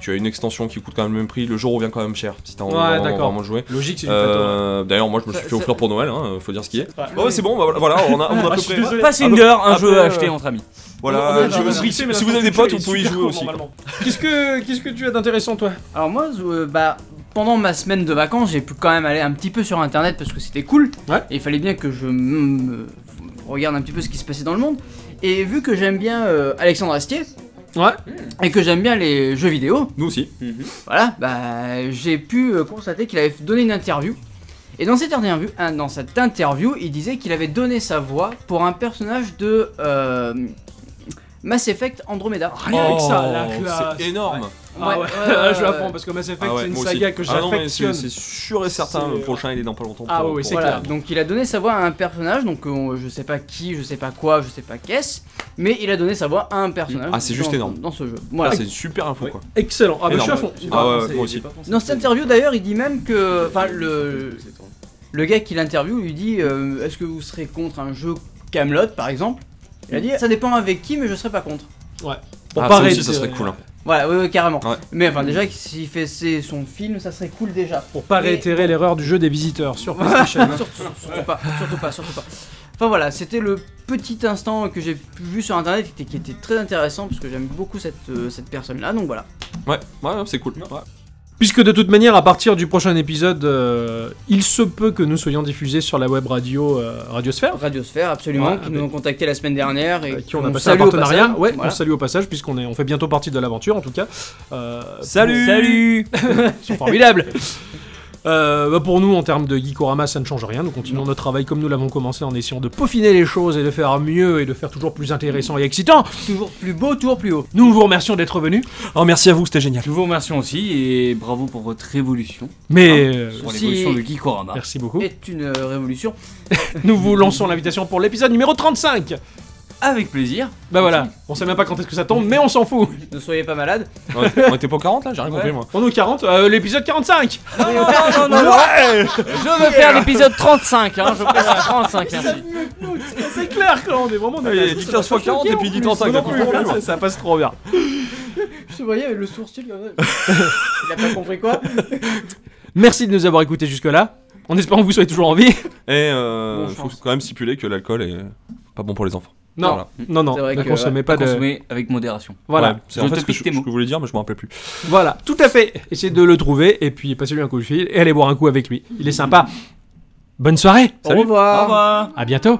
Speaker 6: tu as une extension qui coûte quand même le même prix, le jeu revient quand même cher si t'as
Speaker 4: Ouais,
Speaker 6: vraiment,
Speaker 4: d'accord.
Speaker 6: vraiment joué.
Speaker 4: Logique, c'est du plateau. hein. Ah, ouais.
Speaker 6: Euh, D'ailleurs, moi je me
Speaker 7: Ça-
Speaker 6: suis fait
Speaker 7: ça-
Speaker 6: offrir pour Noël, hein, faut dire ce qui est.
Speaker 4: Ouais.
Speaker 6: Ouais, c'est bon, bah, voilà, voilà, on a, on
Speaker 4: ah,
Speaker 6: a à peu près.
Speaker 5: Pathfinder, un
Speaker 6: Après,
Speaker 5: jeu
Speaker 6: euh,
Speaker 5: à acheter entre amis.
Speaker 6: Voilà,
Speaker 4: On a- on a-
Speaker 6: je-
Speaker 4: on a-
Speaker 6: si,
Speaker 4: Ah, mais
Speaker 6: si
Speaker 4: la
Speaker 6: vous avez des
Speaker 4: fonction
Speaker 6: potes,
Speaker 4: est
Speaker 6: vous pouvez y
Speaker 4: super
Speaker 6: jouer
Speaker 4: court,
Speaker 6: aussi.
Speaker 4: normalement. Qu'est-ce que qu'est-ce que tu as d'intéressant, toi
Speaker 7: Alors moi, je- bah, pendant ma semaine de vacances, j'ai pu quand même aller un petit peu sur internet parce que c'était cool.
Speaker 4: Ouais.
Speaker 7: Et il fallait bien que je me- regarde un petit peu ce qui se passait dans le monde. Et vu que j'aime bien euh, Alexandre Astier
Speaker 4: Ouais.
Speaker 7: et que j'aime bien les jeux vidéo,
Speaker 6: Nous aussi.
Speaker 7: voilà, bah, j'ai pu euh, constater qu'il avait donné une interview. Et dans cette interview, ah, dans cette interview il disait qu'il avait donné sa voix pour un personnage de euh, Mass Effect Andromeda.
Speaker 4: Rien avec ça, la
Speaker 6: Oh,
Speaker 4: classe.
Speaker 6: C'est énorme.
Speaker 4: Ah
Speaker 7: Ouais,
Speaker 4: ouais, <laughs>
Speaker 7: ouais, ouais,
Speaker 4: je
Speaker 7: ouais.
Speaker 4: l'apprends parce que Mass Effect,
Speaker 6: Ah ouais,
Speaker 4: c'est une
Speaker 6: moi
Speaker 4: saga
Speaker 6: aussi.
Speaker 4: que
Speaker 6: Ah non, mais
Speaker 4: j'affectionne.
Speaker 6: c'est- C'est sûr et certain, le
Speaker 4: C'est-
Speaker 6: prochain il est dans pas longtemps.
Speaker 4: Ah
Speaker 6: pour-
Speaker 4: oui, oui,
Speaker 6: pour-
Speaker 4: c'est
Speaker 6: pour-
Speaker 7: Voilà,
Speaker 4: clair.
Speaker 7: donc il a donné sa voix à un personnage, donc euh, je sais pas qui, je sais pas quoi, je sais pas qu'est-ce, mais il a donné sa voix à un personnage.
Speaker 6: Ah, c'est juste
Speaker 7: dans-
Speaker 6: énorme.
Speaker 7: Dans ce jeu.
Speaker 6: Ah,
Speaker 7: Voilà.
Speaker 6: C'est une super info quoi.
Speaker 4: Excellent. Ah bah, je suis à
Speaker 6: Énorme.
Speaker 4: fond.
Speaker 6: Ah ouais, ouais, moi aussi.
Speaker 7: Dans cette interview d'ailleurs, il dit même que. Enfin, le, le gars qui l'interviewe lui dit euh, Est-ce que vous serez contre un jeu Camelot par exemple Il a dit Ça dépend avec qui, mais je serai pas contre.
Speaker 4: Pour
Speaker 6: Ah,
Speaker 4: pas
Speaker 6: ça aussi,
Speaker 4: arrêter,
Speaker 6: ça serait
Speaker 4: euh,
Speaker 6: cool. hein.
Speaker 7: Voilà, ouais, ouais, carrément.
Speaker 6: Ouais.
Speaker 7: Mais enfin, déjà, s'il fait ses- son film, ça serait cool déjà.
Speaker 4: Pour pas
Speaker 7: Mais-
Speaker 4: réitérer l'erreur du jeu des visiteurs sur PlayStation. hein.
Speaker 7: surtout, surtout pas, surtout pas, surtout pas. Enfin voilà, c'était le petit instant que j'ai pu- vu sur internet qui était, qui était très intéressant parce que j'aime beaucoup cette, euh, cette personne là, donc voilà.
Speaker 6: Ouais, ouais, ouais, c'est cool. Ouais.
Speaker 4: Puisque de toute manière, à partir du prochain épisode, euh, il se peut que nous soyons diffusés sur la web radio euh, Radiosphère.
Speaker 7: Radiosphère, absolument,
Speaker 4: Ouais,
Speaker 7: qui nous ont contacté la semaine dernière et
Speaker 4: avec qui on a
Speaker 7: qu'on
Speaker 4: passé un
Speaker 7: salue au
Speaker 4: partenariat,
Speaker 7: passage.
Speaker 4: ouais,
Speaker 7: Voilà.
Speaker 4: on salue au passage puisqu'on est, on fait bientôt partie de l'aventure en tout cas. Euh,
Speaker 6: Salut
Speaker 4: Salut <laughs> Ils sont formidables Euh, bah, pour nous, en termes de Geekorama, ça ne change rien. Nous continuons notre travail comme nous l'avons commencé en essayant de peaufiner les choses et de faire mieux et de faire toujours plus intéressant et excitant.
Speaker 7: Toujours plus beau, toujours plus haut.
Speaker 4: Nous vous remercions d'être venus.
Speaker 6: Oh, merci à vous, c'était génial.
Speaker 5: Je vous remercie aussi et bravo pour votre révolution.
Speaker 4: Mais euh,
Speaker 5: Pour
Speaker 7: Si-
Speaker 5: l'évolution de Geekorama.
Speaker 4: merci beaucoup.
Speaker 7: C'est une euh, révolution.
Speaker 4: Nous vous lançons l'invitation pour l'épisode numéro 35.
Speaker 5: Avec plaisir.
Speaker 4: Bah voilà, on sait même pas quand est-ce que ça tombe, mais on s'en fout.
Speaker 7: Ne soyez pas malade.
Speaker 6: On était- on était pas au 40 là, j'ai rien compris
Speaker 5: Ouais.
Speaker 6: moi.
Speaker 4: On est au 40, euh, l'épisode 45.
Speaker 7: non, non, non, Je veux faire l'épisode 35, hein, je <laughs> précise 35, merci.
Speaker 4: C'est clair quand on est vraiment dans la-
Speaker 6: dit 15 fois 40 et puis dit
Speaker 4: Mais
Speaker 6: 35,
Speaker 4: non
Speaker 6: t'as
Speaker 4: plus,
Speaker 6: compris,
Speaker 4: là,
Speaker 6: moi.
Speaker 4: ça, ça passe trop bien.
Speaker 7: Je te voyais avec le sourcil comme ça. Il
Speaker 4: <laughs>
Speaker 7: a pas compris quoi
Speaker 4: Merci de nous avoir écoutés jusque-là. En espérant que vous soyez toujours en vie.
Speaker 6: Et euh,
Speaker 5: Bon, je
Speaker 6: faut
Speaker 5: pense.
Speaker 6: quand même stipuler que l'alcool est pas bon pour les enfants.
Speaker 4: Non,
Speaker 6: Voilà.
Speaker 4: non, non,
Speaker 7: C'est vrai
Speaker 4: ne
Speaker 7: que,
Speaker 4: consommez pas de.
Speaker 5: Consommer avec modération.
Speaker 4: Voilà,
Speaker 6: Ouais, c'est
Speaker 5: Je
Speaker 6: en fait ce
Speaker 5: te
Speaker 6: que
Speaker 5: pique
Speaker 6: je,
Speaker 5: tes
Speaker 6: ce
Speaker 5: mots.
Speaker 6: que je voulais dire, mais je me rappelais plus.
Speaker 4: voilà, tout à fait. Essayez de le trouver et puis passez-lui un coup de fil et allez boire un coup avec lui. Il est sympa. Bonne soirée.
Speaker 7: Au revoir.
Speaker 4: À bientôt.